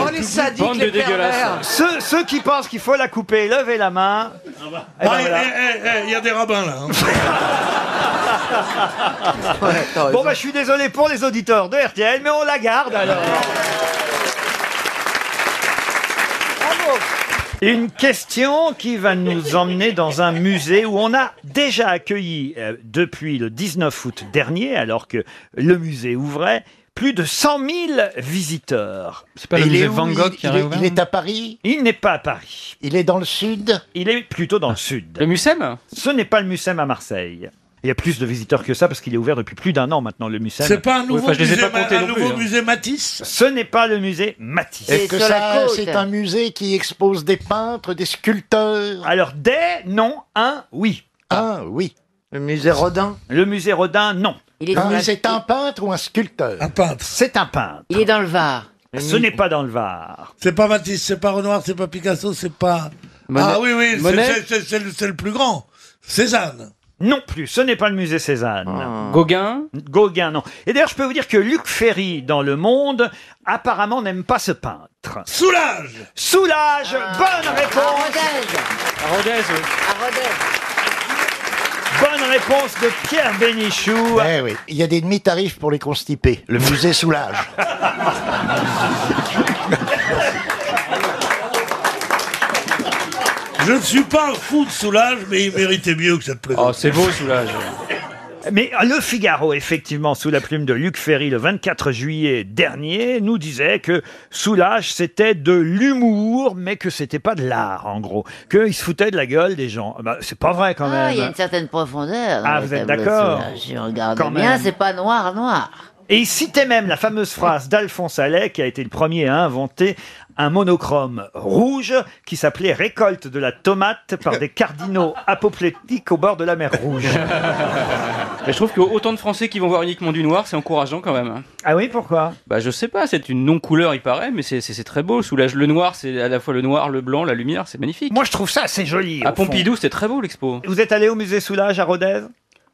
Speaker 16: Oh, les sadiques, Bande de les pervers. dégueulasses.
Speaker 1: Ceux, ceux qui pensent qu'il faut la couper, levez la main. Eh ben
Speaker 2: Ah, eh,
Speaker 1: voilà.
Speaker 2: eh, eh, eh, Il y a des rabbins là. hein.
Speaker 1: bon bah je suis désolé pour les auditeurs de RTL, mais on la garde alors. Une question qui va nous emmener dans un musée où on a déjà accueilli euh, depuis le 19 août dernier, alors que le musée ouvrait, plus de 100 000 visiteurs. C'est
Speaker 5: pas le musée Van Gogh qui a réouvert
Speaker 1: est à Paris Il n'est pas à Paris. Il est dans le sud Il est plutôt dans le sud. Le Mucem Ce n'est pas le Mucem à Marseille. Il y a plus de visiteurs que ça parce qu'il est ouvert depuis plus d'un an maintenant, le Mucem.
Speaker 2: C'est pas un nouveau,
Speaker 1: Oui, enfin, je les ai
Speaker 2: musée,
Speaker 1: pas
Speaker 2: Ma-
Speaker 1: comptés
Speaker 2: un
Speaker 1: non
Speaker 2: nouveau
Speaker 1: plus, hein.
Speaker 2: musée Matisse
Speaker 1: Ce n'est pas le musée Matisse.
Speaker 5: Est-ce que ça, c'est un musée qui expose des peintres, des sculpteurs
Speaker 1: Alors des, non, un, oui.
Speaker 5: Un, oui.
Speaker 1: Le musée Rodin Le musée Rodin, non.
Speaker 5: Il est dans la- c'est un Ah, peintre ou un sculpteur
Speaker 2: Un peintre.
Speaker 1: C'est un peintre.
Speaker 2: Il est dans le Var.
Speaker 1: Ce n'est pas dans le Var.
Speaker 2: C'est pas Matisse, c'est pas Renoir, c'est pas Picasso, c'est pas.
Speaker 1: Monet-
Speaker 2: Ah oui, oui, c'est-
Speaker 1: Monet
Speaker 2: c'est- c'est c'est le, c'est le plus grand. Cézanne.
Speaker 1: Non plus, ce n'est pas le musée Cézanne.
Speaker 5: Ah.
Speaker 1: Gauguin Gauguin, non. Et d'ailleurs, je peux vous dire que Luc Ferry, dans Le Monde, apparemment n'aime pas ce peintre.
Speaker 2: Soulage
Speaker 1: Soulage
Speaker 5: Ah.
Speaker 1: Bonne réponse
Speaker 26: À Rodez,
Speaker 1: Bonne réponse de Pierre Bénichou.
Speaker 5: Eh oui, il y a des demi-tarifs pour les constipés. Le musée soulage. Ah,
Speaker 2: Je ne suis pas un fou de Soulage, mais il méritait mieux que cette plaisante. Oh,
Speaker 26: c'est beau, Soulage.
Speaker 1: Mais euh, Le Figaro, effectivement, sous la plume de Luc Ferry, le 24 juillet dernier, nous disait que Soulage, c'était de l'humour, mais que c'était pas de l'art, en gros. Qu'il se foutait de la gueule des gens. Bah, c'est pas vrai, quand
Speaker 20: Ah,
Speaker 1: même.
Speaker 20: il y a une certaine profondeur.
Speaker 1: Ah,
Speaker 20: dans le
Speaker 1: vous êtes
Speaker 20: tableau de
Speaker 1: d'accord
Speaker 20: Soulage. Je regarde
Speaker 1: Quand
Speaker 20: bien,
Speaker 1: même.
Speaker 20: c'est pas noir, noir.
Speaker 1: Et il citait même la fameuse phrase d'Alphonse Allais, qui a été le premier à inventer un monochrome rouge qui s'appelait Récolte de la tomate par des cardinaux apoplétiques au bord de la mer Rouge.
Speaker 26: Mais je trouve qu'autant de Français qui vont voir uniquement du noir, c'est encourageant quand même. hein.
Speaker 1: Ah oui, pourquoi
Speaker 26: Bah je sais pas, c'est une non-couleur il paraît, mais c'est- c'est c'est très beau. Soulage le noir, c'est à la fois le noir, le blanc, la lumière, c'est magnifique.
Speaker 1: Moi je trouve ça assez joli.
Speaker 26: À
Speaker 1: au fond.
Speaker 26: Pompidou, c'était très beau l'expo.
Speaker 1: Vous êtes allé au musée Soulage à Rodez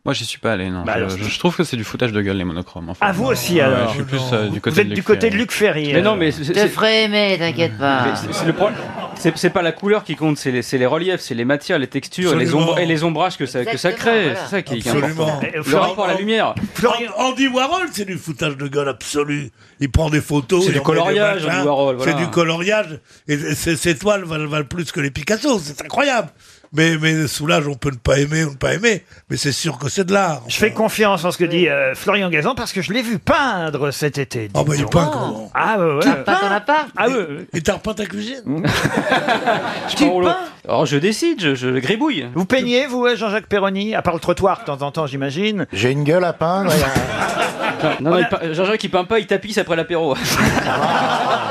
Speaker 19: Moi, j'y suis pas allé, non.
Speaker 1: Bah
Speaker 19: Je-
Speaker 1: alors,
Speaker 19: je, je trouve que c'est du foutage de gueule, les monochromes. En fait.
Speaker 1: Ah, vous aussi,
Speaker 19: Ouais,
Speaker 1: alors.
Speaker 19: Je suis
Speaker 1: Oh
Speaker 19: plus
Speaker 1: non.
Speaker 19: euh, du côté
Speaker 1: Vous êtes
Speaker 19: de
Speaker 1: du côté de Luc Ferry.
Speaker 19: Mais non, mais
Speaker 20: Je te ferai aimer, t'inquiète pas.
Speaker 19: c'est le problème.
Speaker 26: C'est c'est pas la couleur qui compte, c'est les, c'est les reliefs, c'est les matières, les textures et les,
Speaker 2: Absolument.
Speaker 26: ombres- et les ombrages que ça, que ça crée. C'est ça qui, qui est important.
Speaker 2: Absolument.
Speaker 26: Et Par rapport à la lumière.
Speaker 2: Andy Warhol, c'est du foutage de gueule absolu. Il prend des photos.
Speaker 26: C'est
Speaker 2: il
Speaker 26: du
Speaker 2: en met
Speaker 26: coloriage,
Speaker 2: machins.
Speaker 26: Andy Warhol, voilà.
Speaker 2: C'est du coloriage. Et ces ces toiles valent, valent plus que les Picasso. C'est incroyable. Mais, mais Soulage, on peut ne pas aimer ou ne pas aimer. Mais c'est sûr que c'est de l'art.
Speaker 1: Je fais confiance en ce que dit euh, Florian Gazan parce que je l'ai vu peindre cet été. Ah
Speaker 2: bah il peint comment
Speaker 1: Ah ouais, ouais.
Speaker 26: Tu peins
Speaker 1: ton appart Ah ouais, ouais. Mmh.
Speaker 2: Et t'as repeint ta cuisine
Speaker 26: Je prends au lot. Alors je décide, je, je gribouille.
Speaker 1: Vous peignez, vous, euh, Jean-Jacques Perroni À part le trottoir de temps en temps, j'imagine.
Speaker 5: J'ai une gueule à peindre.
Speaker 26: Non, non, il peint- Jean-Jacques il peint pas, il tapisse après l'apéro.
Speaker 1: Ah.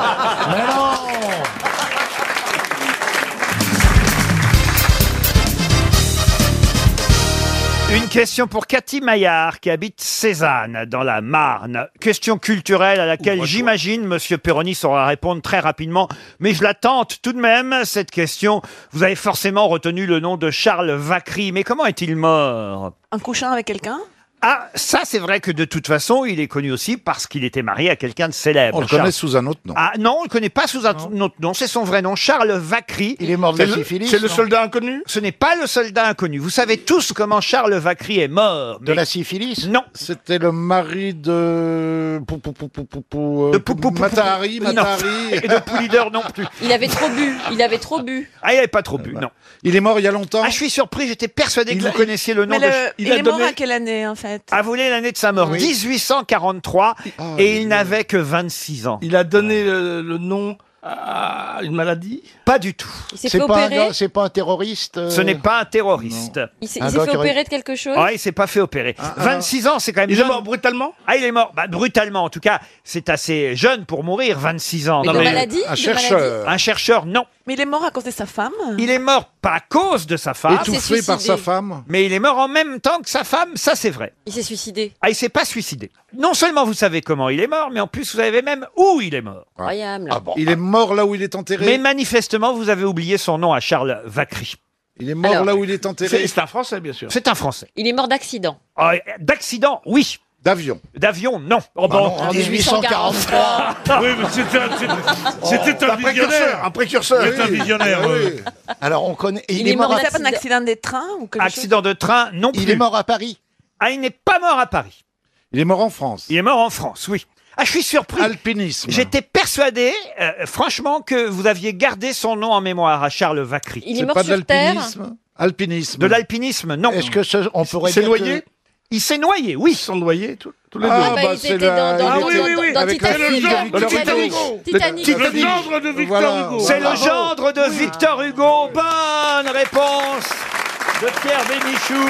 Speaker 1: Une question pour Cathy Maillard qui habite Cézanne dans la Marne. Question culturelle à laquelle j'imagine Monsieur Perroni saura répondre très rapidement, mais je la tente tout de même cette question. Vous avez forcément retenu le nom de Charles Vacry, mais comment est-il mort
Speaker 6: Un couchin avec quelqu'un
Speaker 1: Ah, ça c'est vrai que de toute façon, il est connu aussi parce qu'il était marié à quelqu'un de célèbre.
Speaker 9: On le
Speaker 1: Charles-
Speaker 9: connaît sous un autre nom.
Speaker 1: Ah non, on le connaît pas sous un autre nom, c'est son vrai nom, Charles Vacry. Il est mort
Speaker 9: de C'est la le- syphilis, c'est le non soldat
Speaker 1: inconnu Ce n'est pas le soldat inconnu. Vous savez tous comment Charles Vacry est mort. De la syphilis Non.
Speaker 9: C'était le mari de. pou- pou- pou- pou- pou- pou- euh, Matahari,
Speaker 1: Non.
Speaker 9: Matahari.
Speaker 1: Et de Poulidor non plus.
Speaker 6: Il avait trop bu, il avait trop bu.
Speaker 1: Ah, il n'avait pas trop bu, non. Il est mort il y a longtemps Ah, je suis surpris, j'étais persuadé que vous connaissiez le nom
Speaker 6: Mais
Speaker 1: de...
Speaker 6: le- il, est mort à quelle année en fait
Speaker 1: Ah, vous voulez l'année de sa mort 1843, et il n'avait que 26 ans.
Speaker 18: Il a donné le, le nom à une maladie
Speaker 1: Pas du tout.
Speaker 18: Il
Speaker 5: C'est pas, un gars- c'est pas un terroriste euh,
Speaker 1: Ce n'est pas un terroriste.
Speaker 18: Il s'est-
Speaker 5: il Un s'est gars fait qui aurait- opérer
Speaker 6: de quelque chose
Speaker 1: Ah, il s'est pas fait opérer. 26 ans, c'est quand même. Il est mort brutalement Ah, il est mort bah, brutalement. En tout cas, c'est assez jeune pour mourir, 26 ans.
Speaker 6: Mais de maladie De maladie
Speaker 1: Un chercheur, non.
Speaker 6: Mais il est mort à cause de sa femme
Speaker 1: Il est mort pas à cause de sa femme.
Speaker 6: Étouffé Il s'est par suicidé. sa
Speaker 1: femme. Mais il est mort en même temps que sa femme, ça c'est vrai.
Speaker 6: Il s'est suicidé.
Speaker 1: Ah, il s'est pas suicidé. Non seulement vous savez comment il est mort, mais en plus vous savez même où il est mort.
Speaker 6: Ah. Incroyable.
Speaker 12: Ah
Speaker 1: Il est mort là où il est enterré. Mais manifestement, vous avez oublié son nom à Charles Vacry. Il est
Speaker 9: mort Alors, là où il est enterré. c'est
Speaker 1: un Français, bien sûr. C'est un Français.
Speaker 6: Il est mort d'accident.
Speaker 1: Ah, D'accident, oui. D'avion. D'avion, non. Oh,
Speaker 6: Bah
Speaker 1: bon.
Speaker 6: non, en 1843.
Speaker 2: oui, mais c'était un, c'était- c'était un visionnaire. C'était un visionnaire. oui.
Speaker 5: Alors on connaît.
Speaker 6: Il, est mort, à cause d'un accident des trains ou quelque chose
Speaker 1: Accident de train, non plus. Il est mort à Paris. Ah, il n'est pas mort à Paris. Il est mort en France. Il est mort en France, oui. Ah, je suis surpris. Alpinisme. J'étais persuadé, euh, franchement, que vous aviez gardé son nom en mémoire à Charles Vacry.
Speaker 6: Il est C'est mort pas de sur l'alpinisme Terre
Speaker 1: Alpinisme. De l'alpinisme, non. Est-ce que on pourrait
Speaker 9: s'est dire noyé que-
Speaker 1: Il s'est noyé, oui. Ils sont noyés tous,
Speaker 9: les Ah, deux. bah, bah, ils c'est étaient la- dans- dans-
Speaker 2: Ah oui, oui, oui.
Speaker 9: Avec la
Speaker 2: C'est le
Speaker 9: fille de
Speaker 2: gendre de
Speaker 9: Victor
Speaker 2: Victor Hugo.
Speaker 9: Hugo. Titanic.
Speaker 2: Le gendre de Victor
Speaker 9: Voilà.
Speaker 2: Hugo.
Speaker 1: C'est le
Speaker 2: Bravo.
Speaker 1: gendre de Victor Hugo. Bonne réponse de Pierre Bénichou.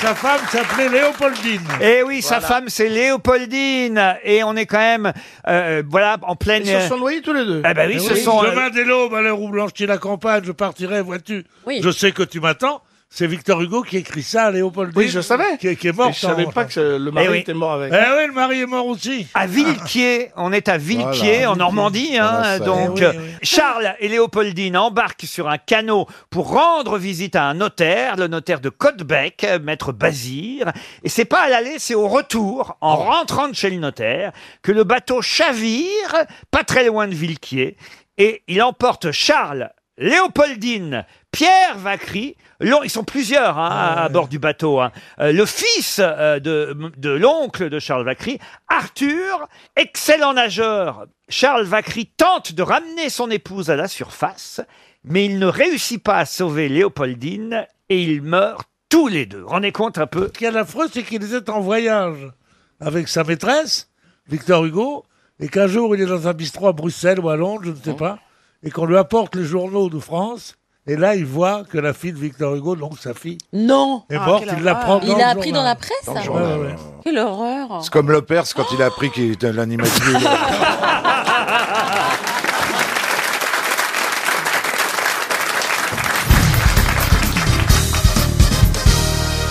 Speaker 2: Sa femme s'appelait Léopoldine.
Speaker 1: Et Eh oui, sa femme, c'est Léopoldine. Et on est quand même, euh, voilà, en pleine.
Speaker 2: Ils se sont
Speaker 1: noyés tous les deux. Ah bah oui, ce sont. euh,
Speaker 2: Eh Demain dès l'aube, à l'heure où blanchit la campagne, je partirai, vois-tu. Je sais que tu m'attends. C'est Victor Hugo qui écrit ça à Léopoldine.
Speaker 18: Oui, je savais.
Speaker 2: Qui, qui est mort.
Speaker 18: Et je savais pas que le mari était mort avec. Ah,
Speaker 2: Eh oui, le mari est mort aussi.
Speaker 1: À Villequier, on est à Villequier
Speaker 2: Voilà.
Speaker 1: en Normandie, hein,
Speaker 2: Voilà, ça y est.
Speaker 1: donc
Speaker 2: Eh oui,
Speaker 1: euh, Charles et Léopoldine embarquent sur un canot pour rendre visite à un notaire, le notaire de Côtebec, euh, maître Bazire. Et c'est pas à l'aller, c'est au retour, en
Speaker 2: Ah.
Speaker 1: rentrant de chez le notaire, que le bateau chavire, pas très loin de Villequier, et il emporte Charles, Léopoldine, Pierre Vacry, Lon- ils sont plusieurs hein, à- à bord du bateau. hein. Euh, le fils euh, de, de l'oncle de Charles Vacry, Arthur, excellent nageur. Charles Vacry tente de ramener son épouse à la surface, mais il ne réussit pas à sauver Léopoldine et ils meurent tous les deux. Rendez compte un peu.
Speaker 2: Ce qui est affreux, c'est qu'il était en voyage avec sa maîtresse, Victor Hugo, et qu'un jour, il est dans un bistrot à Bruxelles ou à Londres, je ne
Speaker 18: Oh.
Speaker 2: sais pas, et qu'on lui apporte les journaux de France. Et là, il voit que la fille de Victor Hugo, donc sa fille,
Speaker 6: non.
Speaker 2: est morte. il l'apprend.
Speaker 6: Il a appris dans la presse
Speaker 2: Dans le
Speaker 6: Ouais,
Speaker 2: journal,
Speaker 6: ouais.
Speaker 2: ouais.
Speaker 6: Quelle horreur »
Speaker 9: C'est comme le Perse quand il a appris qu'il était un animateur.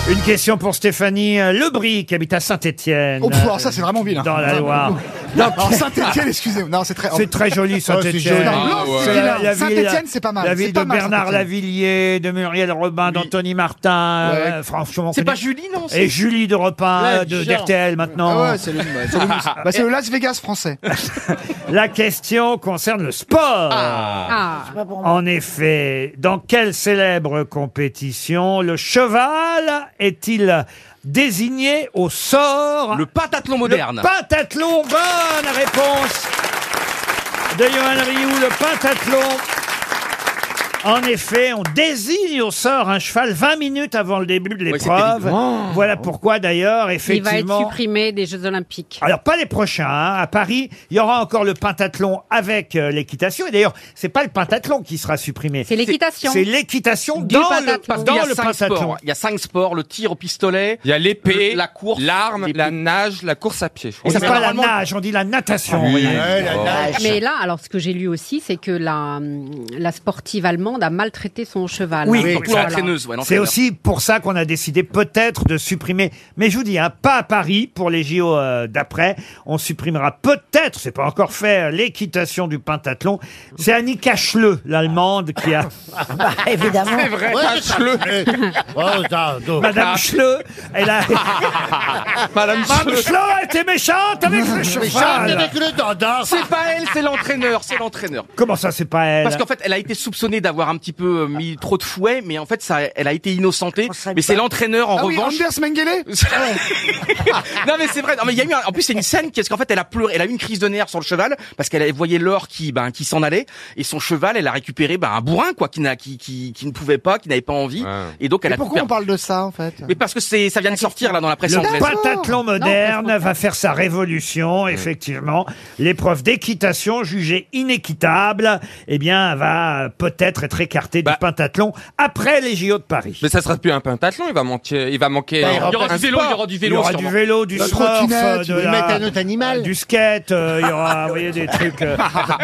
Speaker 1: Une question pour Stéphanie Lebris, qui habite à Saint-Étienne. euh,
Speaker 3: Oh, pouah, ça, c'est vraiment vilain.
Speaker 1: Dans la Loire. Non,
Speaker 14: Alors, Saint-Étienne, excusez-moi. Non, c'est très.
Speaker 1: C'est très joli, Saint-Étienne.
Speaker 14: Non, non, c'est vilain. Saint-Étienne, c'est pas mal.
Speaker 1: La
Speaker 14: C'est
Speaker 1: ville de
Speaker 14: pas mal,
Speaker 1: Bernard
Speaker 14: Saint-Étienne.
Speaker 1: Lavillier, de Muriel Robin, d'Anthony Martin,
Speaker 14: Ouais.
Speaker 1: euh, franchement. on
Speaker 14: C'est
Speaker 1: connaît-
Speaker 14: pas Julie, non, c'est-
Speaker 1: Et Julie de Repin,
Speaker 14: Ouais,
Speaker 1: euh, de
Speaker 14: genre.
Speaker 1: d'RTL maintenant.
Speaker 14: Ah ouais, c'est le- c'est le- bah, c'est le Las Vegas français.
Speaker 1: La question concerne le sport. Ah.
Speaker 14: Ah.
Speaker 8: Ah.
Speaker 1: En effet, dans quelle célèbre compétition le cheval est-il désigné au sort Le
Speaker 18: pentathlon
Speaker 1: Le
Speaker 18: moderne.
Speaker 1: pentathlon, bonne réponse de Johan Rioux, le pentathlon. En effet, on désigne au sort un cheval 20 minutes avant le début de l'épreuve.
Speaker 21: évident.
Speaker 1: voilà pourquoi d'ailleurs,
Speaker 21: Il va être
Speaker 1: effectivement... Ah,
Speaker 21: supprimé des Jeux Olympiques.
Speaker 1: Alors pas les prochains. hein. À Paris, il y aura encore le pentathlon avec euh, l'équitation. Et d'ailleurs, c'est pas le pentathlon qui sera supprimé.
Speaker 21: C'est l'équitation.
Speaker 1: C'est l'équitation
Speaker 21: Du
Speaker 1: dans
Speaker 21: pentathlon.
Speaker 1: le
Speaker 21: Parce
Speaker 1: dans
Speaker 21: qu'il y a
Speaker 1: le
Speaker 21: cinq
Speaker 1: pentathlon.
Speaker 21: sports.
Speaker 18: Il y a cinq sports le tir au pistolet,
Speaker 26: Il y a l'épée,
Speaker 18: la course,
Speaker 26: l'arme,
Speaker 18: l'épée.
Speaker 26: la nage, la course à pied. je crois.
Speaker 1: Et c'est
Speaker 26: Mais
Speaker 1: pas la
Speaker 26: normalement-
Speaker 1: nage, on dit la natation.
Speaker 26: Oui,
Speaker 1: voyez.
Speaker 26: ouais, la Oh. nage.
Speaker 21: Mais là, alors ce que j'ai lu aussi, c'est que la, hum, la sportive allemande a maltraité son
Speaker 8: Ah,
Speaker 21: cheval.
Speaker 1: Oui,
Speaker 21: Hein.
Speaker 1: oui,
Speaker 8: Oh
Speaker 21: Voilà.
Speaker 18: l'entraîneuse, ouais,
Speaker 1: c'est
Speaker 18: l'entraîneur.
Speaker 1: aussi pour ça qu'on a décidé peut-être de supprimer. Mais je vous dis, hein, pas à Paris pour les JO euh, d'après. On supprimera peut-être, c'est pas encore fait, euh, l'équitation du pentathlon. C'est Annie Cacheleux, l'allemande, qui a.
Speaker 8: Bah, évidemment. C'est vrai, Ouais, Cacheleux. Oh, Ah.
Speaker 1: Madame Cheleux, elle a.
Speaker 18: Madame
Speaker 1: Cheleux. Ah, a été méchante avec le cheval.
Speaker 18: C'est pas elle, c'est l'entraîneur, c'est l'entraîneur.
Speaker 1: Comment ça, c'est pas elle
Speaker 18: Parce qu'en fait, elle a été soupçonnée d'avoir un petit peu euh, mis trop de fouet, mais en fait, ça, elle a été innocentée. Mais c'est l'entraîneur en
Speaker 14: Oh, ah
Speaker 18: revanche.
Speaker 14: Oui, Anders Mengele
Speaker 18: non mais c'est vrai. Non mais il y a eu un- en plus c'est une scène qui est qu'en fait elle a pleuré, elle a eu une crise de nerfs sur le cheval parce qu'elle voyait l'or qui ben qui s'en allait et son cheval elle a récupéré ben un bourrin quoi qui n'a qui, qui qui ne pouvait pas, qui n'avait pas envie et donc elle
Speaker 14: Mais
Speaker 18: a
Speaker 14: pourquoi
Speaker 18: tout
Speaker 14: on parle de ça en fait
Speaker 18: perdu. Mais parce que c'est ça vient de sortir là dans la presse
Speaker 1: Le
Speaker 18: anglaise.
Speaker 1: pentathlon moderne va faire sa révolution, effectivement. L'épreuve d'équitation, jugée inéquitable, eh bien, va peut-être être écartée du pentathlon après les JO de Paris.
Speaker 26: Mais ça sera plus un pentathlon, il va manquer, il va manquer.
Speaker 1: Bah, il y aura
Speaker 26: un
Speaker 1: pas de vélo,
Speaker 26: sport.
Speaker 1: il y aura du vélo, Il y aura du sûrement. vélo, du La surf, trottinette, euh, de ils la- mettent un autre
Speaker 14: animal.
Speaker 1: Du skate, euh, il y aura, vous voyez, des trucs, euh,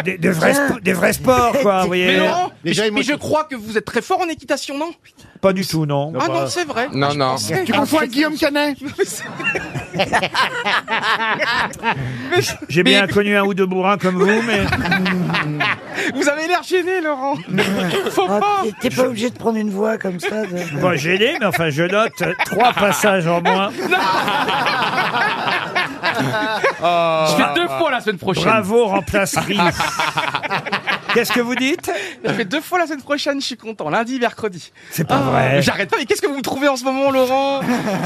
Speaker 1: des, des vrais, spo- des vrais sports, quoi, vous voyez.
Speaker 18: Mais Laurent, mais,
Speaker 1: Déjà,
Speaker 18: je-
Speaker 1: ils
Speaker 18: mais
Speaker 1: m'ont-
Speaker 18: je crois que vous êtes très fort en équitation, non
Speaker 1: Pas du tout, non.
Speaker 18: Ah non, c'est vrai.
Speaker 1: Non, non.
Speaker 14: Tu confonds avec
Speaker 18: Ah,
Speaker 14: Guillaume Canet
Speaker 1: J'ai bien connu un ou deux bourrins comme vous, mais.
Speaker 18: Vous avez l'air gêné, Laurent. Faut
Speaker 8: pas. Ah, T'es pas obligé de prendre une voix comme ça. de-
Speaker 1: Moi, j'ai aidé, mais enfin, je note euh, trois passages en moins.
Speaker 18: Ah,
Speaker 26: Je fais deux fois la semaine prochaine.
Speaker 1: Ah. Bravo, remplacerie. Qu'est-ce que vous dites
Speaker 18: Je fais deux fois la semaine prochaine, je suis content. Lundi, mercredi.
Speaker 1: C'est pas vrai.
Speaker 18: J'arrête pas, mais qu'est-ce que vous me trouvez en ce moment, Laurent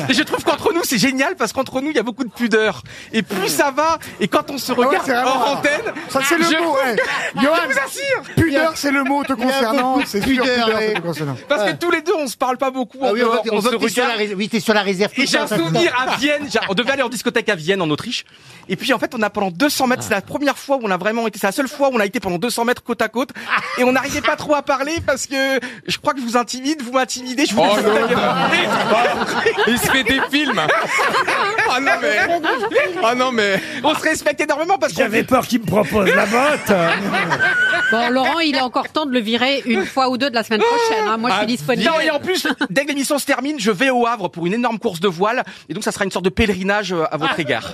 Speaker 18: Et je trouve qu'entre nous, c'est génial parce qu'entre nous, il y a beaucoup de pudeur. Et plus ça va, et quand on se
Speaker 14: Ah ouais,
Speaker 18: regarde
Speaker 14: c'est vraiment
Speaker 18: hors
Speaker 14: rare.
Speaker 18: antenne.
Speaker 14: Ça, c'est le
Speaker 18: je
Speaker 14: mot,
Speaker 18: trouve
Speaker 14: ouais.
Speaker 18: que-
Speaker 14: Johan,
Speaker 18: je vous assure
Speaker 14: Pudeur, c'est le mot te concernant. C'est sûr, pudeur te concernant.
Speaker 18: Parce que tous les deux, on se parle pas beaucoup.
Speaker 22: Ah oui,
Speaker 18: en
Speaker 22: on va-
Speaker 18: dehors,
Speaker 22: on
Speaker 18: se
Speaker 22: va- t'es sur la
Speaker 18: regarde.
Speaker 22: rés- oui, t'es sur la réserve tout
Speaker 18: Et
Speaker 22: le
Speaker 18: j'ai un
Speaker 22: temps, ça se
Speaker 18: souvenir
Speaker 22: voit.
Speaker 18: à Vienne. j'ai- On devait aller en discothèque à Vienne, en Autriche. Et puis, en fait, on a pendant 200 mètres, c'est la première fois où on a vraiment été, c'est la seule fois où on a été pendant 200 mètres côte à côte. Et on n'arrivait pas trop à parler parce que je crois que je vous intimide, vous m'intimidez, je vous
Speaker 26: Oh
Speaker 18: laisse
Speaker 26: non.
Speaker 18: la gueule.
Speaker 26: Il se fait des films. Ah non mais. Ah non mais.
Speaker 18: On se respecte énormément parce que
Speaker 1: J'avais peur qu'il me propose la botte.
Speaker 21: Bon, Laurent, il est encore temps de le virer une fois ou deux de la semaine prochaine. hein. Moi, je
Speaker 1: Ah,
Speaker 21: suis disponible.
Speaker 18: Ah, Non, et en plus, dès que l'émission se termine, je vais au Havre pour une énorme course de voile. Et donc, ça sera une sorte de pèlerinage euh, à
Speaker 21: Ah.
Speaker 18: votre égard.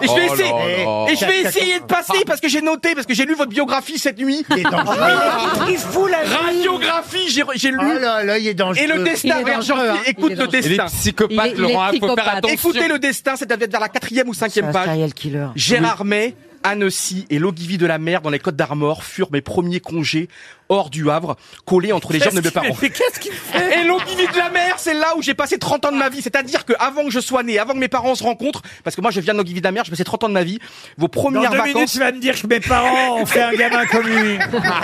Speaker 18: Et je vais
Speaker 26: Oh là
Speaker 18: essayer,
Speaker 26: là.
Speaker 18: et je vais essayer de passer parce que j'ai noté, parce que j'ai lu votre biographie cette nuit.
Speaker 22: Il est dangereux.
Speaker 8: Il fout la vie.
Speaker 18: Radiographie, j'ai j'ai lu.
Speaker 22: Oh là là, il est dangereux.
Speaker 18: Et le destin,
Speaker 22: Il est
Speaker 18: regarde,
Speaker 22: dangereux,
Speaker 18: Jean-Pierre,
Speaker 22: hein. Il
Speaker 18: écoute
Speaker 22: est
Speaker 18: le
Speaker 22: dangereux. Il est
Speaker 18: destin.
Speaker 22: psychopathe, Il est- Laurent, il est faut faire psychopathe. attention.
Speaker 18: Écoutez le destin, c'est peut-être vers la quatrième ou cinquième page.
Speaker 22: killer.
Speaker 18: Gérard May, Annecy et l'Ogivie de la Mer dans les Côtes d'Armor furent mes premiers congés hors du Havre, collés entre les jambes de mes parents.
Speaker 8: qu'est-ce qu'il
Speaker 18: Et l'Ogivie de la Mer, c'est là où j'ai passé 30 ans de ma vie. C'est-à-dire que avant que je sois né, avant que mes parents se rencontrent, parce que moi je viens de l'Ogivie de la Mer, j'ai passé 30 ans de ma vie.
Speaker 1: Dans
Speaker 18: Vos
Speaker 1: deux
Speaker 18: premières
Speaker 1: minutes,
Speaker 18: vacances.
Speaker 1: tu vas me dire que mes parents ont fait un gamin comme lui.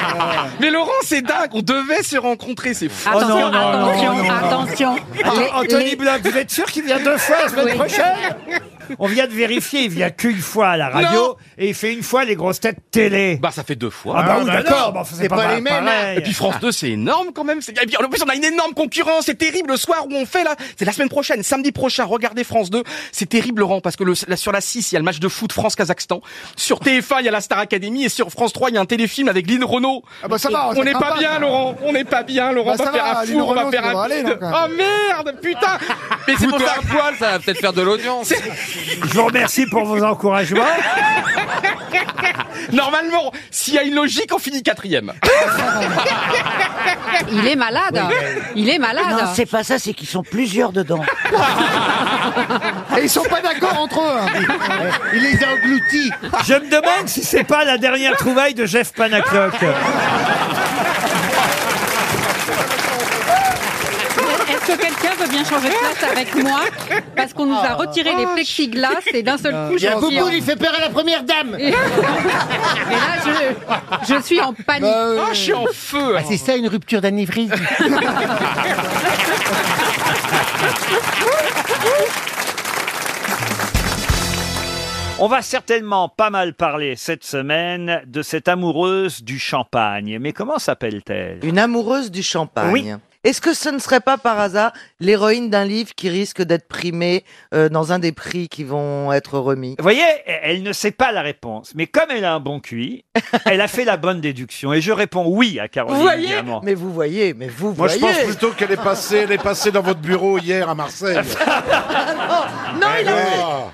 Speaker 18: Mais Laurent, c'est dingue, on devait se rencontrer, c'est fou.
Speaker 1: Oh non, non, non,
Speaker 21: attention,
Speaker 1: non, non, non.
Speaker 21: attention.
Speaker 1: Ah,
Speaker 21: Les-
Speaker 1: Anthony
Speaker 21: les-
Speaker 1: Bloch, vous êtes sûr qu'il vient deux fois la semaine
Speaker 21: Oui.
Speaker 1: prochaine On vient de vérifier, il vient qu'une fois à la radio
Speaker 18: Non.
Speaker 1: et il fait une fois les grosses têtes télé.
Speaker 18: Bah ça fait deux fois.
Speaker 1: Ah bah oui, d'accord, bah, c'est pas mal, pareil.
Speaker 18: Et puis France 2, c'est énorme quand même. c'est- Et puis en plus, on a une énorme concurrence. C'est terrible le soir où on fait là. C'est la semaine prochaine, samedi prochain. Regardez France 2. C'est terrible, Laurent, parce que le, là, sur la 6, il y a le match de foot France-Kazakhstan. Sur TF1, il y a la Star Academy. Et sur France 3, il y a un téléfilm avec Lynn Renault.
Speaker 14: Ah bah ça va,
Speaker 18: on
Speaker 14: c'est
Speaker 18: n'est pas
Speaker 14: sympa,
Speaker 18: bien,
Speaker 14: ça.
Speaker 18: Laurent. On n'est pas bien, Laurent.
Speaker 14: Bah
Speaker 18: on va
Speaker 14: ça
Speaker 18: faire
Speaker 14: va,
Speaker 18: un
Speaker 14: Lynn
Speaker 18: four, on va
Speaker 14: Renault,
Speaker 18: faire
Speaker 14: ça
Speaker 18: un
Speaker 14: va aller, là, quand
Speaker 18: Oh merde, putain. Mais c'est pour ça.
Speaker 26: Poil, ça va peut-être faire de l'audience.
Speaker 18: C'est-
Speaker 1: Je vous remercie pour vos encouragements.
Speaker 8: Normalement, s'il y a une logique, on finit quatrième.
Speaker 21: Il est malade. Il est malade.
Speaker 15: Ah, Non, c'est pas ça, c'est qu'ils sont plusieurs dedans.
Speaker 7: Et ils sont pas d'accord entre eux. hein. Il les a engloutis.
Speaker 1: Je me demande si c'est pas la dernière trouvaille de Jeff Panaclock.
Speaker 21: Est-ce que quelqu'un veut bien changer de place avec moi Parce qu'on nous
Speaker 15: Oh.
Speaker 21: a retiré les plexiglas et d'un seul coup,
Speaker 7: Il y a
Speaker 21: je suis en-
Speaker 7: Boubou, il fait peur à la première dame.
Speaker 21: Et, et là, je, je suis en panique.
Speaker 2: Bah
Speaker 8: feu.
Speaker 7: Ah, c'est ça une rupture d'anévrisme.
Speaker 1: On va certainement pas mal parler cette semaine de cette amoureuse du champagne. Mais comment s'appelle-t-elle
Speaker 3: Une amoureuse du champagne.
Speaker 1: Oui.
Speaker 3: Est-ce que ce ne serait pas par hasard l'héroïne d'un livre qui risque d'être primée euh, dans un des prix qui vont être remis
Speaker 1: Vous voyez, elle ne sait pas la réponse. Mais comme elle a un bon QI, elle a fait la bonne déduction. Et je réponds Ah, oui à Caroline.
Speaker 3: Vous voyez
Speaker 1: évidemment.
Speaker 3: Mais vous voyez, mais vous
Speaker 9: Moi, je
Speaker 3: voyez.
Speaker 9: pense plutôt qu'elle est passée, elle est passée dans votre bureau hier à Marseille.
Speaker 3: Ah, Non, il a-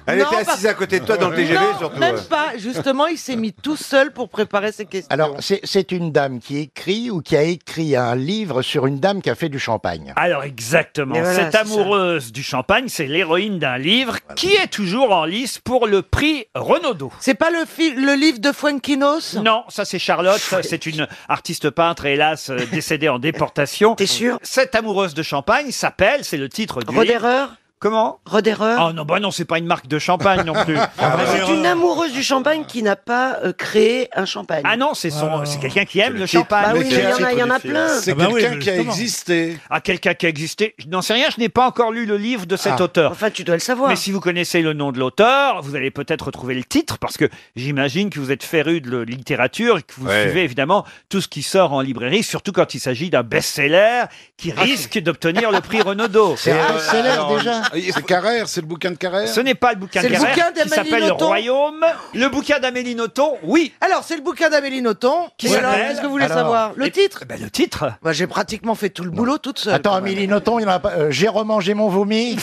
Speaker 9: Elle
Speaker 3: Non,
Speaker 9: était
Speaker 3: parce-
Speaker 9: assise à côté de toi dans le TGV,
Speaker 3: Non,
Speaker 9: surtout, euh.
Speaker 3: Même
Speaker 9: ouais.
Speaker 3: pas. Justement, il s'est mis tout seul pour préparer ses questions.
Speaker 5: Alors, c'est- c'est une dame qui écrit ou qui a écrit un livre sur une dame qui a fait du champagne.
Speaker 1: Alors exactement,
Speaker 5: Mais voilà,
Speaker 1: cette
Speaker 5: c'est
Speaker 1: amoureuse du champagne, c'est l'héroïne d'un livre qui est toujours en lice pour le prix Renaudot.
Speaker 3: C'est pas le, fil- le livre de Fuenquinos
Speaker 1: Non, ça c'est Charlotte, ça, c'est une artiste peintre hélas euh, décédée en déportation. T'es sûr Cette amoureuse de champagne s'appelle, c'est le titre du
Speaker 15: Roderer
Speaker 1: livre. Comment
Speaker 15: Roderer
Speaker 1: Oh non, bah non, c'est pas une marque de champagne non plus.
Speaker 15: Ah, bah, C'est une amoureuse du champagne qui n'a pas euh, créé un champagne.
Speaker 1: Ah non, c'est son, c'est quelqu'un qui aime le
Speaker 15: titre.
Speaker 1: champagne.
Speaker 15: Bah oui, mais il y en a- il y en a plein.
Speaker 1: C'est
Speaker 15: Ah bah oui,
Speaker 1: quelqu'un
Speaker 15: mais
Speaker 1: qui a
Speaker 15: justement.
Speaker 1: existé. Ah, quelqu'un qui a existé. Je n'en sais rien, je n'ai pas encore lu le livre de cet auteur.
Speaker 15: Enfin, tu dois le savoir.
Speaker 1: Mais si vous connaissez le nom de l'auteur, vous allez peut-être retrouver le titre, parce que j'imagine que vous êtes féru de le- littérature et que vous
Speaker 29: Ouais.
Speaker 1: suivez évidemment tout ce qui sort en librairie, surtout quand il s'agit d'un best-seller qui risque d'obtenir le prix Renaudot.
Speaker 9: C'est un
Speaker 1: euh,
Speaker 9: best-seller, déjà.
Speaker 1: C'est Carrère, c'est le bouquin de Carrère Ce n'est pas le bouquin
Speaker 3: C'est
Speaker 1: de
Speaker 3: le bouquin
Speaker 1: Carrère, qui s'appelle
Speaker 3: d'Amélie
Speaker 1: Le
Speaker 3: Nothomb.
Speaker 1: Royaume. Le bouquin d'Amélie Nothomb, oui.
Speaker 3: Alors, c'est le bouquin d'Amélie Nothomb.
Speaker 1: Qui
Speaker 3: Et alors,
Speaker 1: s'appelle
Speaker 3: Qu'est-ce que vous voulez
Speaker 1: Alors,
Speaker 3: savoir Le titre
Speaker 1: ben, Le titre
Speaker 3: bah, J'ai pratiquement fait tout le boulot toute seule.
Speaker 5: Attends,
Speaker 3: quand même.
Speaker 5: Amélie Nothomb, il y en a pas. euh, J'ai remangé mon vomi.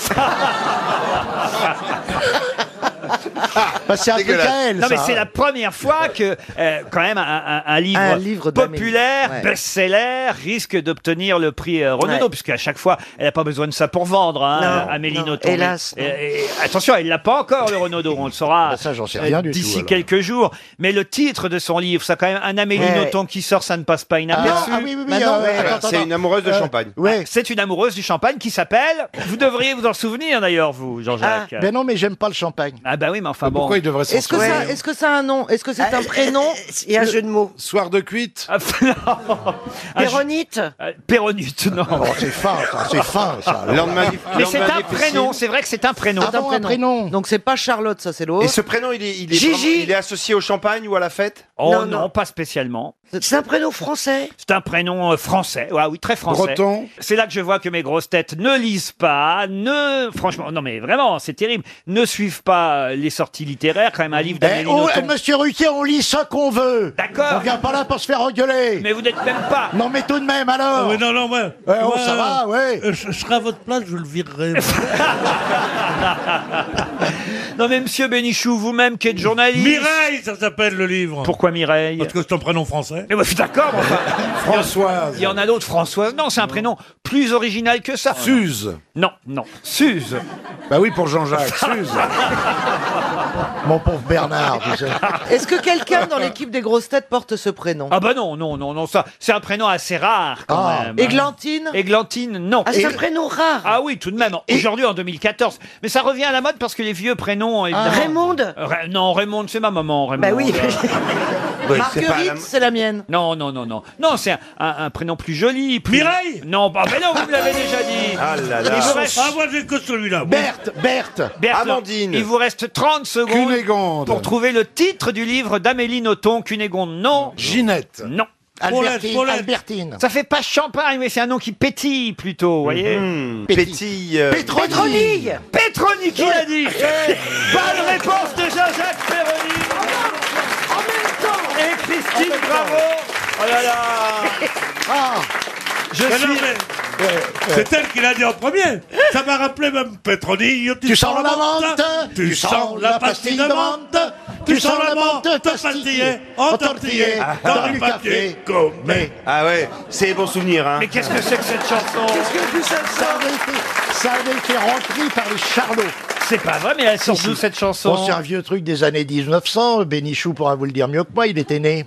Speaker 5: Bah, c'est un truc à elle.
Speaker 1: Non, mais
Speaker 5: ça,
Speaker 1: c'est
Speaker 5: hein.
Speaker 1: la première fois que, euh, quand même, un, un- un livre,
Speaker 3: Un livre d'Amélie.
Speaker 1: populaire,
Speaker 3: Ouais.
Speaker 1: best-seller, risque d'obtenir le prix euh, Renaudot,
Speaker 3: Ouais.
Speaker 1: puisqu'à chaque fois, elle n'a pas besoin de ça pour vendre, hein,
Speaker 3: Non,
Speaker 1: Amélie
Speaker 3: non,
Speaker 1: Nothomb.
Speaker 3: hélas,
Speaker 1: Mais,
Speaker 3: non.
Speaker 1: euh, et- attention, elle l'a pas encore, le Renaudot, on le saura
Speaker 5: Bah,
Speaker 1: euh,
Speaker 5: rien du tout,
Speaker 1: d'ici
Speaker 5: alors.
Speaker 1: quelques jours. Mais le titre de son livre, ça quand même un Amélie
Speaker 5: Ouais.
Speaker 1: Nothomb qui sort, ça ne passe pas
Speaker 5: Ah,
Speaker 1: inaperçu.
Speaker 5: ah oui, oui, oui, Bah non, euh, mais- attends, C'est attends. euh, une amoureuse de champagne.
Speaker 1: Ah, C'est une amoureuse du champagne qui s'appelle. Vous devriez vous en souvenir d'ailleurs, vous, Jean-Jacques.
Speaker 5: Ben non, mais j'aime pas le champagne.
Speaker 1: Ah bah oui, mais enfin bon.
Speaker 5: pourquoi il devrait s'en
Speaker 3: Est-ce que, ça, est-ce que ça a un nom Est-ce que
Speaker 1: Ah,
Speaker 3: c'est un prénom
Speaker 1: eh,
Speaker 15: Il y a un jeu de mots.
Speaker 9: Soir de cuite.
Speaker 15: Péronite
Speaker 1: Euh, Péronite, non.
Speaker 5: c'est fin, ça, c'est fin, ça. alors.
Speaker 9: Lendemain dif-
Speaker 1: Mais c'est
Speaker 9: lendemain
Speaker 1: un
Speaker 9: difficile.
Speaker 1: prénom, c'est vrai que c'est un prénom.
Speaker 3: C'est un prénom. Donc c'est pas Charlotte, ça c'est l'autre.
Speaker 30: Et ce prénom, il est, il est
Speaker 3: Gigi.
Speaker 30: vraiment- il est associé au champagne ou à la fête
Speaker 1: Oh non, pas spécialement.
Speaker 15: C'est un prénom français
Speaker 1: C'est un prénom euh, français, ouais, oui, très français.
Speaker 30: Breton.
Speaker 1: C'est là que je vois que mes grosses têtes ne lisent pas, ne... Franchement, non mais vraiment, c'est terrible. Ne suivent pas euh, les sorties littéraires, quand même un livre
Speaker 5: Eh,
Speaker 1: d'Amélie
Speaker 5: oh, eh,
Speaker 1: Nothomb.
Speaker 5: monsieur Ruquier, on lit ce qu'on veut.
Speaker 1: D'accord.
Speaker 5: On vient pas là pour se faire engueuler.
Speaker 1: Mais vous n'êtes même pas.
Speaker 5: Non, mais tout de même, alors.
Speaker 2: Oui, Ah non, non, moi.
Speaker 5: Ouais, oh,
Speaker 2: moi,
Speaker 5: ça va, ouais.
Speaker 2: euh, Je, je serai à votre place, je le virerai.
Speaker 1: non, mais monsieur Bénichou, vous-même qui êtes journaliste.
Speaker 2: Mireille, ça s'appelle le livre.
Speaker 1: Pourquoi Mireille
Speaker 2: Parce que c'est un prénom français.
Speaker 1: Mais bah, je suis d'accord, mais enfin. Françoise. Il y en a d'autres, Françoise. Non, c'est un prénom plus original que ça.
Speaker 9: Suze.
Speaker 1: Non, non.
Speaker 2: euh,
Speaker 1: Suze.
Speaker 9: Bah oui, pour Jean-Jacques, Suze.
Speaker 5: Mon pauvre Bernard, tu sais.
Speaker 3: Est-ce que quelqu'un dans l'équipe des grosses têtes porte ce prénom
Speaker 1: Ah bah non, non, non, non, ça, c'est un prénom assez rare quand
Speaker 3: Ah.
Speaker 1: même. hein.
Speaker 3: Églantine
Speaker 1: Églantine, non.
Speaker 3: Ah, c'est un prénom
Speaker 1: rare Ah oui, tout de même, aujourd'hui en 2014. Mais ça revient à la mode parce que les vieux
Speaker 3: Ah.
Speaker 1: prénoms... évidemment-
Speaker 15: Raymonde
Speaker 1: Ra- Non, Raymond, c'est ma maman, Raymond.
Speaker 15: Bah oui.
Speaker 1: Oui, c'est pas la-
Speaker 3: Marguerite, c'est la mienne.
Speaker 1: Non, non, non, non. Non, c'est un, un- un prénom plus joli. Plus... Mireille Non, bah, mais non, vous me l'avez déjà dit.
Speaker 30: Ah là là.
Speaker 1: Il vous reste-
Speaker 2: Ah, moi, j'ai que celui-là.
Speaker 1: Berthe,
Speaker 3: Ben,
Speaker 5: Berthe,
Speaker 1: Berthe,
Speaker 30: Amandine.
Speaker 1: Il vous reste 30 secondes pour trouver le titre du livre d'Amélie Nothomb. Cunégonde, non.
Speaker 9: Ginette.
Speaker 1: Non.
Speaker 5: Albertine, Albertine.
Speaker 1: Ça fait pas champagne, mais c'est un nom qui pétille plutôt, vous voyez
Speaker 15: Mhm.
Speaker 30: Pétille. euh,
Speaker 1: Pétronille Pétronille, qui l'a dit Bonne réponse de Jean-Jacques Péronille Et Christine, bravo Oh là là Je
Speaker 2: Mais non,
Speaker 1: suis...
Speaker 2: mais- C'est elle qui l'a dit en premier. Ça m'a rappelé même Petroni. Tu, sens la menthe, tu sens la pastille de menthe, tu sens la menthe pastillée, entortillée dans du papier gommé.
Speaker 15: Ah ouais, c'est bon souvenir, hein.
Speaker 2: Mais qu'est-ce que c'est que cette chanson
Speaker 15: Qu'est-ce
Speaker 2: que
Speaker 5: ça, avait été, ça avait été repris par les Charlots.
Speaker 1: C'est pas vrai, mais elle sort d'où cette chanson
Speaker 5: Bon, Oh, c'est un vieux truc des années 1900. Bénichou pourra vous le dire mieux que moi, il était né.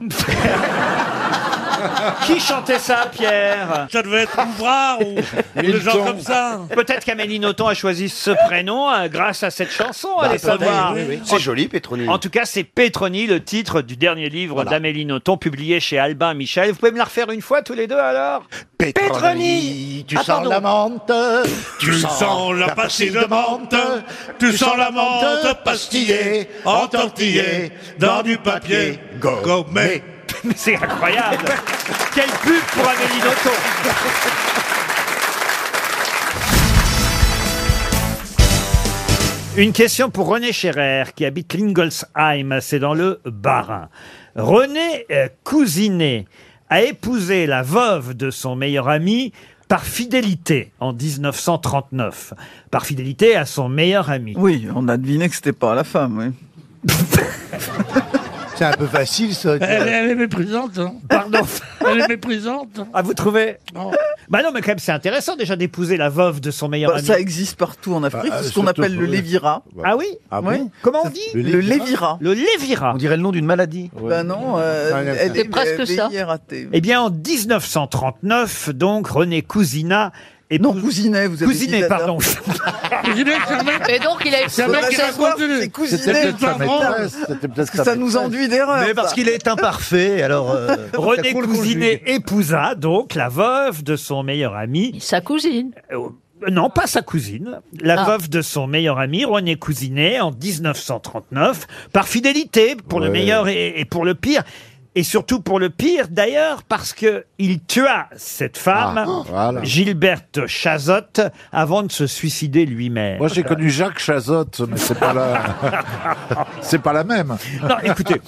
Speaker 1: Qui chantait ça, Pierre
Speaker 2: Ça devait être Ouvrard ou des gens comme ça.
Speaker 1: Peut-être qu'Amélie Nothomb a choisi ce prénom euh, grâce à cette chanson,
Speaker 15: Bah,
Speaker 1: allez
Speaker 15: attendez,
Speaker 1: savoir.
Speaker 15: oui, oui. C'est joli, Petroni.
Speaker 1: En tout cas, c'est Petroni, le titre du dernier livre d'Amélie Nothomb, publié chez Albin Michel. Vous pouvez me la refaire une fois, tous les deux, alors
Speaker 5: Petroni,
Speaker 1: Ah,
Speaker 5: tu sens la menthe,
Speaker 2: Tu sens la pastille de menthe, tu sens la menthe pastillée, entortillée dans du papier gommé.
Speaker 1: Mais c'est incroyable Quelle pub pour Amélie Nothomb Une question pour René Scherer, qui habite Lingolsheim, c'est dans le Bas-Rhin. René euh, Cousinet a épousé la veuve de son meilleur ami par fidélité en 1939. Par fidélité à son meilleur ami.
Speaker 10: Oui, on a deviné que c'était pas la femme, oui.
Speaker 14: C'est un peu facile, ça.
Speaker 2: Elle, elle est méprisante. hein.
Speaker 1: Pardon
Speaker 2: Elle est méprisante.
Speaker 1: Ah, vous trouvez Bah non, mais quand même, c'est intéressant déjà d'épouser la veuve de son meilleur
Speaker 10: Bah,
Speaker 1: ami.
Speaker 10: ça existe partout en Afrique,
Speaker 1: Bah,
Speaker 10: c'est ce qu'on
Speaker 1: surtout
Speaker 10: appelle euh, le
Speaker 1: pour les-
Speaker 10: lévira.
Speaker 1: Ah oui
Speaker 10: Ah
Speaker 1: Oui.
Speaker 10: bon
Speaker 1: Comment on dit
Speaker 10: Le Le lévira.
Speaker 1: Le lévira. On dirait le nom d'une maladie.
Speaker 10: Bah non, euh, elle est
Speaker 1: presque ça.
Speaker 10: VIRAT.
Speaker 1: Eh bien, en 1939, donc, René Cousina... Et non, Cousinet, vous
Speaker 10: avez
Speaker 1: Cousinet,
Speaker 10: dit la
Speaker 1: pardon.
Speaker 4: Et donc, il a eu
Speaker 2: C'est un mec qui raconte une-
Speaker 10: Cousinet,
Speaker 1: Parce
Speaker 10: que ça nous enduit d'erreur. ça.
Speaker 1: imparfait, alors. euh,
Speaker 5: euh,
Speaker 1: René
Speaker 10: t'as cool
Speaker 1: Cousinet épousa donc la veuve de son meilleur ami. Sa cousine. Ah. non, pas sa cousine. La veuve de son meilleur ami, René Cousinet, en 1939, par fidélité pour le
Speaker 13: Ouais.
Speaker 1: meilleur et, et pour le pire. Et surtout pour le pire, d'ailleurs, parce que il tua cette femme,
Speaker 9: Ah, voilà.
Speaker 1: Gilberte Chazotte, avant de se suicider lui-même.
Speaker 9: Moi, j'ai connu Jacques Chazotte, mais c'est pas la, c'est pas la même.
Speaker 1: Non, écoutez,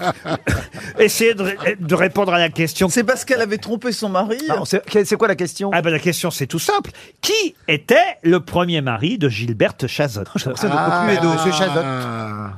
Speaker 1: essayez de, ré- de répondre à la question. Ah,
Speaker 10: C'est parce qu'elle avait trompé son mari.
Speaker 1: C'est quoi la question Ah ben la question c'est tout simple. Qui était le premier mari de Gilberte Chazotte
Speaker 10: l'impression d'être au plus et de Monsieur
Speaker 9: Ah.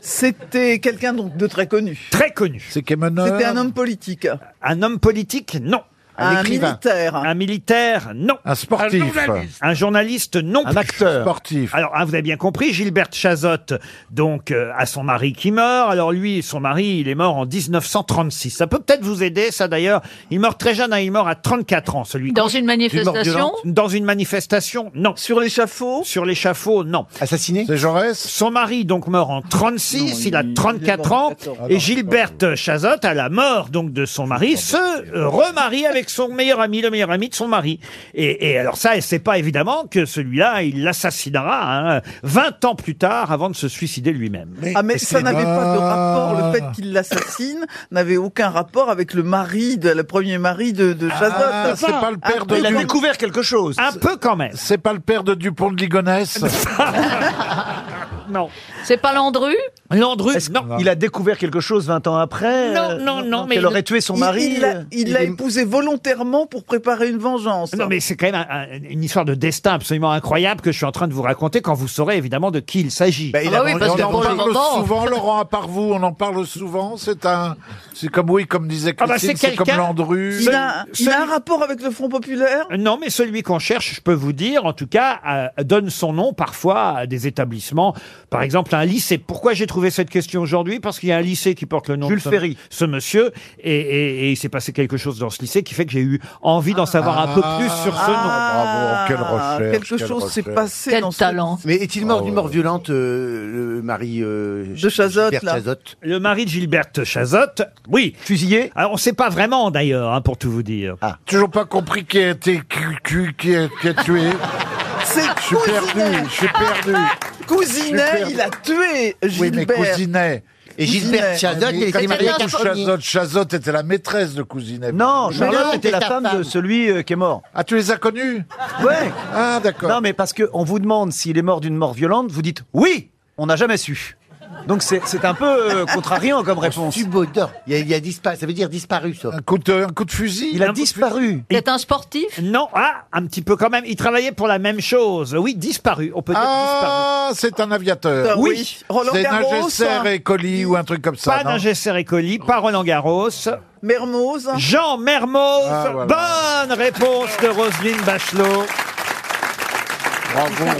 Speaker 10: C'était quelqu'un donc de très connu.
Speaker 1: Très connu.
Speaker 9: C'est Kemener.
Speaker 10: C'était un homme politique.
Speaker 1: Un homme politique Non.
Speaker 10: Un Un écrivain. militaire.
Speaker 1: Un militaire, non.
Speaker 9: Un sportif. Un journaliste.
Speaker 1: Un journaliste, non. Un acteur. Sportif. Alors, hein, vous avez bien compris, Gilberte Chazotte, donc, euh, a son mari qui meurt. Alors, lui, son mari, il est mort en 1936. Ça peut peut-être vous aider, ça d'ailleurs. Il meurt très jeune, hein, il meurt à 34 ans, celui
Speaker 4: Dans une manifestation
Speaker 1: Dans une manifestation, non. Sur l'échafaud Sur l'échafaud, non. Assassiné C'est Jaurès Son mari, donc, meurt en 36, il, a 34 ans. et Gilberte Chazotte, à la mort donc de son mari, se euh, remarie avec son meilleur ami, le meilleur ami de son mari. Et, et alors ça, elle sait pas évidemment que celui-là, il l'assassinera hein, 20 ans plus tard avant de se suicider lui-même.
Speaker 10: ah mais ça n'avait pas de rapport, le fait qu'il l'assassine n'avait aucun rapport avec le mari, de, le premier mari de, de Chazotte.
Speaker 9: Ah, c'est pas le père de. Dupont-
Speaker 1: quelque chose.
Speaker 9: Ah, bah
Speaker 1: Un peu quand même.
Speaker 9: C'est pas le père de Dupont de Ligonnès.
Speaker 1: Non.
Speaker 4: C'est pas Landru
Speaker 1: Landru,
Speaker 23: non. Il a découvert quelque chose 20 ans après
Speaker 10: Non,
Speaker 23: euh,
Speaker 10: non, non,
Speaker 23: Qu'elle
Speaker 10: mais
Speaker 23: aurait
Speaker 10: il-
Speaker 23: tué son
Speaker 10: il-
Speaker 23: mari.
Speaker 10: il l'a-
Speaker 23: euh,
Speaker 10: il l'a
Speaker 23: est-
Speaker 10: épousé volontairement pour préparer une vengeance.
Speaker 1: Non, mais c'est quand même un- un- une histoire de destin absolument incroyable que je suis en train de vous raconter quand vous saurez évidemment de qui il s'agit.
Speaker 9: Bah, on en parle souvent, Laurent, à part vous, on en parle souvent. C'est un, c'est comme oui, comme disait
Speaker 10: Ah
Speaker 9: Christine,
Speaker 10: bah, c'est
Speaker 9: c'est comme
Speaker 10: quelqu'un-
Speaker 9: Landru.
Speaker 10: Il a, il a un rapport avec le Front Populaire
Speaker 1: Euh, Non, mais celui qu'on cherche, je peux vous dire, en tout cas, euh, donne son nom parfois à des établissements. Par exemple, un lycée. Pourquoi j'ai trouvé cette question aujourd'hui Parce qu'il y a un lycée qui porte le nom
Speaker 23: Jules
Speaker 1: de ce,
Speaker 23: Ferry.
Speaker 1: ce monsieur. Et, et- et il s'est passé quelque chose dans ce lycée qui fait que j'ai eu envie d'en savoir un peu plus sur ce
Speaker 5: Oh,
Speaker 1: nom.
Speaker 10: Ah, Quelque chose s'est passé dans ce-
Speaker 23: Mais est-il mort
Speaker 5: Oh,
Speaker 1: Ah
Speaker 23: d'une
Speaker 1: ouais.
Speaker 23: mort violente, euh, le mari euh,
Speaker 1: De Chazotte,
Speaker 23: Gilbert
Speaker 1: là.
Speaker 23: Chazotte
Speaker 1: Le mari de Gilberte Chazotte, oui. Fusillé Alors, on ne sait pas vraiment, d'ailleurs, hein, pour tout vous dire.
Speaker 23: Ah.
Speaker 9: Toujours pas compris qui a été qui, qui- qui a, qui a tué. je suis perdu, je suis perdu. Je suis
Speaker 10: Cousinet,
Speaker 9: perdu.
Speaker 10: il a tué Gilbert.
Speaker 9: Oui, mais Cousinet.
Speaker 10: Et Gilbert Cousinet. Chazotte, il
Speaker 9: Mais
Speaker 10: était
Speaker 9: quand
Speaker 10: marié
Speaker 9: il
Speaker 10: à
Speaker 9: dit
Speaker 10: Carponi.
Speaker 9: Chazotte, Chazotte était la maîtresse de Cousinet.
Speaker 23: Non, Charlotte était la femme de celui euh, qui est mort.
Speaker 9: Ah, tu les as connus
Speaker 23: Ouais.
Speaker 9: Ah, d'accord.
Speaker 23: Non, mais parce qu'on vous demande s'il est mort d'une mort violente, vous dites oui, on n'a jamais su. Donc c'est c'est un peu euh, contrariant comme réponse.
Speaker 14: Subodeur. Il y a, il y a disparu. Ça veut dire disparu, ça.
Speaker 9: Un coup de, un coup de fusil.
Speaker 23: Il a disparu.
Speaker 1: C'est un sportif Non, ah, un petit peu quand même. Il travaillait pour la même chose. Oui, disparu. On peut dire
Speaker 9: Ah, c'est un aviateur.
Speaker 1: Oui. Roland
Speaker 9: C'est
Speaker 1: Garros,
Speaker 9: Nagesser
Speaker 1: hein.
Speaker 9: et Colli ou un truc comme ça.
Speaker 1: disparu. Pas
Speaker 9: non
Speaker 1: Nagesser et Colli, pas Roland Garros.
Speaker 10: Mermoz.
Speaker 1: Jean Mermoz.
Speaker 9: Ah, voilà.
Speaker 1: Bonne réponse de Roselyne Bachelot.
Speaker 9: Bravo,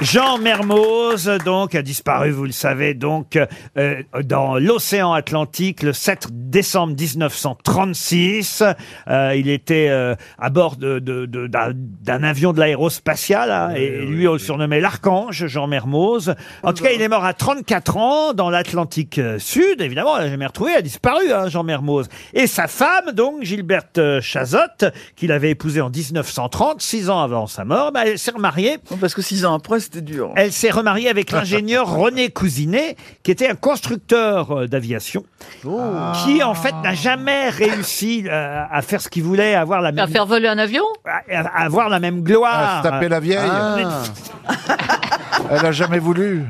Speaker 1: Jean Mermoz, donc, a disparu, vous le savez, donc, euh, dans l'océan Atlantique le 7 décembre 1936. Euh, il était euh, à bord de- de- de- d'un d'un avion de l'aérospatiale, hein, et lui, on le surnommait l'archange, Jean Mermoz. En tout cas, il est mort à 34 ans dans l'Atlantique euh, Sud, évidemment, on l'a jamais retrouvé, il a disparu, hein, Jean Mermoz. Et sa femme, donc, Gilberte euh, Chazotte, qu'il avait épousée en 1930, six ans avant sa mort, bah, elle s'est remariée.
Speaker 10: Oh, Parce que six ans après, c'était dur.
Speaker 1: Elle s'est remariée avec l'ingénieur René Cousinet, qui était un constructeur euh, d'aviation,
Speaker 10: Oh.
Speaker 1: qui en fait n'a jamais réussi euh, à faire ce qu'il voulait, à avoir la
Speaker 4: À
Speaker 1: même,
Speaker 4: faire voler un avion
Speaker 1: à- à avoir la même gloire.
Speaker 9: À se taper la vieille. Ah. Elle a jamais voulu.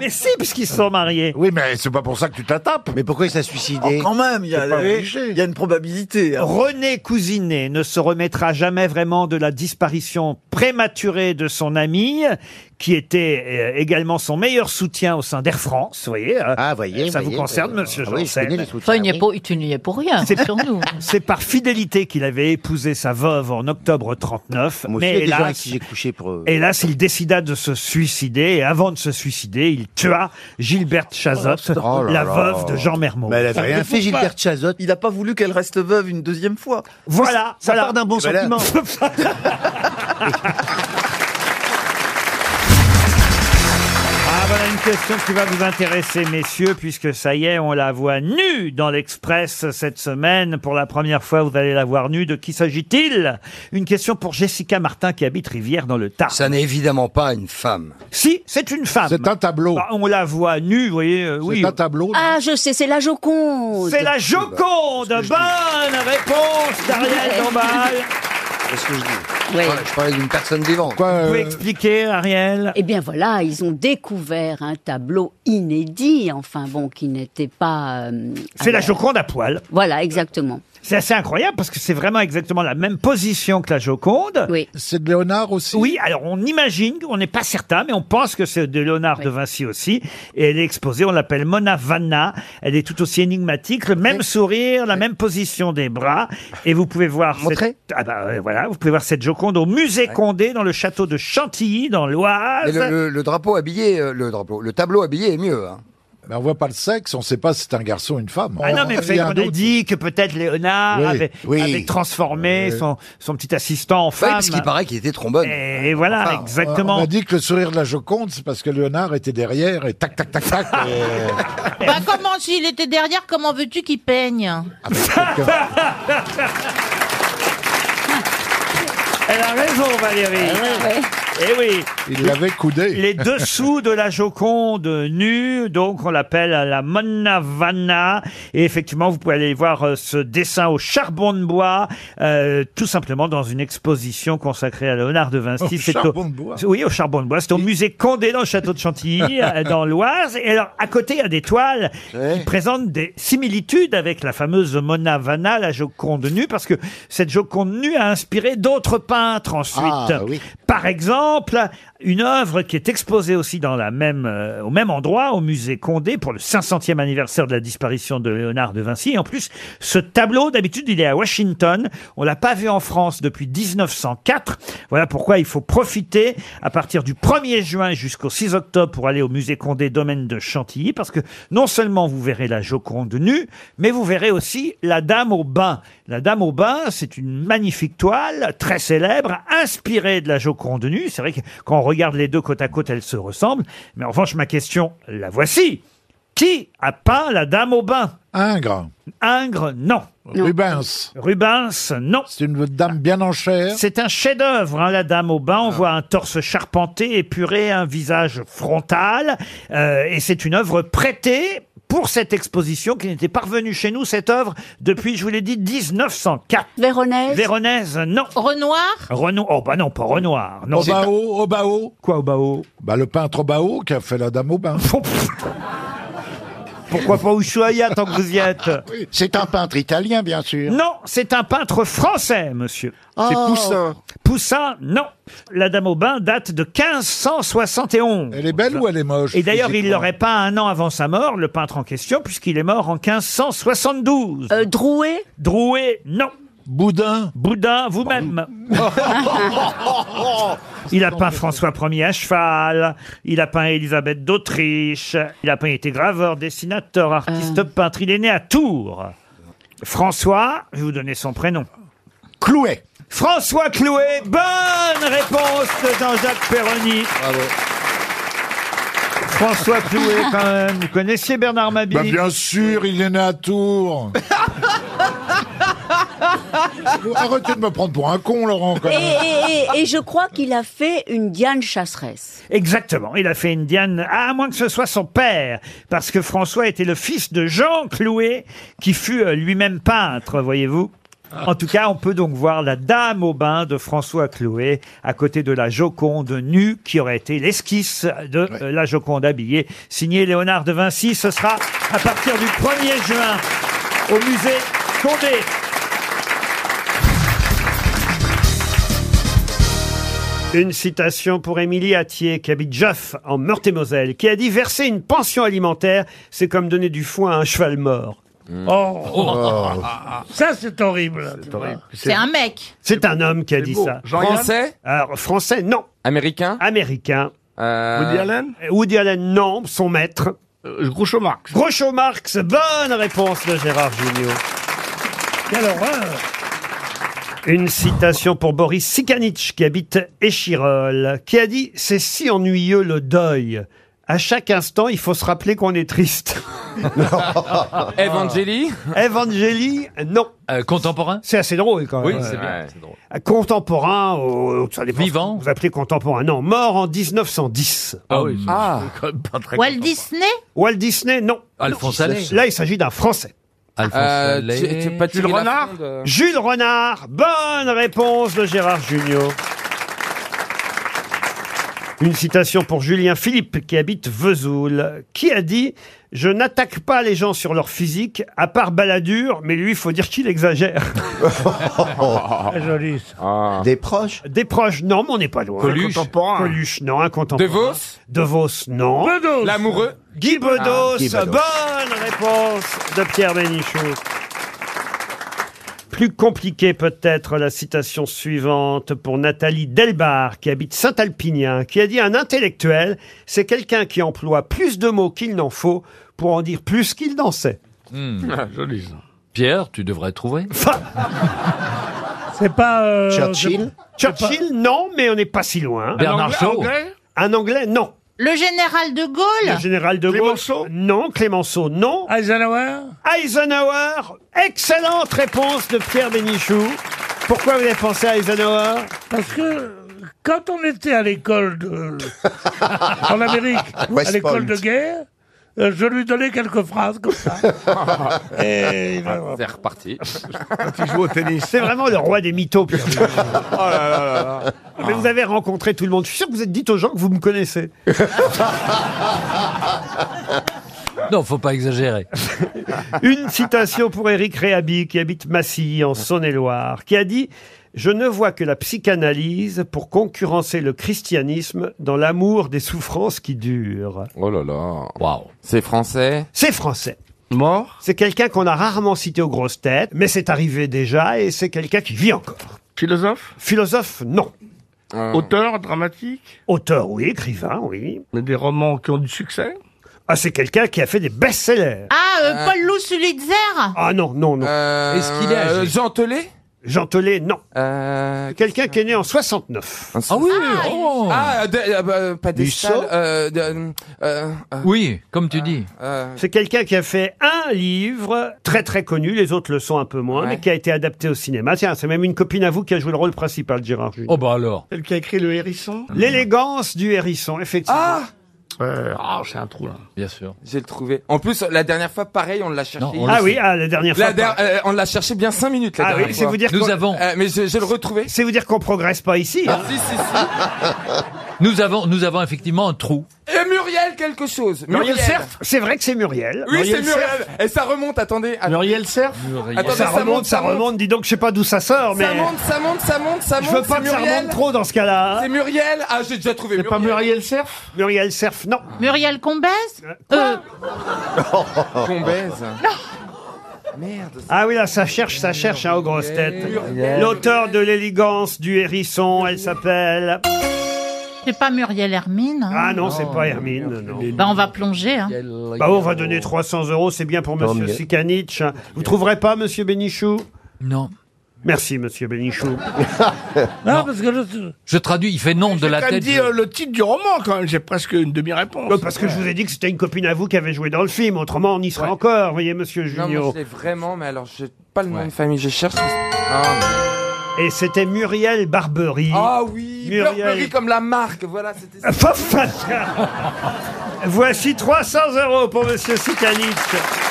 Speaker 1: Mais si, puisqu'ils se sont mariés.
Speaker 9: Oui, mais c'est pas pour ça que tu Oh, te la tapes.
Speaker 14: Mais pourquoi il s'est suicidé
Speaker 10: Quand même, il y, a,
Speaker 1: C'est pas
Speaker 10: il y a une probabilité. hein.
Speaker 1: René Cousinet ne se remettra jamais vraiment de la disparition prématurée de son ami, qui était euh, également son meilleur soutien au sein d'Air France, vous voyez.
Speaker 8: hein.
Speaker 1: Ah,
Speaker 14: voyez,
Speaker 1: Ça vous
Speaker 14: voyez,
Speaker 1: concerne,
Speaker 14: voyez.
Speaker 1: monsieur
Speaker 14: Ah oui, je
Speaker 1: Janssen.
Speaker 14: connais les soutiens,
Speaker 4: Enfin, il n'y est pour- tu n'y es pour rien,
Speaker 1: C'est-
Speaker 4: sur nous.
Speaker 1: C'est par fidélité qu'il avait épousé sa veuve en octobre 39.
Speaker 14: Moi aussi, Ah,
Speaker 1: mais
Speaker 14: il y a des gens avec
Speaker 1: hélas,
Speaker 14: qui j'ai couché pour euh, eux.
Speaker 1: hélas, il décida de se suicider. Et avant de se suicider, il tua Gilberte Chazotte,
Speaker 14: Oh là
Speaker 1: la
Speaker 14: là.
Speaker 1: veuve de Jean Mermoz.
Speaker 14: Mais elle avait rien fait, Gilbert
Speaker 10: Chazotte. Il n'a pas voulu qu'elle reste veuve une deuxième fois.
Speaker 1: Voilà,
Speaker 10: Ça
Speaker 1: voilà.
Speaker 10: part d'un bon
Speaker 1: Eh ben là-
Speaker 10: sentiment.
Speaker 1: Ah, voilà une question qui va vous intéresser, messieurs, puisque ça y est, on la voit nue dans l'Express cette semaine. Pour la première fois, vous allez la voir nue. De qui s'agit-il Une question pour Jessica Martin qui habite Rivière dans le Tarn.
Speaker 13: Ça n'est évidemment pas une femme.
Speaker 1: Si, c'est une femme. C'est un tableau. on la voit nue, vous voyez. euh, oui. C'est un tableau.
Speaker 12: Ah, je sais, c'est la Joconde.
Speaker 1: C'est la Joconde. Bonne réponse d'Ariel Dombal.
Speaker 13: C'est ce que je dis. Je parlais- Je parlais d'une personne vivante.
Speaker 9: euh,
Speaker 1: Vous pouvez expliquer, Ariel
Speaker 12: Eh bien voilà, ils ont découvert un tableau inédit, enfin bon, qui n'était pas... euh,
Speaker 1: C'est la
Speaker 12: alors-
Speaker 1: Joconde à poil.
Speaker 12: Voilà, exactement.
Speaker 1: C'est assez incroyable parce que c'est vraiment exactement la même position que la Joconde.
Speaker 12: Oui.
Speaker 1: C'est de Léonard aussi. Oui, alors on imagine, on n'est pas certain, mais on pense que c'est de Léonard de Vinci aussi. Et elle est exposée, on l'appelle Mona Vanna. Elle est tout aussi énigmatique, le même sourire, la même position des bras. Et vous pouvez voir. Montrer cette... Ah bah, euh, voilà, vous pouvez voir cette Joconde au musée Condé dans le château de Chantilly dans
Speaker 13: Mais
Speaker 1: l'Oise.
Speaker 13: le, le- le drapeau habillé, euh, le drapeau, le tableau habillé est mieux. hein.
Speaker 9: Mais on voit pas le sexe, on sait pas si c'est un garçon ou une femme.
Speaker 1: Ah non, mais vous
Speaker 9: Oh, Il
Speaker 1: savez
Speaker 9: y a un
Speaker 1: qu'on a
Speaker 9: doute.
Speaker 1: dit que peut-être Léonard
Speaker 9: Oui,
Speaker 1: avait,
Speaker 9: oui.
Speaker 1: avait transformé
Speaker 9: Oui.
Speaker 1: son, son petit assistant en femme.
Speaker 9: parce qu'il paraît
Speaker 13: qu'il était trombone.
Speaker 1: Et, et voilà,
Speaker 9: Enfin,
Speaker 1: exactement.
Speaker 9: Ah, On a dit que le sourire de la Joconde, c'est parce que Léonard était derrière et tac, tac, tac, tac. et-
Speaker 16: Bah comment s'il était derrière, comment veux-tu qu'il peigne
Speaker 14: Ah bah,
Speaker 1: Elle a raison, Valérie.
Speaker 21: Ah
Speaker 1: Eh oui.
Speaker 9: Il l'avait coudé.
Speaker 1: Les dessous de la Joconde nue, donc on l'appelle la Monna Vanna. Et effectivement, vous pouvez aller voir euh, ce dessin au charbon de bois, euh, tout simplement dans une exposition consacrée à Léonard de Vinci.
Speaker 9: Au
Speaker 1: C'est
Speaker 9: charbon de bois.
Speaker 1: Oui, au charbon de bois. C'est au musée Condé dans le château de Chantilly, euh, dans l'Oise. Et alors, à côté, il y a des toiles qui présentent des similitudes avec la fameuse Mona Vanna, la Joconde nue, parce que cette Joconde nue a inspiré d'autres peintres ensuite.
Speaker 14: Ah, oui.
Speaker 1: Par exemple, une œuvre qui est exposée aussi dans la même, euh, au même endroit, au musée Condé, pour le 500e anniversaire de la disparition de Léonard de Vinci. Et en plus, ce tableau, d'habitude, il est à Washington. On l'a pas vu en France depuis 1904. Voilà pourquoi il faut profiter à partir du 1er juin jusqu'au 6 octobre pour aller au musée Condé, domaine de Chantilly, parce que non seulement vous verrez la Joconde nue, mais vous verrez aussi la Dame au bain. La Dame au bain, c'est une magnifique toile, très célèbre, inspirée de la Joconde nue. C'est vrai que quand on regarde les deux côte à côte, elles se ressemblent. Mais en revanche, ma question, la voici. Qui a peint la Dame au bain
Speaker 9: Ingres.
Speaker 1: Ingres, non.
Speaker 9: Rubens.
Speaker 1: Rubens, non.
Speaker 9: C'est une dame bien en chair. Ah.
Speaker 1: C'est un chef-d'œuvre, hein, la dame au bain. On voit un torse charpenté, épuré, un visage frontal. Euh, et c'est une œuvre prêtée pour cette exposition qui n'était pas revenue chez nous, cette œuvre, depuis, je vous l'ai dit, 1904.
Speaker 12: Véronèse
Speaker 1: Véronèse, non.
Speaker 16: Renoir
Speaker 1: Renoir, oh bah non, pas Renoir. Non, c'est pas-
Speaker 9: Obao, Obao.
Speaker 1: Quoi, Obao
Speaker 9: Bah, le peintre Obao qui a fait la dame au bain.
Speaker 1: Pourquoi pas Ushuaïa tant que vous y êtes
Speaker 9: Ah
Speaker 5: C'est un peintre italien, bien sûr.
Speaker 1: Non, c'est un peintre français, monsieur.
Speaker 5: C'est Oh. Poussin.
Speaker 1: Poussin, non. La Dame au bain date de 1571. Elle est belle ou elle est moche Et d'ailleurs, il
Speaker 9: physiquement
Speaker 1: l'aurait pas un an avant sa mort, le peintre en question, puisqu'il est mort en 1572. Drouet Drouet, non. Boudin Bah, Boudin, vous-même. Il a peint François Ier à cheval, il a peint Élisabeth d'Autriche, il a peint il était graveur, dessinateur, artiste peintre. Il est né à Tours. François, je vais vous donner son prénom. Clouet. François Clouet, bonne réponse de Jean-Jacques Perroni. Bravo. François Clouet, quand même. Vous connaissiez Bernard Mabille
Speaker 9: Bah, bien sûr, il est né à Tours. Arrêtez de me prendre pour un con, Laurent. quand
Speaker 12: Et,
Speaker 9: même.
Speaker 12: et- et- et je crois qu'il a fait une Diane chasseresse.
Speaker 1: Exactement, il a fait une Diane, à moins que ce soit son père, parce que François était le fils de Jean Clouet, qui fut euh, lui-même peintre, voyez-vous. En tout cas, on peut donc voir la Dame au bain de François Clouet à côté de la Joconde nue qui aurait été l'esquisse de euh, la Joconde habillée, signée Léonard de Vinci. Ce sera à partir du 1er juin au musée Condé. Une citation pour Émilie Attier, qui habite Jaff, en Meurthe-et-Moselle, qui a dit « Verser une pension alimentaire, c'est comme donner du foin à un cheval mort.
Speaker 2: Oh.
Speaker 1: Oh.
Speaker 2: Ça, c'est horrible.
Speaker 16: C'est un mec.
Speaker 1: C'est un homme qui a
Speaker 2: c'est
Speaker 1: dit
Speaker 2: beau.
Speaker 1: ça.
Speaker 2: Jean-Yann Français
Speaker 1: Alors, français, non. Américain Américain. Woody Allen Woody Allen, non. Son maître Groucho Marx. Groucho Marx, bonne réponse de Gérard Junior.
Speaker 2: Quelle horreur.
Speaker 1: Une citation pour Boris Sikanich, qui habite Échirol, qui a dit « C'est si ennuyeux le deuil. À chaque instant, il faut se rappeler qu'on est triste.
Speaker 6: Evangélie
Speaker 1: Evangélie, non.
Speaker 6: Euh, Contemporain
Speaker 1: C'est assez drôle quand
Speaker 6: Oui,
Speaker 1: même.
Speaker 6: c'est bien.
Speaker 1: Ouais. Euh, Contemporain, oh, ça dépend.
Speaker 6: Vivant.
Speaker 1: Vous appelez contemporain. Non, mort en 1910.
Speaker 6: Ah oui,
Speaker 1: Ah.
Speaker 16: Walt Disney
Speaker 1: Walt Disney, non.
Speaker 6: Alphonse Allais.
Speaker 1: Là, il s'agit d'un Français.
Speaker 6: Alphonse Euh, Allais. tu- tu- pas
Speaker 1: Jules
Speaker 6: Thierry
Speaker 1: Renard
Speaker 6: Lafond de-
Speaker 1: Jules Renard, bonne réponse de Gérard Junior. Une citation pour Julien Philippe qui habite Vesoul, qui a dit « Je n'attaque pas les gens sur leur physique, à part Balladur, mais lui, il faut dire qu'il exagère. Ah,
Speaker 6: Très
Speaker 1: joli. Des proches Des proches, non, mais on n'est pas loin.
Speaker 6: Coluche Un contemporain.
Speaker 1: Coluche, non, un contemporain.
Speaker 6: De Vos
Speaker 1: De Vos, non.
Speaker 6: Bedos L'amoureux
Speaker 1: Guy Bedos,
Speaker 6: Ah, Guy Bedos.
Speaker 1: bonne réponse de Pierre Bénichou. Plus compliqué peut-être la citation suivante pour Nathalie Delbar, qui habite Saint-Alpinien, qui a dit Un intellectuel, c'est quelqu'un qui emploie plus de mots qu'il n'en faut pour en dire plus qu'il n'en sait.
Speaker 10: Hmm.
Speaker 6: Ah, Joli Pierre, tu devrais trouver.
Speaker 1: C'est pas. euh,
Speaker 6: Churchill
Speaker 1: Churchill, non, mais on n'est pas si loin.
Speaker 6: Bernard Un Anglais- Shaw. Anglais
Speaker 1: Un anglais, non.
Speaker 16: Le général de Gaulle
Speaker 1: Le général de Gaulle. Non. Clémenceau, non. Eisenhower Eisenhower Excellente réponse de Pierre Bénichou. Pourquoi vous avez pensé à Eisenhower
Speaker 2: Parce que quand on était à l'école de... en Amérique,
Speaker 1: West
Speaker 2: à l'école
Speaker 1: Point.
Speaker 2: de guerre, euh, je lui donnais quelques phrases comme ça. Et
Speaker 1: Ah,
Speaker 6: C'est
Speaker 1: Oh
Speaker 6: reparti.
Speaker 1: tu joues au tennis. C'est vraiment le roi des mythos, Pierre Bénichou. Ah, Mais vous avez rencontré tout le monde. Je suis sûr que vous êtes dit aux gens que vous me connaissez.
Speaker 6: Non, faut pas exagérer.
Speaker 1: Une citation pour Éric Réhabi, qui habite Massy, en Saône-et-Loire, qui a dit « Je ne vois que la psychanalyse pour concurrencer le christianisme dans l'amour des souffrances qui durent.
Speaker 6: Oh là là. Waouh. C'est français »
Speaker 1: C'est français. Mort C'est quelqu'un qu'on a rarement cité aux grosses têtes, mais c'est arrivé déjà, et c'est quelqu'un qui vit encore. Philosophe Philosophe, non.
Speaker 6: Euh.
Speaker 2: Auteur dramatique
Speaker 1: Auteur, oui. Écrivain, oui.
Speaker 2: Des romans qui ont du succès
Speaker 1: Ah, c'est quelqu'un qui a fait des best-sellers.
Speaker 16: Ah, euh, Paul Lou Sulitzer
Speaker 1: Ah non, non, non.
Speaker 6: Est-ce qu'il est âgé euh,
Speaker 1: Jean Tellet Jean Tellet, non. C'est Quelqu'un qui est né en 69.
Speaker 6: Ah oui oh. Ah, de- euh, bah, pas des
Speaker 1: Musso
Speaker 6: salles, euh, de- euh, euh,
Speaker 1: Oui, comme tu dis.
Speaker 6: euh,
Speaker 1: C'est quelqu'un qui a fait un livre très très connu, les autres le sont un peu moins, mais qui a été adapté au cinéma. Tiens, c'est même une copine à vous qui a joué le rôle principal, Gérard Jugnot.
Speaker 6: Oh bah alors.
Speaker 2: Celle qui a écrit Le Hérisson
Speaker 1: L'élégance du hérisson, effectivement.
Speaker 13: Euh, ah, c'est un trou là. Bien sûr. J'ai le trouvé. En plus, la dernière fois, pareil, on l'a cherché.
Speaker 1: on le Ah oui, sait. ah, la dernière fois,
Speaker 13: der-
Speaker 1: pareil.
Speaker 13: euh, on l'a cherché bien 5 minutes la
Speaker 1: Ah
Speaker 13: dernière
Speaker 1: oui, c'est
Speaker 13: fois.
Speaker 1: vous dire qu'on-
Speaker 13: Euh, mais je, je le retrouvé.
Speaker 1: C'est vous dire qu'on progresse pas ici. hein.
Speaker 10: Nous avons, nous avons effectivement un trou.
Speaker 13: Et Muriel quelque chose.
Speaker 1: Muriel Cerf, c'est vrai que c'est Muriel.
Speaker 13: Oui,
Speaker 1: Muriel
Speaker 13: c'est Muriel. Et ça remonte, attendez. Muriel Cerf Attendez,
Speaker 1: ça, remonte, ça remonte. Dis donc, je sais pas d'où ça sort, mais.
Speaker 13: Ça monte, ça monte, ça monte, ça
Speaker 1: Je
Speaker 13: monte.
Speaker 1: veux pas
Speaker 13: c'est
Speaker 1: que ça
Speaker 13: Muriel.
Speaker 1: remonte trop dans ce cas-là. hein.
Speaker 13: C'est Muriel. Ah, j'ai déjà trouvé. Muriel.
Speaker 1: Muriel Cerf Muriel Cerf, non.
Speaker 17: Muriel Combes Euh,
Speaker 13: Qu'on baise.
Speaker 1: Ah oui, là, ça cherche, ça cherche, hein, aux grosses têtes. L'auteur de l'élégance du hérisson, elle s'appelle.
Speaker 17: C'est pas Muriel Hermine. hein.
Speaker 1: Ah non, c'est pas Hermine, non.
Speaker 17: Bah, on va plonger. hein.
Speaker 1: Bah, on va donner 300 euros, c'est bien pour
Speaker 10: Tant
Speaker 1: Monsieur
Speaker 10: mieux.
Speaker 1: Sikanich. Vous trouverez pas, Monsieur Bénichou
Speaker 10: Non.
Speaker 1: Merci, Monsieur Bénichou.
Speaker 10: Non, parce que je traduis, il fait non de la tête. je-
Speaker 1: euh, le titre du roman, quand même. J'ai presque une demi-réponse. parce que je vous ai dit que c'était une copine à vous qui avait joué dans le film. Autrement, on y serait encore, voyez, Monsieur
Speaker 13: Non, mais
Speaker 1: Junio.
Speaker 13: je l'ai vraiment, mais alors j'ai pas le nom
Speaker 1: Ouais.
Speaker 13: de famille, je cherche.
Speaker 1: Et c'était Muriel Barbery.
Speaker 13: Ah oui,
Speaker 1: Muriel.
Speaker 13: Burberry comme la marque, voilà, c'était ça.
Speaker 1: Voici 300 euros pour Monsieur Sikanich.